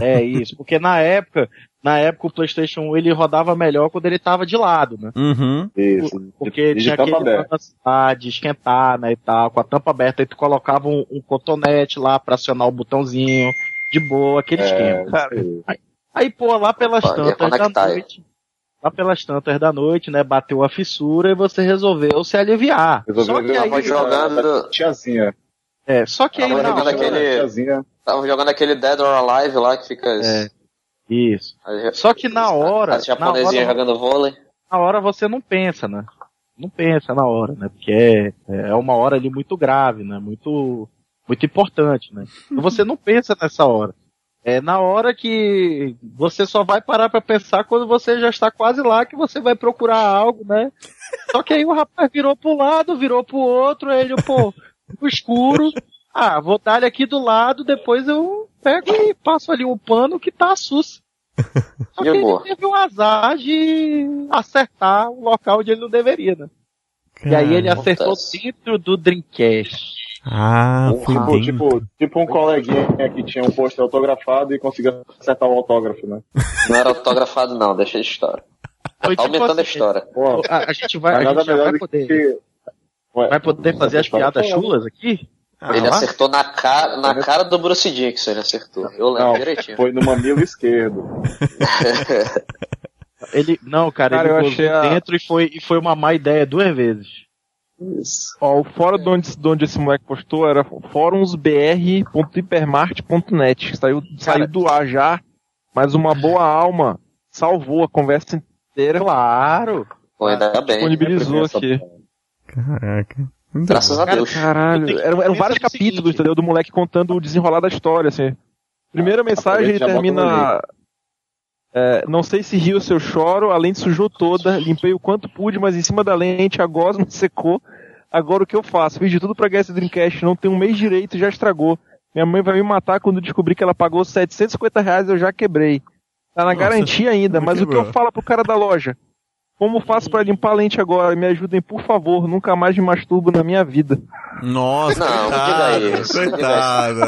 [SPEAKER 1] É isso, porque na época, na época o PlayStation 1 ele rodava melhor quando ele tava de lado, né?
[SPEAKER 3] Uhum.
[SPEAKER 11] Isso.
[SPEAKER 1] Porque
[SPEAKER 11] de
[SPEAKER 1] tinha
[SPEAKER 11] tampa
[SPEAKER 1] aquele
[SPEAKER 11] aberta.
[SPEAKER 1] lance, ah, de esquentar, né, e tal, com a tampa aberta, aí tu colocava um, um cotonete lá pra acionar o botãozinho, de boa,
[SPEAKER 11] É,
[SPEAKER 1] aquele esquema.
[SPEAKER 7] cara.
[SPEAKER 1] Aí, pô, lá pelas
[SPEAKER 4] Opa, ia
[SPEAKER 1] tantas da
[SPEAKER 4] conectar, é.
[SPEAKER 1] noite, lá pelas tantas da noite, né, bateu a fissura e você resolveu se aliviar.
[SPEAKER 11] Resolveu
[SPEAKER 1] Só que
[SPEAKER 11] ver
[SPEAKER 1] aí,
[SPEAKER 11] uma
[SPEAKER 4] Tava
[SPEAKER 11] coisa da
[SPEAKER 4] jogando,
[SPEAKER 11] Tiazinha.
[SPEAKER 1] é, só que aí
[SPEAKER 4] Tava
[SPEAKER 1] na
[SPEAKER 4] jogando
[SPEAKER 1] hora-
[SPEAKER 4] aquele-
[SPEAKER 11] Tiazinha.
[SPEAKER 4] tava jogando aquele Dead or Alive lá que fica.
[SPEAKER 1] É. Isso.
[SPEAKER 4] as-
[SPEAKER 1] Só que na hora,
[SPEAKER 4] As
[SPEAKER 1] na hora
[SPEAKER 4] japonesinhas jogando vôlei.
[SPEAKER 1] na hora você não pensa, né? Não pensa na hora, né? Porque é, é uma hora ali muito grave, né? Muito, muito importante, né? E você não pensa nessa hora. É na hora que você só vai parar pra pensar quando você já está quase lá, que você vai procurar algo, né? Só que aí o rapaz virou pro lado, virou pro outro, aí ele, pô, no escuro. Ah, vou dar ele aqui do lado, depois eu pego e passo ali o pano que tá sus. Só que
[SPEAKER 4] De
[SPEAKER 1] ele
[SPEAKER 4] boa.
[SPEAKER 1] teve um azar de acertar o local onde ele não deveria, né? E aí
[SPEAKER 4] Ah,
[SPEAKER 1] ele acertou
[SPEAKER 4] acontece.
[SPEAKER 1] dentro do Dreamcast.
[SPEAKER 3] Ah, foi
[SPEAKER 11] Tipo,
[SPEAKER 3] bem.
[SPEAKER 11] tipo, tipo um coleguinha que tinha um pôster autografado e conseguiu acertar o autógrafo, né?
[SPEAKER 4] Não era autografado, não, deixa de história.
[SPEAKER 1] Foi
[SPEAKER 4] Tá
[SPEAKER 1] tipo
[SPEAKER 4] aumentando a
[SPEAKER 1] assim,
[SPEAKER 4] história.
[SPEAKER 11] Pô,
[SPEAKER 1] A, a gente vai,
[SPEAKER 11] mas
[SPEAKER 1] a
[SPEAKER 11] nada
[SPEAKER 1] gente já
[SPEAKER 11] melhor
[SPEAKER 1] vai
[SPEAKER 11] do
[SPEAKER 1] poder,
[SPEAKER 11] que. Ué,
[SPEAKER 1] vai poder fazer as piadas
[SPEAKER 4] então,
[SPEAKER 1] chulas aqui?
[SPEAKER 4] ele acertou na cara, na cara do Bruce Dixon, ele acertou. Eu lembro
[SPEAKER 11] Não,
[SPEAKER 4] direitinho.
[SPEAKER 11] foi no mamilo esquerdo.
[SPEAKER 1] Ele, não, cara,
[SPEAKER 7] Cara,
[SPEAKER 1] ele
[SPEAKER 7] eu
[SPEAKER 1] gozou
[SPEAKER 7] achei a-
[SPEAKER 1] dentro e, foi, e foi uma má ideia duas vezes.
[SPEAKER 7] Ó, o fórum de onde, de onde esse moleque postou era fórumsbr.hipermart.net. Saiu, saiu do ar já, mas uma boa alma salvou a conversa inteira.
[SPEAKER 1] Claro!
[SPEAKER 4] Pô, ainda bem.
[SPEAKER 7] Disponibilizou
[SPEAKER 11] Essa-
[SPEAKER 7] aqui.
[SPEAKER 3] Caraca.
[SPEAKER 4] Graças a Deus.
[SPEAKER 7] Caralho, eram, eram vários capítulos, entendeu? Do moleque contando o desenrolar da história, assim. Primeira mensagem, ele
[SPEAKER 11] Ah, já bota no
[SPEAKER 7] termina. é, não sei se riu seu choro, a lente sujou toda, limpei o quanto pude, mas em cima da lente a gosma secou. Agora o que eu faço? Fiz de tudo pra ganhar esse Dreamcast, não tem um mês direito, já estragou. Minha mãe vai me matar quando descobrir que ela pagou R$ 750 reais, eu já quebrei. Tá na
[SPEAKER 3] Nossa,
[SPEAKER 7] garantia ainda, mas o que eu
[SPEAKER 3] quebrou.
[SPEAKER 7] falo pro cara da loja? Como faço pra limpar a lente agora? Me ajudem, por favor, nunca mais me masturbo na minha vida.
[SPEAKER 3] Nossa,
[SPEAKER 4] Não, não diga
[SPEAKER 3] coitado.
[SPEAKER 4] isso, não diga
[SPEAKER 3] Coitado.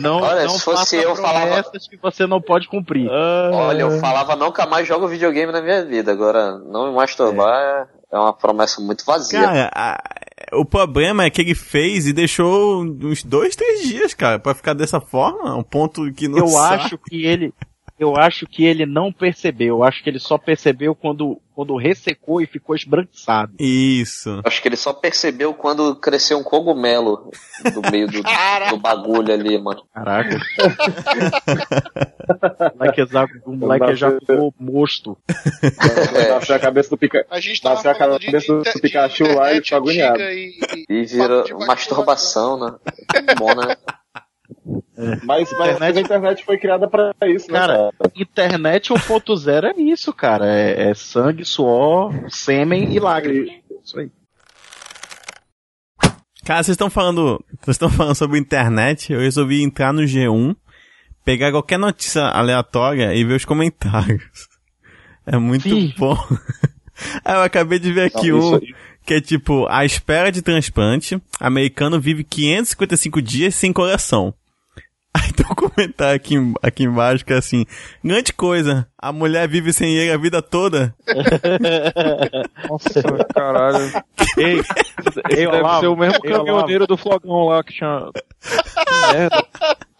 [SPEAKER 1] Não,
[SPEAKER 4] Olha,
[SPEAKER 1] não
[SPEAKER 4] se fosse
[SPEAKER 1] faça
[SPEAKER 4] eu, falava-
[SPEAKER 1] promessas que você não pode cumprir.
[SPEAKER 4] Olha, eu falava nunca mais jogo videogame na minha vida. Agora, não me masturbar é, é uma promessa muito vazia.
[SPEAKER 3] Cara, a- o problema é que ele fez e deixou uns dois, três dias, cara, pra ficar dessa forma. Um ponto que não
[SPEAKER 1] eu
[SPEAKER 3] sai.
[SPEAKER 1] acho que ele eu acho que ele não percebeu eu acho que ele só percebeu quando quando ressecou e ficou esbranquiçado
[SPEAKER 3] Isso.
[SPEAKER 4] Acho que ele só percebeu quando cresceu um cogumelo do meio do, do bagulho ali, mano.
[SPEAKER 1] caraca o moleque já- o moleque já ficou mosto
[SPEAKER 4] É,
[SPEAKER 11] Nasceu a cabeça do pica...
[SPEAKER 5] A gente tava
[SPEAKER 11] Nasceu a
[SPEAKER 5] falando de,
[SPEAKER 11] cabeça do
[SPEAKER 5] inter- de
[SPEAKER 11] Pikachu lá e
[SPEAKER 5] internet
[SPEAKER 11] ficou agoniado.
[SPEAKER 5] antiga e, e
[SPEAKER 4] e vira masturbação, né? Bom, né?
[SPEAKER 11] Mas, mas
[SPEAKER 1] Internet-
[SPEAKER 11] a internet foi criada pra isso, né?
[SPEAKER 1] Cara, internet 1.0 é isso cara é, é sangue suor sêmen e lágrimas isso aí
[SPEAKER 3] Cara, vocês estão falando, vocês estão falando sobre internet, eu resolvi entrar no G1, pegar qualquer notícia aleatória e ver os comentários. É muito
[SPEAKER 1] Ih.
[SPEAKER 3] bom. Ah, eu acabei de ver
[SPEAKER 11] Não,
[SPEAKER 3] aqui
[SPEAKER 11] isso
[SPEAKER 3] um
[SPEAKER 11] aí-
[SPEAKER 3] que é tipo, à espera de transplante, americano vive 555 dias sem coração. Aí tem um comentário aqui, em- aqui embaixo que é assim, grande coisa, a mulher vive sem ele a vida toda.
[SPEAKER 7] Nossa, caralho. Ei, esse deve
[SPEAKER 1] Olavo,
[SPEAKER 7] ser o mesmo
[SPEAKER 1] ei,
[SPEAKER 7] caminhoneiro do flogão lá que tinha. Que merda.